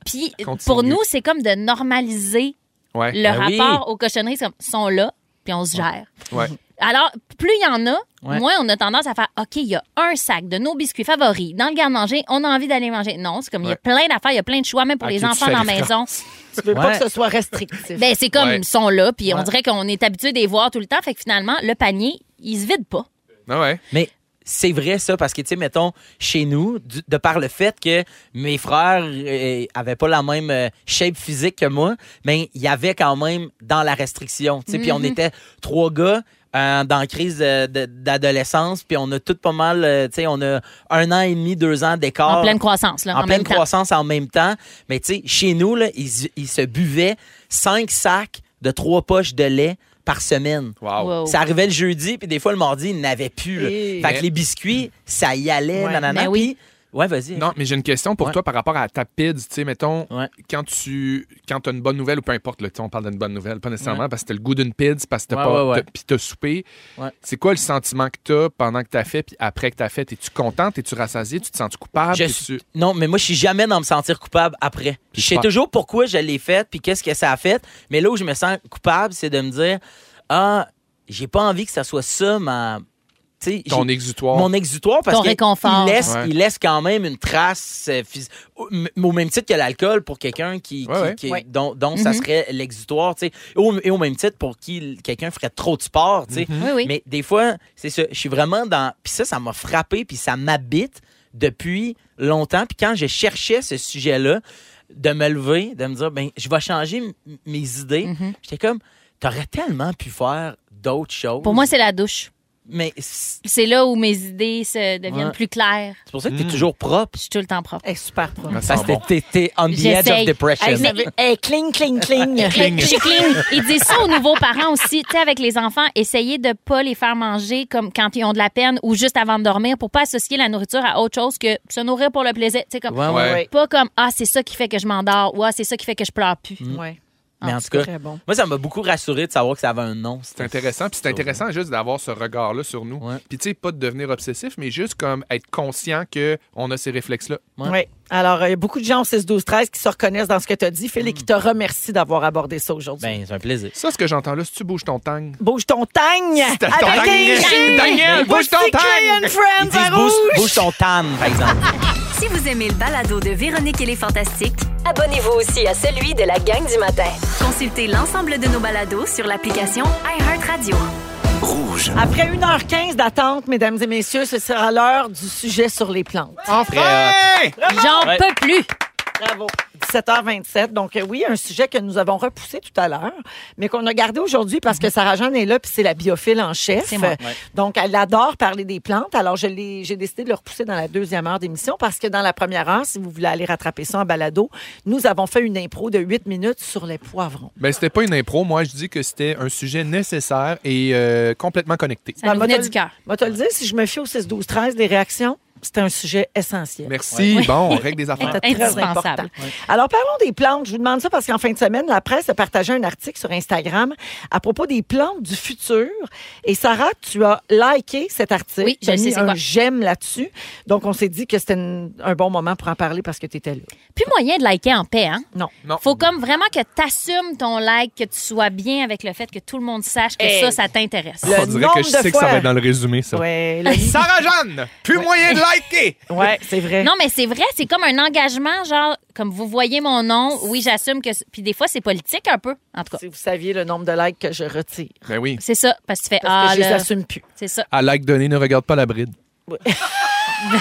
Speaker 6: Puis pour nous, c'est comme de normaliser
Speaker 5: Ouais.
Speaker 6: le
Speaker 5: Ben oui.
Speaker 6: rapport aux cochonneries. C'est comme, sont là, puis on se gère.
Speaker 5: Ouais.
Speaker 6: Alors, plus il y en a,
Speaker 5: Ouais.
Speaker 6: moins on a tendance à faire OK, il y a un sac de nos biscuits favoris dans le garde-manger, on a envie d'aller manger. Non, c'est comme il y a
Speaker 4: Ouais.
Speaker 6: plein d'affaires, il y a plein de choix, même pour
Speaker 4: À qui
Speaker 6: les
Speaker 4: tu
Speaker 6: enfants
Speaker 4: fais
Speaker 6: dans la
Speaker 4: référence?
Speaker 6: maison.
Speaker 4: Tu veux pas que ce soit restrictif.
Speaker 6: Ben, c'est comme
Speaker 4: Ouais.
Speaker 6: ils sont là, puis on
Speaker 4: Ouais.
Speaker 6: dirait qu'on est habitué de les voir tout le temps. Fait que finalement, le panier, il se vide pas.
Speaker 5: Ah
Speaker 3: Mais c'est vrai ça parce que tu sais mettons chez nous du- de par le fait que mes frères euh, avaient pas la même euh, shape physique que moi mais il y avait quand même dans la restriction tu sais puis on
Speaker 6: Mm-hmm.
Speaker 12: Mhm.
Speaker 3: était trois gars euh, dans la crise euh, de- d'adolescence puis on a tout pas mal euh, tu sais on a un an et demi deux ans d'écart
Speaker 6: En pleine croissance, là, en
Speaker 3: Ah. en,
Speaker 6: même
Speaker 3: pleine
Speaker 6: temps.
Speaker 3: croissance en même temps mais tu sais chez nous là ils, ils se buvaient cinq sacs de trois poches de lait par semaine.
Speaker 5: Oh.
Speaker 6: Wow.
Speaker 3: Ça arrivait le jeudi, puis des fois le mardi, ils n'avaient plus. là.
Speaker 5: Et-
Speaker 3: Fait que les biscuits, ça y allait,
Speaker 5: Eh. Ouais.
Speaker 3: nanana.
Speaker 5: Ben
Speaker 6: oui.
Speaker 3: Ouais, vas-y.
Speaker 5: Non, mais j'ai une question pour
Speaker 3: Ouais.
Speaker 5: toi par rapport à ta PIDS. Tu sais, mettons, quand tu quand as une bonne nouvelle, ou peu importe, là, tu sais, on parle d'une bonne nouvelle, pas nécessairement
Speaker 3: Ouais.
Speaker 5: parce que t'as le goût d'une PIDS, parce que t'as
Speaker 3: Ouais,
Speaker 5: pas-
Speaker 3: ouais, ouais.
Speaker 5: t'as- puis t'as soupé.
Speaker 3: Ouais.
Speaker 5: C'est quoi le sentiment que t'as pendant que t'as fait, puis après que t'as fait? Es-tu contente? Es-tu rassasié? ah, Tu te sens coupable?
Speaker 3: Je
Speaker 5: T'es-tu-
Speaker 3: suis- Non, mais moi, je suis jamais dans me sentir coupable après. Je sais
Speaker 5: pas-
Speaker 3: toujours pourquoi je l'ai fait, puis qu'est-ce que ça a fait. Mais là où je me sens coupable, c'est de me dire Ah, j'ai pas envie que ça soit ça, ma. tu sais,
Speaker 5: Ton
Speaker 3: j'ai-
Speaker 5: exutoire.
Speaker 3: Mon exutoire, parce
Speaker 6: Ton
Speaker 3: que
Speaker 6: réconfort.
Speaker 3: Il, laisse,
Speaker 6: Ouais.
Speaker 3: il laisse quand même une trace euh, phys- au, m- au même titre que l'alcool pour quelqu'un qui, qui-
Speaker 5: ouais.
Speaker 3: qui-
Speaker 5: Ouais.
Speaker 3: dont, dont ça
Speaker 6: Mm-hmm.
Speaker 5: Mhm.
Speaker 3: serait l'exutoire, tu sais. Et au, et au même titre pour qui l- quelqu'un ferait trop de sport, tu sais.
Speaker 5: Mm-hmm.
Speaker 6: Mhm. Oui, oui.
Speaker 3: Mais des fois, c'est ça, je suis vraiment dans... Puis ça, ça m'a frappé, puis ça m'habite depuis longtemps. Puis quand je cherchais ce sujet-là, de me lever, de me dire, ben je vais changer m- mes idées,
Speaker 6: Mm-hmm.
Speaker 3: j'étais comme, t'aurais tellement pu faire d'autres choses.
Speaker 6: Pour moi, c'est la douche.
Speaker 3: Mais c'est
Speaker 6: C'est là où mes idées se deviennent
Speaker 3: Ouais.
Speaker 6: plus claires.
Speaker 3: pour ça que
Speaker 5: Mm.
Speaker 3: t'es toujours propre.
Speaker 6: Je suis tout le temps propre.
Speaker 4: super
Speaker 5: Ah,
Speaker 4: propre.
Speaker 3: Parce que t'es- t'es on the edge of depression.
Speaker 4: Hey, vous avez- hey, cling, cling, cling.
Speaker 3: Cling.
Speaker 6: Je suis clean. Ils disent ça aux nouveaux parents aussi. Tu sais, avec les enfants, essayez de pas les faire manger comme quand ils ont de la peine ou juste avant de dormir pour pas associer la nourriture à autre chose que se nourrir pour le plaisir. Tu sais, comme,
Speaker 3: Ouais, ouais, ouais.
Speaker 6: pas comme, ah, c'est ça qui fait que je m'endors ou ah, c'est ça qui fait que je pleure plus.
Speaker 3: Mm. Mais en tout cas, moi, ça m'a beaucoup rassuré de savoir que ça avait un nom. C'est
Speaker 5: intéressant. Puis c'est intéressant juste d'avoir ce regard-là sur nous. Puis tu sais, pas de devenir obsessif, mais juste comme être conscient qu'on a ces réflexes-là.
Speaker 4: Oui. Alors, il y a beaucoup de gens au 6-12-13 qui se reconnaissent dans ce que tu as dit, Phil, et qui te remercient d'avoir abordé ça aujourd'hui.
Speaker 3: Hmm. Ben, c'est un plaisir.
Speaker 5: Ça, ce que j'entends là, si tu bouges ton tang.
Speaker 4: Bouge ton tagne!
Speaker 5: C'est ton
Speaker 4: Avec
Speaker 5: tagne.
Speaker 4: G.
Speaker 5: Daniel, bouge ton
Speaker 4: Voici
Speaker 5: tagne.
Speaker 4: Kay and Friends
Speaker 3: Ils disent
Speaker 4: à
Speaker 3: bouge,
Speaker 4: Rouge.
Speaker 3: bouge ton tan, par exemple.
Speaker 8: Si vous aimez le balado de Véronique et les Fantastiques,
Speaker 9: Abonnez-vous aussi à celui de la gang du matin.
Speaker 8: consultez l'ensemble de nos balados sur l'application iHeartRadio.
Speaker 7: Rouge.
Speaker 4: Après 1h15 d'attente, mesdames et messieurs, ce sera l'heure du sujet sur les plantes.
Speaker 3: Enfin!
Speaker 6: J'en
Speaker 4: Ouais.
Speaker 6: peux plus.
Speaker 4: Bravo. 17h27. Donc, euh, oui, un sujet que nous avons repoussé tout à l'heure, mais qu'on a gardé aujourd'hui parce que Sarah Jeanne est là, puis c'est la biophile en chef.
Speaker 6: Mhm. C'est moi.
Speaker 4: Euh, Donc, elle adore parler des plantes. Alors, je l'ai- j'ai décidé de le repousser dans la deuxième heure d'émission parce que dans la première heure, si vous voulez aller rattraper ça en balado, nous avons fait une impro de 8 minutes sur les poivrons.
Speaker 5: Ben, c'était pas une impro. Moi, je dis que c'était un sujet nécessaire et euh, complètement connecté.
Speaker 6: Ça nous
Speaker 4: Ben, moi,
Speaker 6: venait
Speaker 4: te-
Speaker 6: du cœur.
Speaker 4: Moi, te le dire, si je me fie au 6, 12, 13 des réactions, C'était un sujet essentiel.
Speaker 5: Merci.
Speaker 4: Ouais.
Speaker 5: Bon, on règle des affaires.
Speaker 4: C'était très
Speaker 5: Indispensable.
Speaker 4: important. Alors, parlons des plantes. Je vous demande ça parce qu'en fin de semaine, la presse a partagé un article sur Instagram à propos des plantes du futur. Et Sarah, tu as liké cet article.
Speaker 6: Oui, je
Speaker 4: T'as
Speaker 6: le sais,
Speaker 4: mis
Speaker 6: c'est
Speaker 4: un
Speaker 6: quoi.
Speaker 4: j'aime là-dessus. Donc, on s'est dit que c'était une- un bon moment pour en parler parce que tu étais là.
Speaker 6: Plus moyen de liker en paix, hein?
Speaker 4: Non.
Speaker 6: Faut comme vraiment que t'assumes ton like, que tu sois bien avec le fait que tout le monde sache que
Speaker 4: Hey.
Speaker 6: ça, ça t'intéresse.
Speaker 5: On dirait que je sais que ça va être dans le résumé, ça.
Speaker 4: Ouais,
Speaker 5: Sarah Jeanne, plus moyen de liker.
Speaker 4: Ouais, c'est vrai.
Speaker 6: Non, mais c'est vrai, c'est comme un engagement, genre, comme vous voyez mon nom, oui, j'assume que. Puis des fois, c'est politique un peu, en tout cas.
Speaker 4: Si vous saviez le nombre de likes que je retire.
Speaker 5: Ben oui.
Speaker 6: C'est ça, parce que tu fais
Speaker 4: Parce que
Speaker 6: Ah,
Speaker 4: je les
Speaker 6: là.
Speaker 4: assume plus.
Speaker 6: C'est ça.
Speaker 5: À like donné, ne regarde pas la bride.
Speaker 6: Je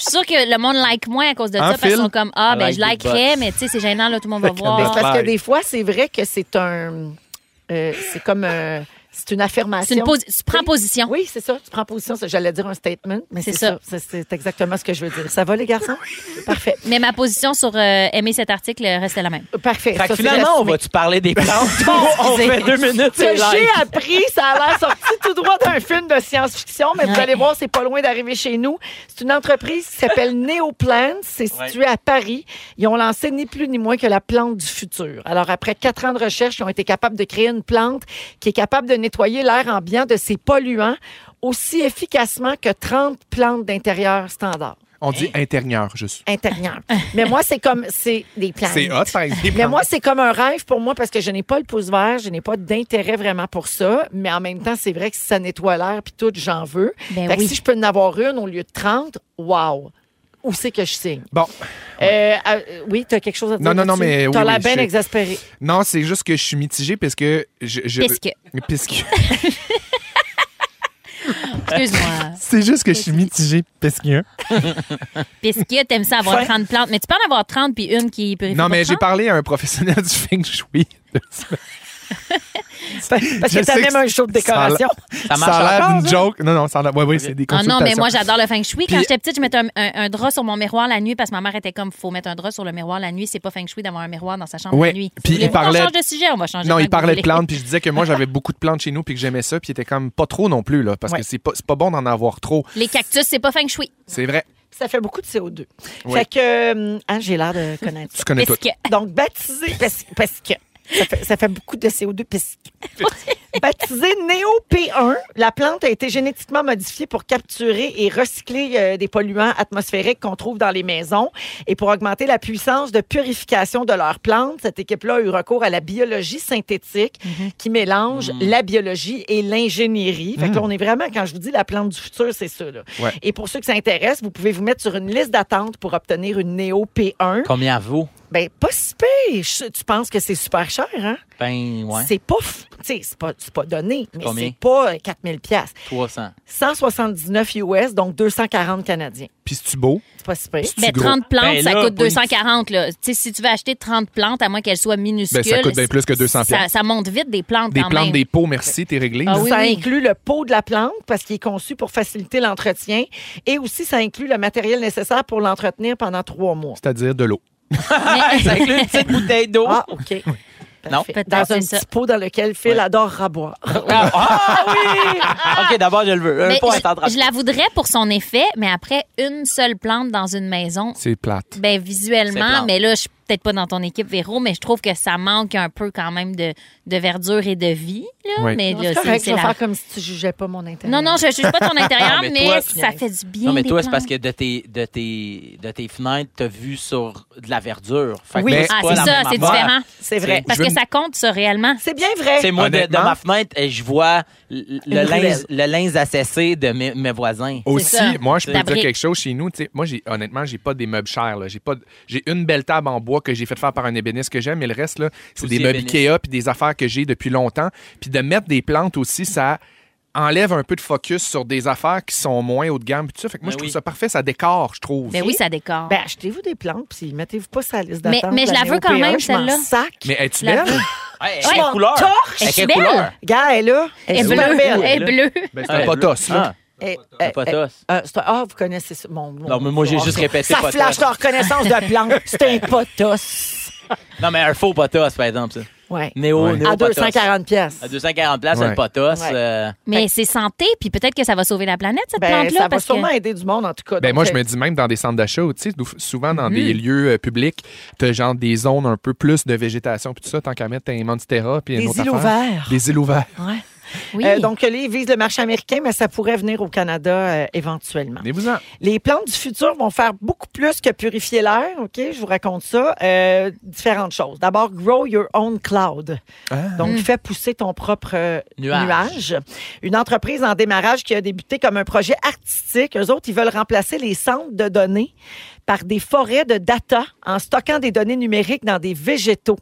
Speaker 6: suis sûre que le monde like moins à cause de
Speaker 5: Hein,
Speaker 6: ça, parce qu'ils
Speaker 5: Phil?
Speaker 6: sont comme Ah,
Speaker 5: I
Speaker 6: ben,
Speaker 5: like
Speaker 6: je
Speaker 5: your
Speaker 6: likerais,
Speaker 5: butts.
Speaker 6: mais tu sais, c'est gênant, là, tout le monde va
Speaker 5: Fait que
Speaker 6: voir.
Speaker 4: Mais c'est parce que
Speaker 5: Bye.
Speaker 4: des fois, c'est vrai que c'est un. euh, c'est comme. euh, c'est une affirmation.
Speaker 6: C'est une posi- tu prends position.
Speaker 4: Oui, c'est ça. Tu prends position. ça, J'allais dire un statement, mais c'est
Speaker 6: C'est
Speaker 4: ça.
Speaker 6: ça.
Speaker 4: Ça, C'est exactement ce que je veux dire. Ça va, les garçons? Parfait.
Speaker 6: Mais ma position sur euh, aimer cet article euh, restait la même.
Speaker 4: Parfait.
Speaker 3: Fait
Speaker 4: Ça,
Speaker 3: que
Speaker 4: c'est
Speaker 3: finalement, on
Speaker 4: résumé.
Speaker 3: va-tu parler des plantes? on
Speaker 4: excusez.
Speaker 3: fait deux minutes,
Speaker 4: Ce que
Speaker 3: c'est live.
Speaker 4: j'ai appris, ça a l'air sorti tout droit d'un film de science-fiction, mais vous
Speaker 6: Ouais.
Speaker 4: allez voir, c'est pas loin d'arriver chez nous. C'est une entreprise qui s'appelle Neoplant. C'est situé à Paris. Ils ont lancé ni plus ni moins que la plante du futur. Alors, après quatre ans de recherche, ils ont été capables de créer une plante qui est capable de nettoyer l'air ambiant de ses polluants aussi efficacement que 30 plantes d'intérieur standard.
Speaker 5: On dit intérieur, juste.
Speaker 4: Intérieur. Mais moi, c'est comme, c'est des plantes.
Speaker 5: C'est hot, par exemple.
Speaker 4: Mais moi, c'est comme un rêve pour moi parce que je n'ai pas le pouce vert, je n'ai pas d'intérêt vraiment pour ça. Mais en même temps, c'est vrai que si ça nettoie l'air puis tout, j'en veux.
Speaker 6: Ben
Speaker 4: Fait que
Speaker 6: oui.
Speaker 4: si je peux en avoir une au lieu de 30, wow! Où c'est que je signe?
Speaker 5: Bon,
Speaker 4: Euh, euh, oui, tu as quelque chose à dire?
Speaker 5: Non, non, non, mais
Speaker 4: Tu as
Speaker 5: oui,
Speaker 4: la
Speaker 5: oui,
Speaker 4: peine
Speaker 5: je-
Speaker 4: exaspérée.
Speaker 5: non, c'est juste que je suis mitigé parce que je. je...
Speaker 6: Puisque.
Speaker 5: Parce que-
Speaker 6: Excuse-moi.
Speaker 5: C'est juste que je suis mitigé parce que.
Speaker 6: Pisquet, t'aimes ça avoir
Speaker 4: Fin.
Speaker 6: 30 plantes, mais tu peux en avoir 30 puis une qui purifie.
Speaker 5: Non, mais
Speaker 6: pour
Speaker 5: j'ai
Speaker 6: 30?
Speaker 5: parlé à un professionnel du Feng Shui.
Speaker 4: Parce
Speaker 5: Je
Speaker 4: que tu as
Speaker 5: sais
Speaker 4: même
Speaker 5: que
Speaker 4: un show de décoration.
Speaker 3: Ça marche
Speaker 5: ça a l'air
Speaker 3: encore,
Speaker 5: d'une
Speaker 3: ça?
Speaker 5: joke. Non, non, ça a l'air. Oui, oui, c'est des
Speaker 6: Ah
Speaker 5: consultations.
Speaker 6: non, mais moi, j'adore le feng shui. Quand
Speaker 5: Puis-
Speaker 6: j'étais petite, je mettais un, un- un drap sur mon miroir la nuit parce que ma mère était comme, faut mettre un drap sur le miroir la nuit. C'est pas feng shui d'avoir un miroir dans sa chambre
Speaker 5: Ouais.
Speaker 6: la nuit.
Speaker 5: Puis il
Speaker 6: Voulez-vous qu'on
Speaker 5: parlait-
Speaker 6: change de sujet, on va changer.
Speaker 5: Non,
Speaker 6: quand
Speaker 5: il
Speaker 6: vous
Speaker 5: parlait de
Speaker 6: voulez.
Speaker 5: plantes, puis je disais que moi, j'avais beaucoup de plantes chez nous, puis que j'aimais ça, puis il était comme pas trop non plus, là, parce
Speaker 4: Ouais.
Speaker 5: que c'est pas, c'est pas bon d'en avoir trop.
Speaker 6: Les cactus, c'est pas feng shui.
Speaker 5: C'est vrai.
Speaker 4: Ça fait beaucoup de CO2.
Speaker 5: Oui.
Speaker 4: Fait que, hum, ah, j'ai l'air de connaître
Speaker 5: Tu
Speaker 4: ça.
Speaker 5: connais tout.
Speaker 6: Pisquet.
Speaker 4: Donc, baptisé, parce, parce que ça fait, ça fait beaucoup de CO2. Parce, baptisé Néo-P1, la plante a été génétiquement modifiée pour capturer et recycler euh, des polluants atmosphériques qu'on trouve dans les maisons. Et pour augmenter la puissance de purification de leurs plantes, cette équipe-là a eu recours à la biologie synthétique qui mélange la biologie et l'ingénierie. Fait que là, on est vraiment, quand je vous dis la plante du futur, c'est ça. là.
Speaker 5: Ouais.
Speaker 4: Et pour ceux que ça intéresse, vous pouvez vous mettre sur une liste d'attente pour obtenir une Néo-P1.
Speaker 3: Combien vaut?
Speaker 4: Ben, pas si pire. Je- Tu penses que c'est super cher, hein?
Speaker 3: Ben, ouais.
Speaker 4: C'est pas, f- tu sais, c'est pas, c'est pas donné, mais
Speaker 3: Combien?
Speaker 4: c'est pas euh, 4000 pièces.
Speaker 3: 300.
Speaker 4: 179 US, donc 240 Canadiens.
Speaker 5: Puis c'est-tu beau?
Speaker 4: C'est pas si pire.
Speaker 5: C'est-tu
Speaker 6: Ben,
Speaker 5: gros?
Speaker 6: 30 plantes,
Speaker 3: Ben
Speaker 6: ça
Speaker 3: là,
Speaker 6: coûte
Speaker 3: pour une-
Speaker 6: 240. Là. Tu sais, Si tu veux acheter 30 plantes, à moins qu'elles soient minuscules,
Speaker 5: Ben, ça coûte bien plus que 200
Speaker 6: ça,
Speaker 5: piastres.
Speaker 6: ça monte vite des plantes
Speaker 5: Des
Speaker 6: quand
Speaker 5: plantes,
Speaker 6: même.
Speaker 5: des pots, merci, t'es réglé.
Speaker 6: Ah
Speaker 5: là.
Speaker 6: oui,
Speaker 4: ça
Speaker 6: oui.
Speaker 4: inclut le pot de la plante parce qu'il est conçu pour faciliter l'entretien et aussi ça inclut le matériel nécessaire pour l'entretenir pendant trois mois.
Speaker 5: C'est-à-dire de l'eau.
Speaker 3: ça inclut une petite bouteille d'eau.
Speaker 4: Ah, OK.
Speaker 3: Oh. Non.
Speaker 4: Parfait.
Speaker 6: Peut-être,
Speaker 4: Dans un
Speaker 6: c'est ça.
Speaker 4: petit pot dans lequel Phil
Speaker 3: Ouais.
Speaker 4: adore boire.
Speaker 3: Ah, ah, OK, d'abord, je le veux. Euh, Un
Speaker 6: Mais
Speaker 3: point,
Speaker 6: je-
Speaker 3: attendra.
Speaker 6: je, la voudrais pour son effet, mais après, une seule plante dans une maison,
Speaker 5: C'est plate.
Speaker 6: ben
Speaker 3: C'est
Speaker 6: visuellement,
Speaker 3: plate.
Speaker 6: mais là, je suis peut-être pas dans ton équipe, Véro, mais je trouve que ça manque un peu quand même de, de verdure et de vie. Là.
Speaker 5: Oui.
Speaker 6: Mais
Speaker 4: Non, C'est
Speaker 6: là, c'est-
Speaker 4: correct, je
Speaker 6: c'est
Speaker 4: vais
Speaker 6: la-
Speaker 4: faire comme si tu jugeais pas mon intérêt.
Speaker 6: Non, non, je juge pas ton intérieur,
Speaker 3: Non,
Speaker 6: mais,
Speaker 3: mais toi,
Speaker 6: ça fait du bien.
Speaker 3: Non, mais
Speaker 6: des
Speaker 3: toi, c'est parce
Speaker 6: plantes.
Speaker 3: que de tes, de tes, de tes fenêtres, t'as vu sur de la verdure. Fait que
Speaker 4: Oui.
Speaker 3: là,
Speaker 6: Ah,
Speaker 3: pas
Speaker 6: c'est ça,
Speaker 3: la même
Speaker 6: c'est
Speaker 3: affaire. Eh,
Speaker 6: différent.
Speaker 4: C'est vrai.
Speaker 6: Parce
Speaker 5: Je veux
Speaker 6: que
Speaker 5: une-
Speaker 6: ça compte, ça, réellement.
Speaker 4: C'est bien vrai.
Speaker 3: C'est moi, de, de
Speaker 5: Honnêtement-
Speaker 3: ma fenêtre, et je vois le, le
Speaker 4: ruelle.
Speaker 3: linge, le linge asséché de mes, mes voisins.
Speaker 5: Aussi,
Speaker 6: ça.
Speaker 5: moi, je peux
Speaker 6: La
Speaker 5: dire
Speaker 6: brique.
Speaker 5: quelque chose chez nous. tu sais, Moi, j'ai, honnêtement, j'ai pas des meubles chers. là. J'ai, pas, de- j'ai une belle table en bois que j'ai fait faire par un ébéniste que j'aime, mais le reste, là, c'est
Speaker 3: Aussi
Speaker 5: des meubles
Speaker 3: ébéniste.
Speaker 5: Ikea puis des affaires que j'ai depuis longtemps. Puis de mettre des plantes aussi, ça enlève un peu de focus sur des affaires qui sont moins haut de gamme. puis tout ça. Fait que moi,
Speaker 3: Ben
Speaker 5: je trouve
Speaker 3: oui.
Speaker 5: ça parfait. Ça décore, je trouve.
Speaker 6: Ben oui, ça décore.
Speaker 4: Ben, achetez-vous des plantes, puis mettez-vous pas sur la liste
Speaker 6: Mais-
Speaker 4: d'attente.
Speaker 6: mais je la veux
Speaker 4: Néo
Speaker 6: quand même,
Speaker 4: P1, je m'en
Speaker 6: celle-là.
Speaker 4: sac.
Speaker 5: Mais es-tu
Speaker 6: La-
Speaker 5: belle?
Speaker 3: Ouais,
Speaker 6: Ouais.
Speaker 3: quelle couleur?
Speaker 4: Torche!
Speaker 3: Hey, quelle
Speaker 6: Je suis belle.
Speaker 3: couleur?
Speaker 4: Gars, elle est là.
Speaker 6: Elle est
Speaker 4: Elle est super
Speaker 6: bleue.
Speaker 4: belle.
Speaker 6: Elle est bleue.
Speaker 5: Ben, c'est un potos, là.
Speaker 4: Eh,
Speaker 3: Ah, Un
Speaker 4: eh,
Speaker 3: potos.
Speaker 4: eh, euh, c'est un- Ah, vous connaissez ça. Mon, mon-
Speaker 3: Non, mais moi, j'ai
Speaker 4: Ah,
Speaker 3: juste
Speaker 4: ça-
Speaker 3: répété
Speaker 4: Ça
Speaker 3: potos.
Speaker 4: flash ta reconnaissance de plantes. C'est un potos.
Speaker 3: Non, mais un faux potos, par exemple. ça.
Speaker 4: Ouais.
Speaker 3: Néo,
Speaker 4: Ouais.
Speaker 3: néo
Speaker 4: À 240 pièces.
Speaker 3: À 240 places,
Speaker 5: Ouais.
Speaker 3: elle potos.
Speaker 4: Ouais.
Speaker 3: euh,
Speaker 6: Mais c'est santé, puis peut-être que ça va sauver la planète, cette
Speaker 4: Ben,
Speaker 6: plante-là.
Speaker 4: ça va
Speaker 6: parce que-
Speaker 4: sûrement aider du monde, en tout cas. Donc,
Speaker 5: Ben
Speaker 4: euh,
Speaker 5: moi, je
Speaker 4: c'est-
Speaker 5: me dis même dans des centres d'achat, ou, tu sais, douf- souvent dans des
Speaker 4: Mhm.
Speaker 5: lieux euh, publics, t'as genre des zones un peu plus de végétation, puis tout ça, tant qu'à mettre, t'as un Monstera, puis
Speaker 4: Des
Speaker 5: une autre
Speaker 4: îlots
Speaker 5: affaire.
Speaker 4: verts.
Speaker 5: Des îlots verts.
Speaker 4: Ouais.
Speaker 6: Oui.
Speaker 4: Euh, donc, les visent le marché américain, mais ça pourrait venir au Canada euh, éventuellement.
Speaker 5: Venez-vous-en.
Speaker 4: Les plantes du futur vont faire beaucoup plus que purifier l'air, OK? Je vous raconte ça. Euh, différentes choses. D'abord, grow your own cloud. Donc,
Speaker 6: Hmm.
Speaker 4: fais pousser ton propre euh,
Speaker 3: Nuage.
Speaker 4: nuage. Une entreprise en démarrage qui a débuté comme un projet artistique. Eux autres, ils veulent remplacer les centres de données par des forêts de data en stockant des données numériques dans des végétaux.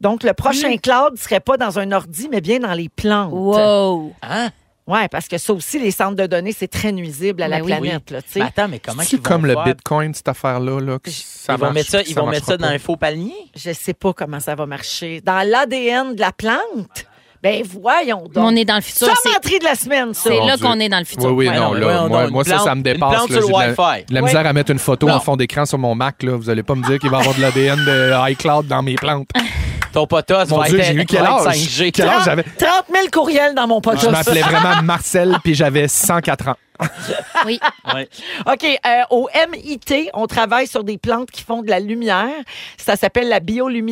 Speaker 4: Donc, le prochain cloud ne serait pas dans un ordi, mais bien dans les plantes.
Speaker 6: Hmm. Wow!
Speaker 3: Hein?
Speaker 4: Oui, parce que ça aussi, les centres de données, c'est très nuisible à la
Speaker 6: Mais Ben oui.
Speaker 4: planète. Là, tu sais.
Speaker 3: Mais attends, mais comment
Speaker 5: C'est
Speaker 3: ils vont
Speaker 5: comme
Speaker 3: faire?
Speaker 5: le Bitcoin, cette affaire-là, là, que ça
Speaker 3: Ils vont
Speaker 5: marche,
Speaker 3: mettre ça,
Speaker 5: puis
Speaker 3: ils vont
Speaker 5: marchera
Speaker 3: mettre ça dans
Speaker 5: pas.
Speaker 3: un faux panier?
Speaker 4: Je sais pas comment ça va marcher. Dans l'ADN de la plante, ben voyons donc.
Speaker 6: On est dans le futur. c'est-
Speaker 4: Sommenterie de la semaine, ça.
Speaker 6: C'est
Speaker 5: Mon
Speaker 6: là
Speaker 5: Dieu.
Speaker 6: qu'on est dans le futur.
Speaker 5: Oui, oui,
Speaker 3: Ouais, non,
Speaker 5: non,
Speaker 3: mais
Speaker 5: là,
Speaker 3: voyons
Speaker 5: moi,
Speaker 3: donc,
Speaker 5: moi,
Speaker 3: une
Speaker 5: ça, ça
Speaker 3: plante-
Speaker 5: me
Speaker 3: une
Speaker 5: dépasse.
Speaker 3: plante
Speaker 5: là,
Speaker 3: sur
Speaker 5: j'ai de
Speaker 3: le
Speaker 5: la,
Speaker 3: Wi-Fi.
Speaker 5: de la
Speaker 4: Ouais.
Speaker 5: misère à mettre une photo
Speaker 3: Non.
Speaker 5: en fond d'écran sur mon Mac, là. Vous allez pas me dire qu'il va y avoir de l'ADN de iCloud dans mes plantes.
Speaker 3: Ton potos
Speaker 5: Mon
Speaker 3: va
Speaker 5: Dieu,
Speaker 3: être
Speaker 5: j'ai eu quel
Speaker 3: va être
Speaker 5: âge?
Speaker 3: 5G.
Speaker 5: Quel âge j'avais?
Speaker 4: 30 000 courriels dans mon
Speaker 5: Je
Speaker 4: podcast.
Speaker 5: m'appelais vraiment Marcel, puis j'avais 104 ans.
Speaker 6: Oui.
Speaker 3: Ouais.
Speaker 4: OK. euh, au MIT, on travaille sur des plantes qui font de la lumière. Ça s'appelle la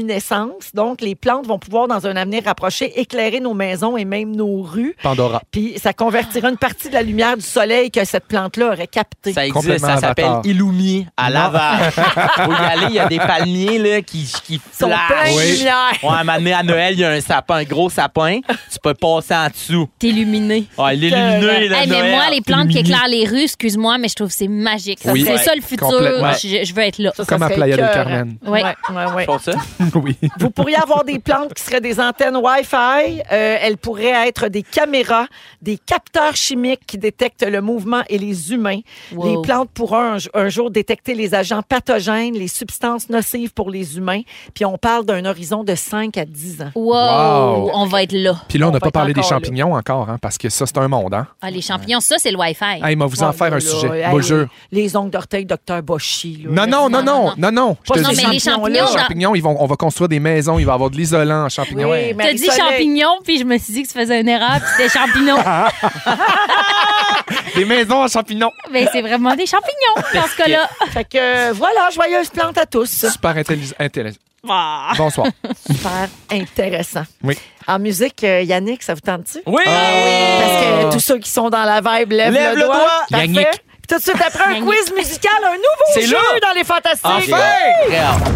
Speaker 4: bioluminescence. Donc, les plantes vont pouvoir, dans un avenir rapproché, éclairer nos maisons et même nos rues.
Speaker 5: Pandora.
Speaker 4: Puis, ça convertira une partie de la lumière du soleil que cette plante-là aurait captée.
Speaker 3: Ça existe,
Speaker 5: Complètement
Speaker 3: ça s'appelle
Speaker 5: avatar.
Speaker 3: Illumi à Laval. Faut y aller, il y a des palmiers là, qui, qui
Speaker 4: Sont pleins
Speaker 3: flashent.
Speaker 4: de
Speaker 5: Oui.
Speaker 4: lumière.
Speaker 3: Ouais, à un moment donné, à Noël, il y a un sapin, un gros sapin. Tu peux passer en dessous.
Speaker 6: T'es illuminé.
Speaker 3: Ah, l'illuminé, là,
Speaker 6: Hey, mais
Speaker 3: Noël.
Speaker 6: moi, les plantes qui
Speaker 5: Illumini.
Speaker 6: éclairent les rues, excuse-moi, mais je trouve que c'est magique. Ça,
Speaker 5: Oui.
Speaker 6: C'est
Speaker 3: Ouais.
Speaker 6: ça le futur.
Speaker 5: Complètement.
Speaker 6: Je, je veux être là.
Speaker 4: Ça, ça
Speaker 5: Comme à
Speaker 4: serait
Speaker 5: Playa del
Speaker 4: écœurant.
Speaker 5: Carmen.
Speaker 6: Ouais.
Speaker 4: Ouais, ouais, ouais.
Speaker 3: Pour ça?
Speaker 5: oui.
Speaker 4: Vous pourriez avoir des plantes qui seraient des antennes Wi-Fi. Euh, elles pourraient être des caméras, des capteurs chimiques qui détectent le mouvement et les humains.
Speaker 6: Wow.
Speaker 4: Les plantes pourront un, un jour détecter les agents pathogènes, les substances nocives pour les humains. Puis on parle d'un horizon de 5 à 10 ans.
Speaker 6: Wow,
Speaker 5: Wow.
Speaker 6: on va être là.
Speaker 5: Puis là, on
Speaker 4: On
Speaker 5: n'a
Speaker 4: va
Speaker 5: pas
Speaker 4: être
Speaker 5: parlé des
Speaker 4: encore là.
Speaker 5: champignons encore, hein, parce que ça, c'est un monde. Hein.
Speaker 6: Ah, les champignons, ça, c'est le Wi-Fi.
Speaker 5: Hey, il m'a vous en faire un sujet, moi, je jure.
Speaker 4: Les ongles d'orteil, docteur Boshi. là.
Speaker 5: Non, non, non, non, non, non. Je
Speaker 4: Pas
Speaker 5: te
Speaker 6: non,
Speaker 5: dis,
Speaker 6: mais les
Speaker 4: champignons-là.
Speaker 6: champignons,
Speaker 5: les
Speaker 6: dans-
Speaker 5: champignons, ils vont, on va construire des maisons, il va y avoir de l'isolant en champignons.
Speaker 4: Oui,
Speaker 6: T'as dit
Speaker 4: Marie-Soleil.
Speaker 6: champignons, puis je me suis dit que tu faisais une erreur, puis c'était champignons.
Speaker 5: Des maisons en champignons.
Speaker 6: mais c'est vraiment des champignons, dans ce cas-là.
Speaker 4: Fait que euh, voilà, joyeuses plantes à tous.
Speaker 5: Super intelligent. Bonsoir.
Speaker 4: Super intéressant.
Speaker 5: Oui.
Speaker 4: En musique, euh, Yannick, ça vous tente-tu?
Speaker 3: Ah Oui!
Speaker 4: Parce que tous ceux qui sont dans la vibe lèvent,
Speaker 3: Lève
Speaker 4: le,
Speaker 3: le
Speaker 4: doigt.
Speaker 3: doigt.
Speaker 4: Parfait.
Speaker 5: Yannick.
Speaker 4: Puis tout de suite après un
Speaker 6: Yannick.
Speaker 4: quiz musical, un nouveau
Speaker 3: C'est
Speaker 4: jeu
Speaker 3: là.
Speaker 4: dans les fantastiques.
Speaker 3: Ah, Regarde.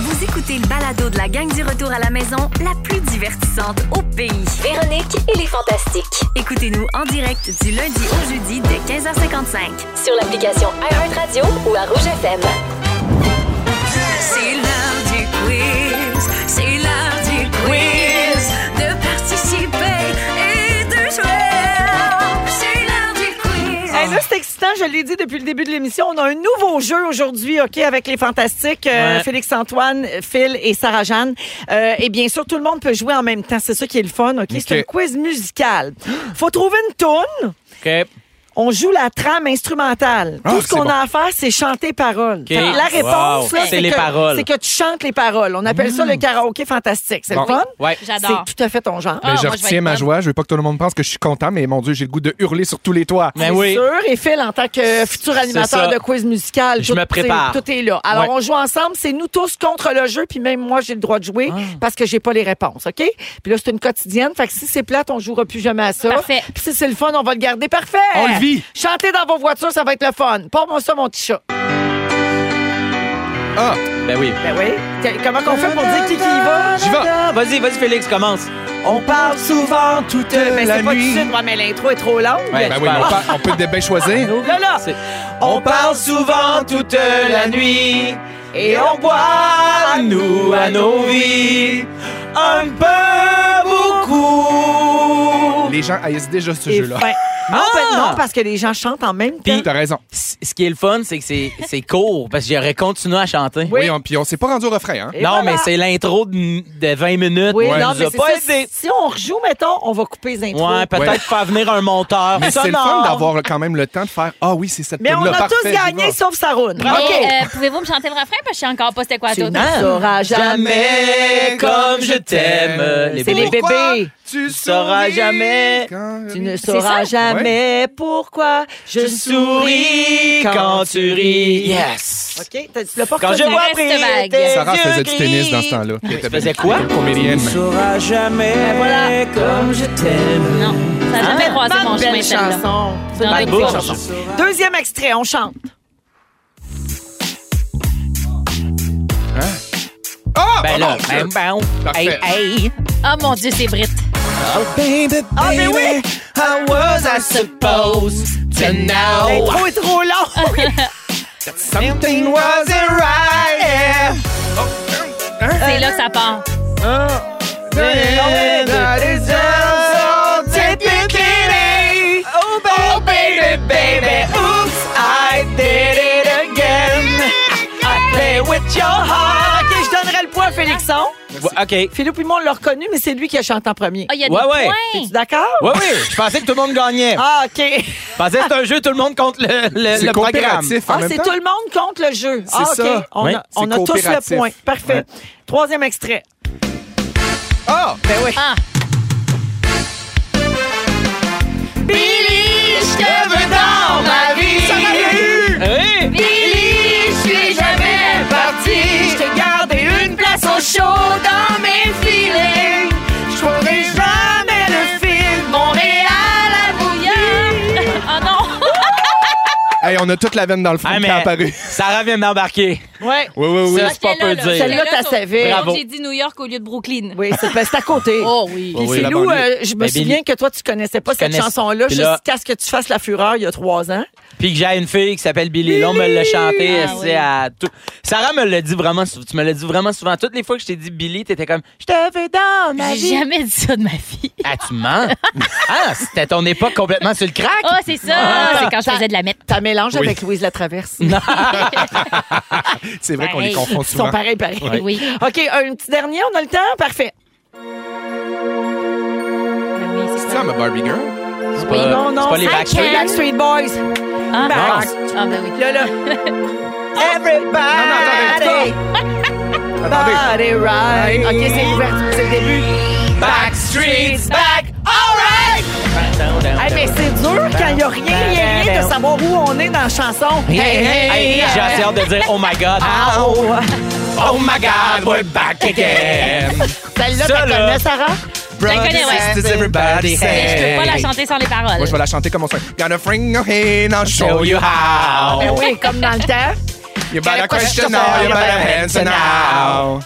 Speaker 8: Vous écoutez le balado de la gang du retour à la maison, la plus divertissante au pays.
Speaker 9: Véronique et les Fantastiques.
Speaker 8: Écoutez-nous en direct du lundi au jeudi dès 15h55.
Speaker 9: Sur l'application iHeartRadio ou à Rouge FM.
Speaker 8: C'est l'heure du quiz, c'est l'heure du quiz, de participer et de jouer. C'est l'heure du quiz.
Speaker 4: Hey, là, c'est excitant, je l'ai dit depuis le début de l'émission. On a un nouveau jeu aujourd'hui, OK, avec les fantastiques, euh,
Speaker 3: Ouais.
Speaker 4: Félix-Antoine, Phil et Sarah-Jeanne. Euh, et bien sûr, tout le monde peut jouer en même temps. C'est ça qui est le fun, OK?
Speaker 5: OK.
Speaker 4: C'est un quiz musical. Faut trouver une toune.
Speaker 3: OK. Ben
Speaker 4: On joue la trame instrumentale.
Speaker 5: Ah,
Speaker 4: Tout ce
Speaker 5: c'est
Speaker 4: qu'on
Speaker 5: bon.
Speaker 4: a à faire, c'est chanter paroles. La réponse,
Speaker 3: Wow.
Speaker 4: là,
Speaker 3: C'est
Speaker 4: c'est
Speaker 3: les
Speaker 4: que-
Speaker 3: paroles.
Speaker 4: c'est que tu chantes les paroles. On appelle
Speaker 5: Mm.
Speaker 4: ça le karaoké fantastique. C'est
Speaker 5: Bon.
Speaker 4: le fun?
Speaker 3: Ouais.
Speaker 6: J'adore.
Speaker 4: C'est tout à fait ton genre.
Speaker 6: Ah,
Speaker 5: Mais Ben, je
Speaker 6: moi, je vais
Speaker 5: retiens
Speaker 6: être
Speaker 5: ma
Speaker 6: bonne.
Speaker 5: joie. Je veux pas que tout le monde pense que je suis content, mais mon Dieu, j'ai le goût de hurler sur tous les toits.
Speaker 3: Mais
Speaker 4: C'est
Speaker 3: Ben oui.
Speaker 4: sûr. Et Phil, en tant que futur
Speaker 3: ça.
Speaker 4: animateur de quiz musical,
Speaker 3: Je me prépare.
Speaker 4: est- tout est là. Alors,
Speaker 3: Ouais.
Speaker 4: on joue ensemble. C'est nous tous contre le jeu. Puis même moi, j'ai le droit de
Speaker 5: Ah.
Speaker 4: jouer parce que j'ai pas les réponses. OK? Puis là, c'est une quotidienne. Fait que si c'est plate, on jouera plus jamais à ça.
Speaker 6: Parfait.
Speaker 4: Puis si c'est le fun, on va le garder. Parfait.
Speaker 5: On le vit.
Speaker 4: Chanter dans vos voitures, ça va être le fun. Porte-moi ça, mon petit chat.
Speaker 5: Ah,
Speaker 3: Ben oui.
Speaker 4: Ben oui. Que- Comment qu'on fait pour dire qui qui y va?
Speaker 3: J'y vais. Vas-y, vas-y, Félix, commence.
Speaker 4: On parle souvent toute mais
Speaker 5: la
Speaker 4: c'est pas
Speaker 5: nuit.
Speaker 4: tout de suite. Ouais, mais l'intro est trop longue.
Speaker 3: Ouais,
Speaker 5: ben
Speaker 3: tu
Speaker 5: oui, mais
Speaker 3: parles.
Speaker 5: on, par- on peut bien choisir.
Speaker 4: Là, là.
Speaker 3: C'est-
Speaker 4: On parle souvent toute la nuit et on boit nous à nos vies un peu beaucoup.
Speaker 5: Les gens haïssent déjà ce
Speaker 4: Et
Speaker 5: jeu-là.
Speaker 4: fin. Non,
Speaker 3: Ah!
Speaker 4: pa- non, parce que les gens chantent en même temps.
Speaker 3: Puis,
Speaker 5: t'as raison.
Speaker 3: Ce qui est le fun, c'est que c'est c'est court, parce que j'aurais continué à chanter.
Speaker 5: Oui, on- puis on s'est pas rendu au refrain. Hein?
Speaker 3: non, mais c'est l'intro de, de 20 minutes.
Speaker 4: Oui,
Speaker 3: Ça
Speaker 4: non,
Speaker 3: nous
Speaker 4: mais
Speaker 3: a
Speaker 4: c'est
Speaker 3: pas
Speaker 4: ça. Si- Si on rejoue, mettons, on va couper les intros.
Speaker 3: Ouais, peut-être
Speaker 5: Ouais.
Speaker 3: faire venir un monteur.
Speaker 5: Mais c'est le
Speaker 3: sonore.
Speaker 5: fun d'avoir quand même le temps de faire Ah oui, c'est cette
Speaker 4: Mais on
Speaker 5: tune-là,
Speaker 4: a tous
Speaker 5: parfait, j'y
Speaker 4: gagné,
Speaker 5: vais.
Speaker 4: sauf Saroun.
Speaker 6: Mais, euh, pouvez-vous me chanter le refrain? Parce que je sais encore pas c'était quoi la
Speaker 4: Tu
Speaker 6: tune.
Speaker 4: ne sauras jamais
Speaker 3: comme je t'aime. Les
Speaker 4: C'est les
Speaker 3: bébés.
Speaker 4: bébés.
Speaker 5: Tu
Speaker 3: sauras jamais.
Speaker 4: Tu ne sauras jamais pourquoi je souris quand tu ris.
Speaker 3: Yes.
Speaker 4: OK, t'as- tu l'as pas
Speaker 3: Quand je
Speaker 4: reconnu.
Speaker 3: vois
Speaker 6: Reste
Speaker 3: briller
Speaker 6: vague.
Speaker 3: tes
Speaker 5: Sarah
Speaker 3: yeux
Speaker 5: faisait du tennis dans ce
Speaker 3: gris.
Speaker 5: temps-là. Elle était
Speaker 3: faisais quoi?
Speaker 5: Comédienne.
Speaker 3: sauras jamais
Speaker 4: Ben, voilà.
Speaker 3: comme je t'aime.
Speaker 6: Non, ça n'a jamais croisé mon chemin,
Speaker 4: belle
Speaker 6: celle-là.
Speaker 4: chanson. C'est une
Speaker 6: Non, non,
Speaker 4: belle
Speaker 6: non.
Speaker 4: chanson. Deuxième extrait, on chante.
Speaker 5: Ah!
Speaker 3: Ben
Speaker 5: bon,
Speaker 3: là,
Speaker 5: bon,
Speaker 3: ben bon. Hey,
Speaker 5: Parfait.
Speaker 3: hey.
Speaker 6: Ah mon Dieu, c'est Brit.
Speaker 4: Ah, mais oui!
Speaker 3: How was I supposed Oh. to know?
Speaker 4: L'intro est trop long.
Speaker 5: Something wasn't right. yeah.
Speaker 6: C'est là que ça part.
Speaker 5: That is just so typically. Oh, baby, baby. Oops, I did it again.
Speaker 4: Play with your heart. OK, je donnerai le point à Félixon.
Speaker 3: OK.
Speaker 4: Philippe Pimon l'a reconnu, mais c'est lui qui a chanté en premier.
Speaker 6: Ah, il y a des
Speaker 3: Ouais, ouais.
Speaker 4: Tu es
Speaker 6: points.
Speaker 4: d'accord?
Speaker 3: Oui, oui, je pensais que tout le monde gagnait.
Speaker 4: Ah, OK.
Speaker 3: Je pensais que c'est un jeu, tout le monde contre le, le,
Speaker 5: C'est
Speaker 3: le programme.
Speaker 5: coopératif en
Speaker 4: Ah,
Speaker 5: même
Speaker 4: c'est
Speaker 5: temps.
Speaker 4: tout le monde contre le jeu. Ah, OK.
Speaker 5: ça.
Speaker 4: On
Speaker 3: Oui,
Speaker 4: a,
Speaker 5: c'est
Speaker 4: on a tous le
Speaker 5: coopératif.
Speaker 4: point. Parfait.
Speaker 5: Ouais.
Speaker 4: Troisième extrait.
Speaker 5: Ah!
Speaker 4: Ben oui.
Speaker 6: Ah.
Speaker 4: Billy, je te veux dans ma vie.
Speaker 3: Hey!
Speaker 4: Billy, je suis jamais parti. Je t'ai gardé une place au chaud dans mes filets. Je trouverai jamais le fil de Montréal à bouillir.
Speaker 6: Ah non!
Speaker 5: Hey, on a toute la veine dans le front
Speaker 3: Ah,
Speaker 5: qui
Speaker 3: mais
Speaker 5: est apparue.
Speaker 3: Sarah vient d'embarquer.
Speaker 4: Ouais.
Speaker 5: Oui, oui, oui.
Speaker 3: Ça, c'est pas peu dire.
Speaker 4: Celle-là, t'as savé.
Speaker 3: Bravo.
Speaker 6: J'ai dit New York au lieu de Brooklyn.
Speaker 4: Oui, c'est parce que c'est à côté.
Speaker 6: Oh oui.
Speaker 4: Puis
Speaker 5: oui,
Speaker 4: c'est
Speaker 5: la
Speaker 4: Lou,
Speaker 5: banlieue.
Speaker 4: euh, je me
Speaker 3: Ben,
Speaker 4: souviens
Speaker 3: Billy.
Speaker 4: que toi, tu connaissais pas
Speaker 3: Tu
Speaker 4: cette
Speaker 3: connais-
Speaker 4: chanson-là
Speaker 3: Puis là-
Speaker 4: jusqu'à ce que tu fasses la fureur il y a trois ans.
Speaker 3: Puis que j'ai une fille qui s'appelle Billy. Là, on me l'a chanté.
Speaker 6: Ah,
Speaker 3: c'est
Speaker 6: oui.
Speaker 3: à tout. Sarah me l'a dit vraiment souvent. Tu me l'as dit vraiment souvent. Toutes les fois que je t'ai dit Billy, t'étais comme Je te veux dans ma
Speaker 6: J'ai
Speaker 3: vie.
Speaker 6: jamais dit ça de ma vie.
Speaker 3: Ah, tu mens. ah, c'était ton époque complètement sur le crack.
Speaker 6: Ah, c'est ça! c'est quand je faisais de la mette.
Speaker 4: T'as mélange
Speaker 5: Oui.
Speaker 4: avec Louise Latraverse.
Speaker 5: C'est vrai qu'on les
Speaker 6: Hey.
Speaker 5: confond
Speaker 4: ben, Ils sont
Speaker 5: souvent.
Speaker 4: pareils, pareils.
Speaker 6: Oui.
Speaker 4: OK, un petit dernier, on a le temps? Parfait.
Speaker 6: Ah Oui, c'est
Speaker 5: C'est ça, ma Barbie Girl.
Speaker 3: C'est
Speaker 4: Oui,
Speaker 3: pas,
Speaker 4: non,
Speaker 3: c'est
Speaker 4: non,
Speaker 3: pas les
Speaker 4: I
Speaker 3: Backstreet.
Speaker 4: can. Backstreet Boys.
Speaker 6: Ah,
Speaker 4: Back.
Speaker 6: ah ben oui.
Speaker 4: Là, là. Everybody. Body right. OK, c'est l'ouverture, c'est le début.
Speaker 3: Backstreet.
Speaker 4: back. All right! Hey, mais c'est dur quand il n'y a rien, rien, rien de savoir où on est dans la chanson. Hey,
Speaker 3: Hey, j'ai assez hâte de dire Oh my God.
Speaker 4: Ow.
Speaker 3: Oh my God, we're back again.
Speaker 4: Celle-là,
Speaker 3: Ça,
Speaker 4: tu
Speaker 3: là.
Speaker 4: connais, Sarah?
Speaker 6: la connais, ouais.
Speaker 5: sisters, everybody
Speaker 3: Ben,
Speaker 6: Mais je peux pas la
Speaker 5: sing.
Speaker 6: chanter sans les paroles.
Speaker 5: Moi, je vais la chanter comme on fait. Gonna bring your hand, I'll
Speaker 3: Show you
Speaker 4: Ben
Speaker 3: how.
Speaker 4: oui, comme dans le temps.
Speaker 5: You better
Speaker 4: Quelle question
Speaker 5: question now, you better answer now.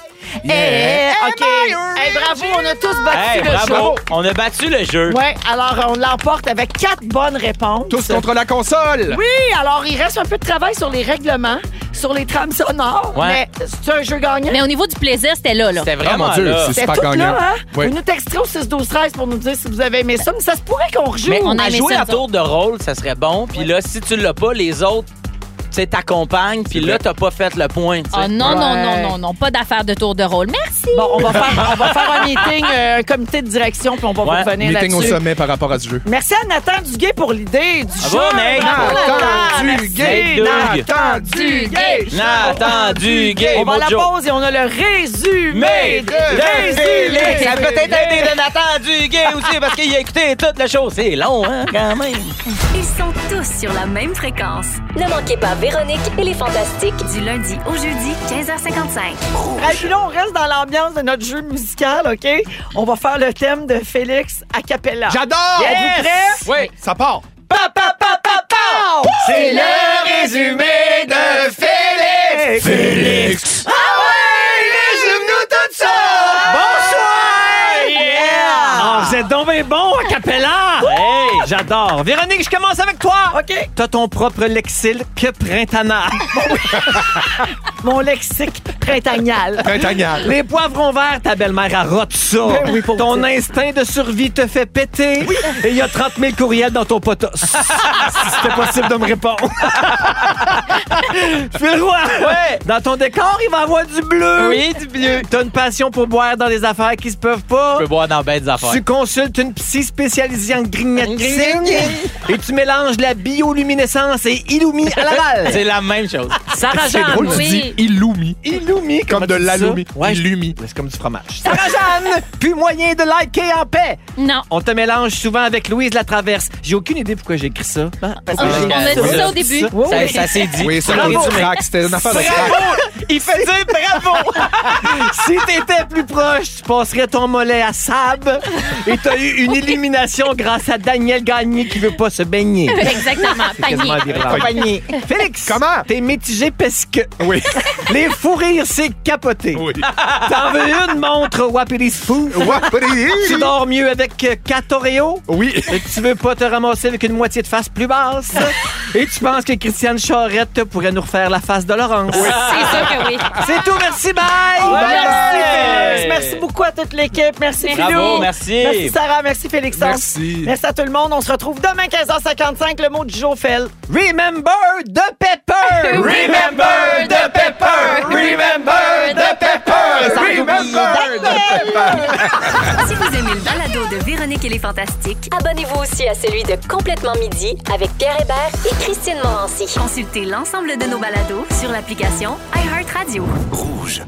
Speaker 4: Eh,
Speaker 5: Yeah.
Speaker 4: OK. Eh, ben, Hey, bravo, on a tous battu
Speaker 3: Hey,
Speaker 4: le
Speaker 3: bravo. On a battu le jeu.
Speaker 4: jeu. Ouais, alors on l'emporte avec quatre bonnes réponses.
Speaker 5: Tous contre la console.
Speaker 4: Oui, alors il reste un peu de travail sur les règlements, sur les trames sonores.
Speaker 3: Ouais.
Speaker 4: Mais c'est un jeu gagnant.
Speaker 6: Mais au niveau du plaisir, c'était là, là.
Speaker 3: C'était
Speaker 5: Ah,
Speaker 3: vraiment
Speaker 5: mon Dieu,
Speaker 3: là.
Speaker 5: c'est
Speaker 4: C'est
Speaker 5: super
Speaker 4: tout
Speaker 5: gagnant.
Speaker 4: là, hein?
Speaker 5: Oui.
Speaker 4: Vous nous texterez au 6 12 13 pour nous dire si vous avez aimé ça, mais ça se pourrait qu'on rejoue.
Speaker 3: Mais
Speaker 6: on
Speaker 3: on
Speaker 6: a
Speaker 3: a
Speaker 6: aimé
Speaker 3: joué
Speaker 6: ça,
Speaker 3: à
Speaker 6: nous autres.
Speaker 3: tour de rôle, ça serait bon. Puis là, si tu l'as pas, les autres, tu sais, t'accompagnent. Puis
Speaker 5: C'est
Speaker 3: là,
Speaker 5: vrai.
Speaker 3: t'as pas fait le point. tu sais.
Speaker 6: Ah non, non, non,
Speaker 4: Ouais.
Speaker 6: non, non, pas d'affaire de tour de rôle. Merci.
Speaker 4: Bon, on va faire, on va faire un meeting, euh, un comité de direction, puis on va
Speaker 3: Ouais,
Speaker 4: vous revenir
Speaker 5: Meeting au
Speaker 4: là-dessus.
Speaker 5: sommet par rapport à ce jeu.
Speaker 4: Merci à Nathan Duguay pour l'idée du jeu.
Speaker 3: Bravo, mec.
Speaker 4: Nathan,
Speaker 5: Nathan
Speaker 4: Ah, merci.
Speaker 3: Duguay.
Speaker 4: Nathan Duguay.
Speaker 3: Nathan Duguay,
Speaker 4: On va à la
Speaker 3: Mojo.
Speaker 4: pause et on a le résumé
Speaker 3: Mais
Speaker 4: de
Speaker 3: le
Speaker 4: résumé.
Speaker 3: filet, ça peut être aidé de Nathan Duguay aussi parce qu'il a écouté toute la chose. C'est long, hein, quand même.
Speaker 8: Ils sont tous sur la même fréquence.
Speaker 9: Ne manquez pas Véronique et les Fantastiques.
Speaker 8: Du lundi au jeudi, 15h55.
Speaker 4: Hey, puis là, on reste dans l'ambiance de notre jeu musical, OK? On va faire le thème de Félix a cappella.
Speaker 5: J'adore!
Speaker 4: Êtes-vous prêts?
Speaker 5: Oui, ça part.
Speaker 4: Pa, pa, pa, pa, pa!
Speaker 5: C'est le résumé de Félix. Félix. Ah ouais, résume-nous tout ça. Bonsoir.
Speaker 4: Oh, Yeah! Oh,
Speaker 1: Ah, vous êtes donc bien bon, Capella!
Speaker 3: Hey!
Speaker 4: J'adore. Véronique, je commence avec toi.
Speaker 9: OK.
Speaker 4: T'as ton propre lexique printana.
Speaker 9: Mon lexique printanial.
Speaker 5: Ben, Printanial.
Speaker 4: Les poivrons verts, ta belle-mère arrote ça.
Speaker 9: Ben oui, pour
Speaker 4: ton
Speaker 9: dire.
Speaker 4: instinct de survie te fait péter. Et il y a 30 000 courriels dans ton potos. si c'était possible de me répondre. Fais roi.
Speaker 13: Ouais.
Speaker 4: Dans ton décor, il va avoir du bleu.
Speaker 13: Oui, du bleu.
Speaker 4: T'as une passion pour boire dans des affaires qui se peuvent pas.
Speaker 3: Je peux boire dans ben des affaires.
Speaker 4: Tu consultes une psy spécialisée en grignotine et tu mélanges la bioluminescence et Illumi à Laval.
Speaker 3: C'est la même chose.
Speaker 4: Sarah
Speaker 5: C'est
Speaker 4: Jeanne.
Speaker 5: drôle, tu dis Illumi.
Speaker 4: Illumi, comment
Speaker 5: Comme de
Speaker 4: tu dis ça?
Speaker 5: l'alumi.
Speaker 4: Ouais, je-
Speaker 5: Illumi.
Speaker 4: Mais C'est comme du fromage. Sarah Jeanne, plus moyen de liker en paix.
Speaker 6: Non. Ah,
Speaker 4: On te mélange souvent avec Louise la Traverse. J'ai aucune idée pourquoi j'ai écrit ça.
Speaker 9: Bah,
Speaker 6: On
Speaker 9: ah,
Speaker 6: a dit ça au début.
Speaker 4: Oui,
Speaker 3: Ça,
Speaker 4: oui.
Speaker 3: ça s'est dit.
Speaker 5: Oui, ça, on
Speaker 4: Bravo.
Speaker 5: dit crack. C'était une affaire de crack.
Speaker 4: Bravo! Il fait dire bravo! si t'étais plus proche, tu passerais ton mollet à sable et t'as eu une illumination grâce à Daniel Gagné qui veut pas se baigner.
Speaker 6: Exactement. Panier.
Speaker 4: Panier. Félix,
Speaker 5: Comment?
Speaker 4: T'es mitigé parce que
Speaker 5: Oui.
Speaker 4: les fous rires, c'est capoté.
Speaker 5: Oui.
Speaker 4: T'en veux une montre Wapilis Fou? Tu
Speaker 5: Wapri.
Speaker 4: dors mieux avec euh, quatre Oreos?
Speaker 5: Oui.
Speaker 4: Et tu veux pas te ramasser avec une moitié de face plus basse? Et tu penses que Christiane Charette pourrait nous refaire la face de Laurence?
Speaker 6: C'est sûr que oui.
Speaker 4: C'est tout, merci, bye!
Speaker 9: Merci, Félix.
Speaker 3: Hey.
Speaker 9: Merci beaucoup à toute l'équipe. Merci,
Speaker 6: Bravo,
Speaker 9: Philou.
Speaker 3: Bravo, merci.
Speaker 9: Merci, Sarah. Merci, Félix.
Speaker 5: Merci.
Speaker 9: Merci à tout le monde. On se retrouve demain, 15h55. Le mot du jour, Fel.
Speaker 4: Remember the pepper! Remember the pepper! Remember the pepper! Remember the
Speaker 8: Si vous aimez le balado de Véronique et les Fantastiques,
Speaker 14: Abonnez-vous aussi à celui de Complètement Midi avec Pierre Hébert et Christine Morancy.
Speaker 8: consultez l'ensemble de nos balados sur l'application iHeartRadio.
Speaker 15: Rouge.